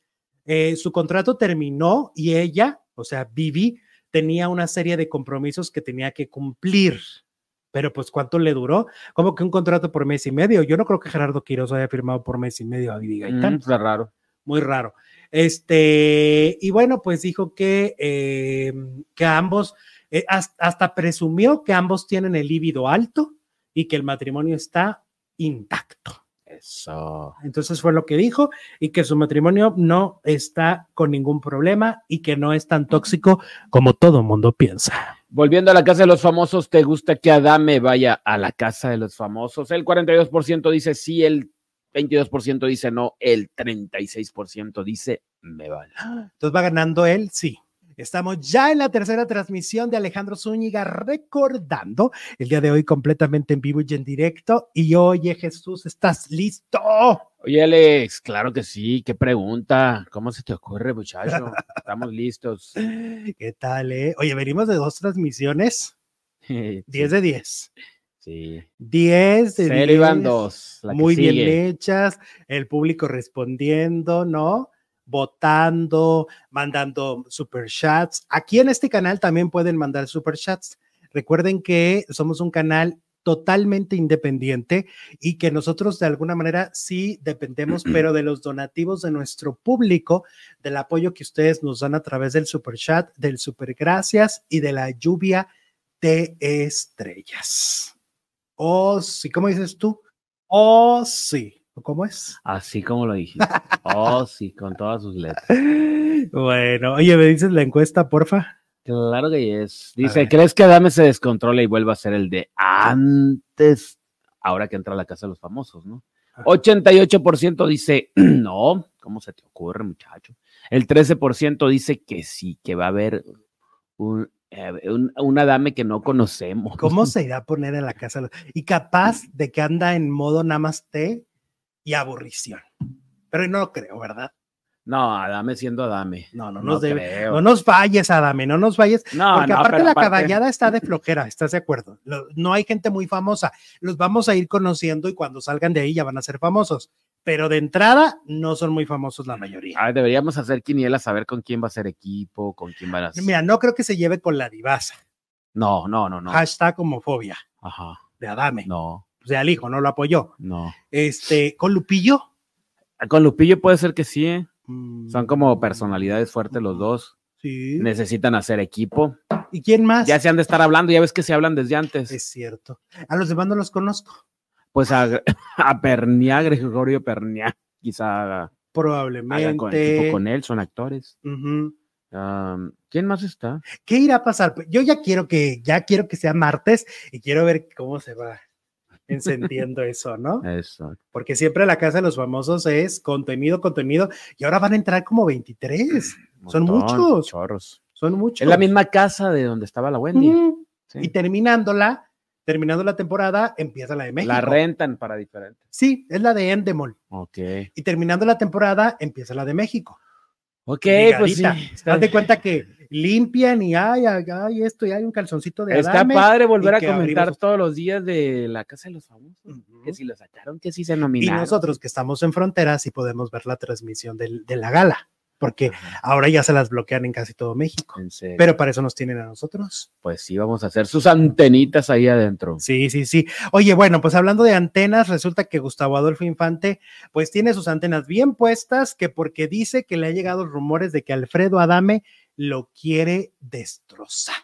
A: eh, su contrato terminó y ella, o sea, Vivi, tenía una serie de compromisos que tenía que cumplir. Pero pues, ¿cuánto le duró? Como que un contrato por mes y medio. Yo no creo que Gerardo Quiroz haya firmado por mes y medio a Vivi Gaitán
B: Mm, está raro.
A: muy raro. Este, y bueno, pues dijo que, eh, que ambos, eh, has- hasta presumió que ambos tienen el líbido alto y que el matrimonio está intacto.
B: Eso.
A: Entonces fue lo que dijo y que su matrimonio no está con ningún problema y que no es tan tóxico como todo mundo piensa.
B: Volviendo a la casa de los famosos, ¿te gusta que Adame vaya a la casa de los famosos? El 42% dice sí, el 22% dice no, el 36% dice me vale.
A: Entonces va ganando él, sí. Estamos ya en la tercera transmisión de Alejandro Zúñiga, recordando el día de hoy completamente en vivo y en directo. Y oye, Jesús, ¿estás listo?
B: Oye, Alex, claro que sí, qué pregunta. ¿Cómo se te ocurre, muchacho? Estamos listos.
A: ¿Qué tal, eh? Oye, venimos de dos transmisiones, 10 de 10.
B: Sí.
A: 10 de 10.
B: Cero iban dos. la que
A: Muy bien
B: sigue.
A: hechas, el público respondiendo, ¿no? Votando, mandando superchats. Aquí en este canal también pueden mandar superchats. Recuerden que somos un canal totalmente independiente y que nosotros de alguna manera sí dependemos, pero de los donativos de nuestro público, del apoyo que ustedes nos dan a través del superchat, del supergracias y de la lluvia de estrellas. Oh, sí, ¿cómo dices tú? Oh, sí. ¿Cómo es?
B: Así como lo dijiste. Oh, sí, con todas sus letras.
A: Bueno, oye, ¿me dices la encuesta, porfa?
B: Claro que es. Dice,
A: ver.
B: ¿crees que Adame se descontrola y vuelva a ser el de antes? Ahora que entra a la casa de los famosos, ¿no?
A: Ajá.
B: 88% dice, no, ¿cómo se te ocurre, muchacho? El 13% dice que sí, que va a haber un, eh, un, un Adame que no conocemos.
A: ¿Cómo se irá a poner en la casa? Y capaz de que anda en modo namaste y aburrición. Pero no creo, ¿verdad?
B: No, Adame siendo Adame.
A: No, no nos debe.
B: creo.
A: No nos falles, Adame, no nos falles.
B: No,
A: porque
B: no,
A: aparte
B: pero
A: la caballada está de flojera, ¿estás de acuerdo? Lo- no hay gente muy famosa. Los vamos a ir conociendo y cuando salgan de ahí ya van a ser famosos. pero de entrada no son muy famosos la mayoría.
B: A ver, deberíamos hacer quinielas, saber con quién va a ser equipo, con quién van a ser.
A: Mira, no creo que se lleve con la divasa.
B: No, no, no, no.
A: Hashtag homofobia
B: Ajá.
A: de Adame.
B: No,
A: O sea, el hijo no lo apoyó.
B: no.
A: Este, con Lupillo.
B: Ah, Con Lupillo puede ser que sí, ¿eh?
A: mm,
B: Son como personalidades fuertes los dos.
A: Sí.
B: Necesitan hacer equipo.
A: ¿Y quién más?
B: Ya se han de estar hablando, ya ves que se hablan desde antes.
A: Es cierto. A los demás no los conozco.
B: Pues a, a Pernia, Gregorio Pernia, quizá haga- haga con, equipo
A: Probablemente.
B: con él, son actores.
A: Ujú.
B: Am, ¿Quién más está?
A: ¿Qué irá a pasar? Yo ya quiero que ya quiero que sea martes y quiero ver cómo se va encendiendo eso, ¿no?
B: Eso.
A: Porque siempre la casa de los famosos es contenido, contenido y ahora van a entrar como 23. Son muchos.
B: Chorros.
A: Son muchos.
B: Es la misma casa de donde estaba la Wendy.
A: Ujú.
B: Sí.
A: Y terminándola, terminando la temporada, empieza la de México.
B: La rentan para diferentes.
A: Sí, es la de Endemol.
B: Ok.
A: Y terminando la temporada, empieza la de México.
B: Ok, pues sí.
A: Ligadita.
B: Está,
A: Haz de cuenta que limpian y hay, hay esto y hay un calzoncito de
B: está
A: Adame.
B: padre volver
A: y
B: a
A: que abrimos
B: comentar
A: los-
B: todos los días de la Casa de los Famosos.
A: Ujú.
B: Que si lo sacaron, que si se
A: Y
B: nominaron.
A: nosotros que estamos en fronteras sí podemos ver la transmisión del- de la gala, porque
B: Ajá,
A: ahora ya se las bloquean en casi todo México.
B: en serio.
A: Pero para eso nos tienen a nosotros.
B: pues sí, vamos a hacer sus antenitas ahí adentro.
A: Sí, sí, sí. Oye, bueno, pues hablando de antenas, resulta que Gustavo Adolfo Infante, pues tiene sus antenas bien puestas, que porque dice que le ha llegado rumores de que Alfredo Adame lo quiere destrozar.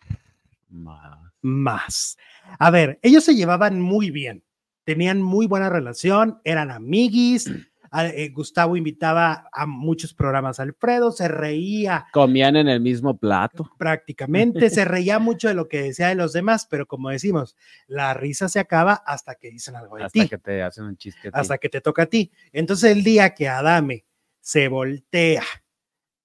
B: Ma-
A: más. A ver, ellos se llevaban muy bien, tenían muy buena relación, eran amiguis.
B: Mm.
A: a- eh, Gustavo invitaba a muchos programas a Alfredo, se reía
B: Comían en el mismo plato.
A: prácticamente, se reía mucho de lo que decía de los demás, pero como decimos, la risa se acaba hasta que dicen algo de
B: Hasta
A: ti,
B: que te hacen un chiste. a ti.
A: Pues hasta que te toca a ti. Entonces el día que Adame se voltea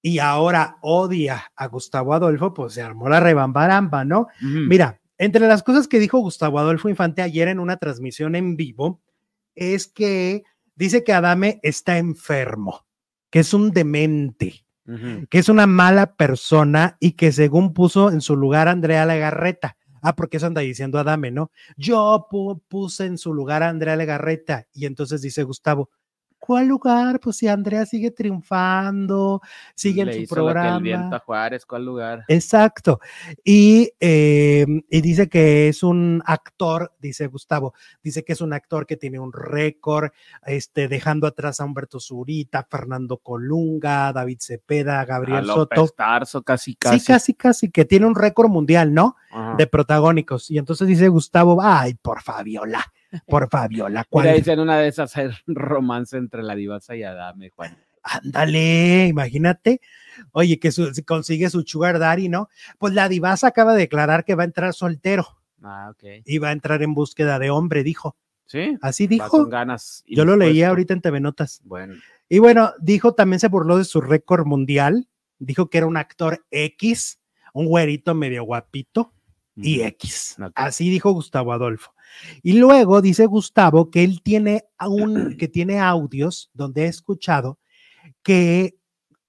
A: y ahora odia a Gustavo Adolfo, pues se armó la rebambaramba, ¿no?
B: Ujú.
A: Mira, entre las cosas que dijo Gustavo Adolfo Infante ayer en una transmisión en vivo, es que dice que Adame está enfermo, que es un demente,
B: Ujú.
A: que es una mala persona y que según puso en su lugar a Andrea Legarreta. Ah, porque eso anda diciendo Adame, ¿no? Yo pu- puse en su lugar a Andrea Legarreta. Y entonces dice Gustavo, ¿cuál lugar? Pues si Andrea sigue triunfando, sigue
B: Le
A: en su
B: hizo la que el
A: programa.
B: viento a Juárez, ¿cuál lugar?
A: Exacto. Y, eh, y dice que es un actor, dice Gustavo, dice que es un actor que tiene un récord, este, dejando atrás a Humberto Zurita, Fernando Colunga, David Cepeda,
B: A
A: Gabriel
B: López
A: Soto.
B: Tarso, casi, casi. Ah.
A: Sí, casi, casi, que tiene un récord mundial, ¿no?
B: Ajá.
A: De protagónicos. Y entonces dice Gustavo, ay, por Fabiola, por Fabiola,
B: Mira,
A: ¿cuál?
B: dicen una de esas hay romance entre la divasa y Adame, Juan.
A: Ándale, imagínate. Oye, que su- consigue su sugar daddy, ¿no? Pues la divasa acaba de declarar que va a entrar soltero.
B: Ah, ok.
A: iba a entrar en búsqueda de hombre, dijo.
B: Sí.
A: Así
B: va con
A: dijo.
B: ganas. y
A: Yo lo leía
B: dispuesto.
A: ahorita en TV Notas.
B: Bueno,
A: Y bueno, dijo también se burló de su récord mundial. Dijo que era un actor X, un güerito medio guapito y
B: ujú.
A: X.
B: Ok.
A: Así dijo Gustavo Adolfo. Y luego dice Gustavo que él tiene aún que tiene audios donde he escuchado que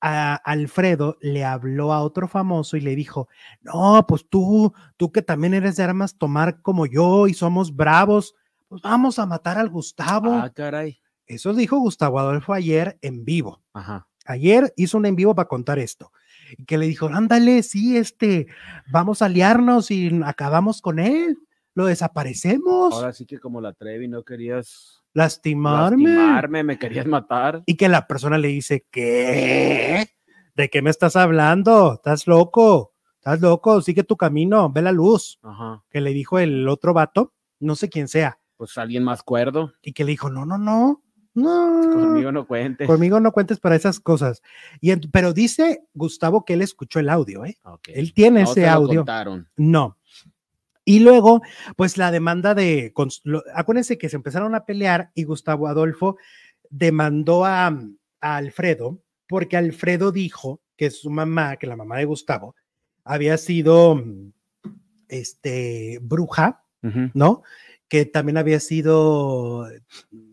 A: a Alfredo le habló a otro famoso y le dijo, no, pues tú, tú que también eres de armas tomar como yo y somos bravos, pues vamos a matar al Gustavo.
B: Ah, caray.
A: Eso dijo Gustavo Adolfo ayer en vivo.
B: Ajá.
A: Ayer hizo un en vivo para contar esto. Y que le dijo, ándale, sí, este, vamos a aliarnos y acabamos con él. Lo desaparecemos.
B: Ahora sí que como la Trevi no querías
A: lastimarme.
B: lastimarme, me querías matar.
A: Y que la persona le dice, ¿qué? ¿De qué me estás hablando? ¿Estás loco? ¿Estás loco? Sigue tu camino, ve la luz.
B: Ajá.
A: Que le dijo el otro vato, no sé quién sea.
B: Pues alguien más cuerdo.
A: Y que le dijo, no, no, no. No.
B: Conmigo no cuentes.
A: Conmigo no cuentes para esas cosas. Y ent- pero dice Gustavo que él escuchó el audio, ¿eh?
B: Ok.
A: Él tiene
B: No se
A: ese
B: lo
A: audio.
B: contaron.
A: No. Y luego, pues la demanda de... cons- lo- Acuérdense que se empezaron a pelear y Gustavo Adolfo demandó a, a Alfredo porque Alfredo dijo que su mamá, que la mamá de Gustavo, había sido mm, este, bruja,
B: Ujú.
A: ¿no? Que también había sido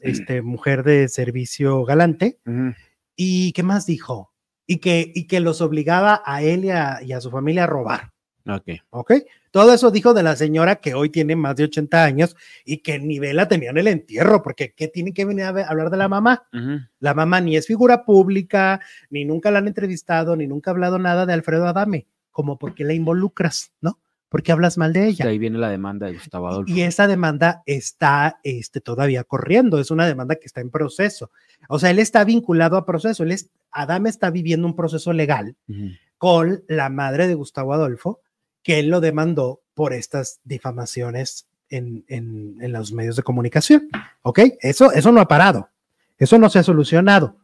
A: este, mujer de servicio galante.
B: Ujú.
A: ¿Y qué más dijo? Y que, y que los obligaba a él y a, y a su familia a robar,
B: Ok.
A: ¿ok? Todo eso dijo de la señora que hoy tiene más de 80 años y que ni vela tenía en el entierro, porque ¿qué tiene que venir a ve- hablar de la mamá?
B: Ujú.
A: La mamá ni es figura pública, ni nunca la han entrevistado, ni nunca ha hablado nada de Alfredo Adame, como porque la involucras, ¿no? Porque hablas mal de ella.
B: De ahí viene la demanda de Gustavo Adolfo.
A: Y esa demanda está este, todavía corriendo, es una demanda que está en proceso. O sea, él está vinculado a proceso, él es, Adame está viviendo un proceso legal
B: Ujú.
A: con la madre de Gustavo Adolfo, que él lo demandó por estas difamaciones en, en- en los medios de comunicación. ¿Ok? Eso, eso no ha parado, eso no se ha solucionado.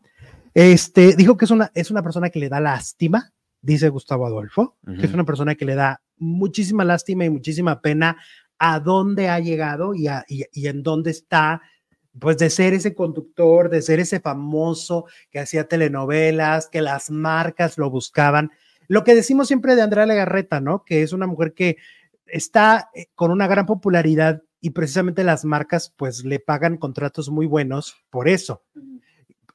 A: Este, dijo que es una, es una persona que le da lástima, dice Gustavo Adolfo, que es
B: Ujú.
A: una persona que le da muchísima lástima y muchísima pena a dónde ha llegado y, a- y- y en dónde está, pues de ser ese conductor, de ser ese famoso que hacía telenovelas, que las marcas lo buscaban. Lo que decimos siempre de Andrea Legarreta, ¿no? Que es una mujer que está eh, con una gran popularidad y precisamente las marcas pues le pagan contratos muy buenos por eso.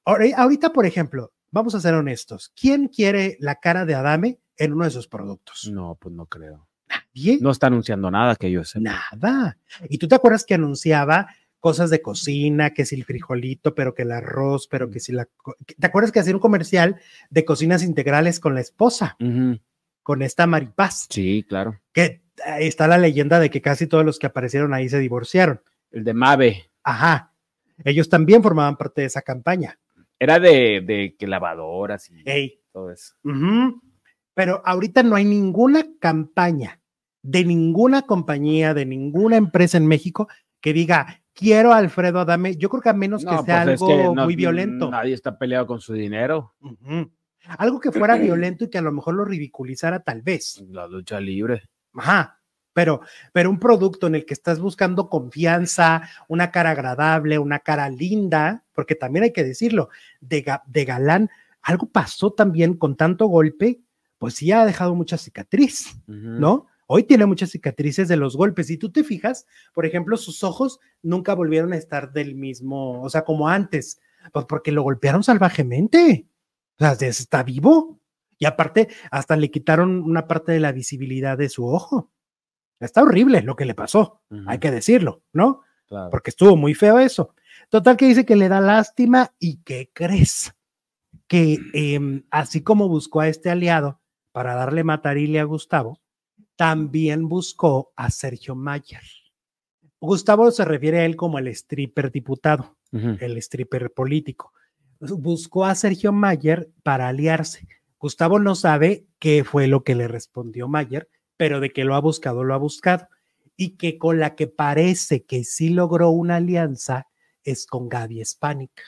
A: Ahora- Ahorita, por ejemplo, vamos a ser honestos. ¿Quién quiere la cara de Adame en uno de sus productos?
B: No, pues no creo.
A: Bien,
B: No está anunciando nada que yo sepa.
A: nada. ¿Y tú te acuerdas que anunciaba cosas de cocina, que si el frijolito, pero que el arroz, pero que si la... co- ¿Te acuerdas que hacía un comercial de cocinas integrales con la esposa,
B: Ujú.
A: con esta Maripaz?
B: Sí, claro.
A: Que eh, está la leyenda de que casi todos los que aparecieron ahí se divorciaron.
B: El de Mave.
A: Ajá. Ellos también formaban parte de esa campaña.
B: Era de, de que lavadoras y
A: Ey,
B: todo eso.
A: Ujú. Pero ahorita no hay ninguna campaña de ninguna compañía, de ninguna empresa en México que diga, quiero a Alfredo Adame. Yo creo que a menos que
B: No,
A: sea
B: pues es
A: algo
B: que no-
A: muy violento.
B: Nadie está peleado con su dinero.
A: Ujú. Algo que fuera violento y que a lo mejor lo ridiculizara tal vez.
B: La lucha libre.
A: Ajá. Pero, pero un producto en el que estás buscando confianza, una cara agradable, una cara linda, porque también hay que decirlo, de, ga- de galán, algo pasó también con tanto golpe, pues sí ha dejado mucha cicatriz.
B: Ujú.
A: ¿no? Hoy tiene muchas cicatrices de los golpes. Si tú te fijas, por ejemplo, sus ojos nunca volvieron a estar del mismo, o sea, como antes, pues porque lo golpearon salvajemente. O sea, des- está vivo. Y aparte, hasta le quitaron una parte de la visibilidad de su ojo. Está horrible lo que le pasó,
B: Ujú,
A: hay que decirlo, ¿no?
B: claro.
A: Porque estuvo muy feo eso. Total que dice que le da lástima y que crees que em, así como buscó a este aliado para darle matarile a Gustavo, también buscó a Sergio Mayer. Gustavo se refiere a él como el stripper diputado,
B: Ujú.
A: el stripper político. Buscó a Sergio Mayer para aliarse. Gustavo no sabe qué fue lo que le respondió Mayer, pero de que lo ha buscado, lo ha buscado. Y que con la que parece que sí logró una alianza es con Gaby Hispánica.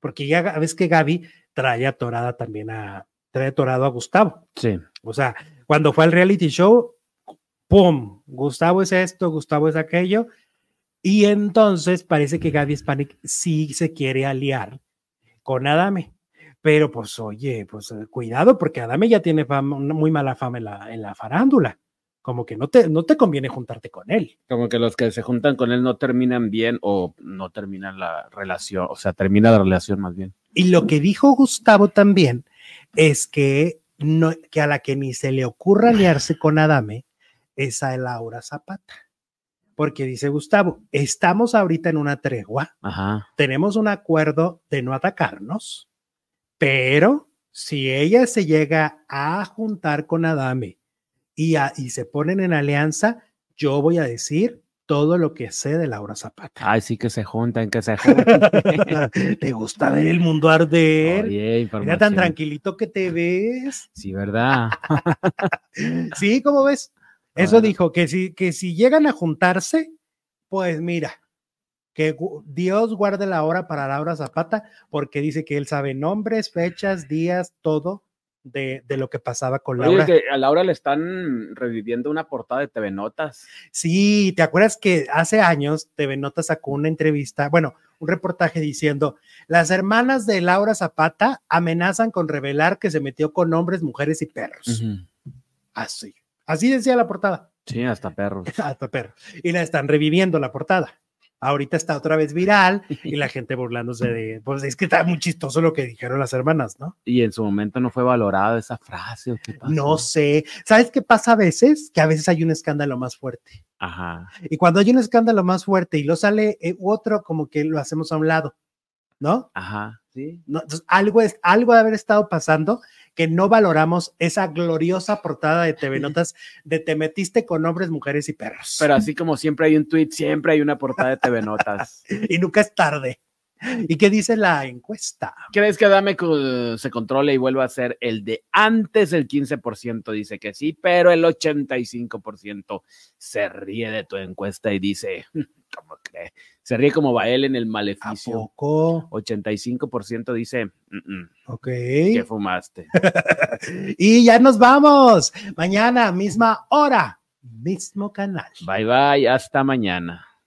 A: Porque ya ga- ves que Gaby trae atorada también a, trae atorado a Gustavo.
B: Sí.
A: O sea, cuando fue al reality show, ¡pum! Gustavo es esto, Gustavo es aquello. Y entonces parece que Gaby Spanik sí se quiere aliar con Adame. Pero pues oye, pues eh, cuidado porque Adame ya tiene fama- una muy mala fama en la, en la farándula. Como que no te, no te conviene juntarte con él.
B: Como que los que se juntan con él no terminan bien o no terminan la relación. O sea, termina la relación más bien.
A: Y lo que dijo Gustavo también es que, no, que a la que ni se le ocurra aliarse con Adame es a Laura Zapata. Porque dice Gustavo, estamos ahorita en una tregua,
B: Ajá.
A: tenemos un acuerdo de no atacarnos, pero si ella se llega a juntar con Adame y, a- y se ponen en alianza, yo voy a decir todo lo que sé de Laura Zapata.
B: Ay, sí que se juntan, que se juntan.
A: ¿Te gusta ver el mundo arder?
B: Oye,
A: Mira tan
B: información.
A: tranquilito que te ves.
B: Sí, ¿verdad?
A: Sí, ¿cómo ves? Eso
B: Bueno.
A: dijo, que si, que si llegan a juntarse, pues mira, que gu- Dios guarde la hora para Laura Zapata, porque dice que él sabe nombres, fechas, días, todo de, de lo que pasaba con
B: Oye,
A: Laura.
B: que a Laura le están reviviendo una portada de TV Notas.
A: Sí, ¿te acuerdas que hace años TV Nota sacó una entrevista, bueno, un reportaje diciendo, las hermanas de Laura Zapata amenazan con revelar que se metió con hombres, mujeres y perros. Así. Así decía la portada.
B: Sí, hasta perros.
A: Hasta perro. Y la están reviviendo la portada. Ahorita está otra vez viral y la gente burlándose de, pues es que está muy chistoso lo que dijeron las hermanas, ¿no?
B: Y en su momento no fue valorada esa frase. ¿o qué pasó?
A: No sé. ¿Sabes qué pasa a veces? Que a veces hay un escándalo más fuerte.
B: Ajá.
A: Y cuando hay un escándalo más fuerte y lo sale eh, otro, como que lo hacemos a un lado, ¿no?
B: Ajá. Sí.
A: No, entonces, algo es algo de haber estado pasando que no valoramos esa gloriosa portada de TV Notas de te metiste con hombres, mujeres y perros.
B: Pero así como siempre hay un tweet, siempre hay una portada de TV Notas.
A: y nunca es tarde. ¿Y qué dice la encuesta?
B: ¿Crees que Adame co- se controle y vuelva a ser el de antes? El 15% dice que sí, pero el 85% se ríe de tu encuesta y dice, ¿cómo cree? Se ríe como Bael en el
A: ¿A
B: maleficio.
A: poco?
B: 85% dice, "Mm, mm,
A: Ok.
B: ¿qué fumaste?
A: Y ya nos vamos. Mañana, misma hora, mismo canal.
B: Bye bye, hasta mañana.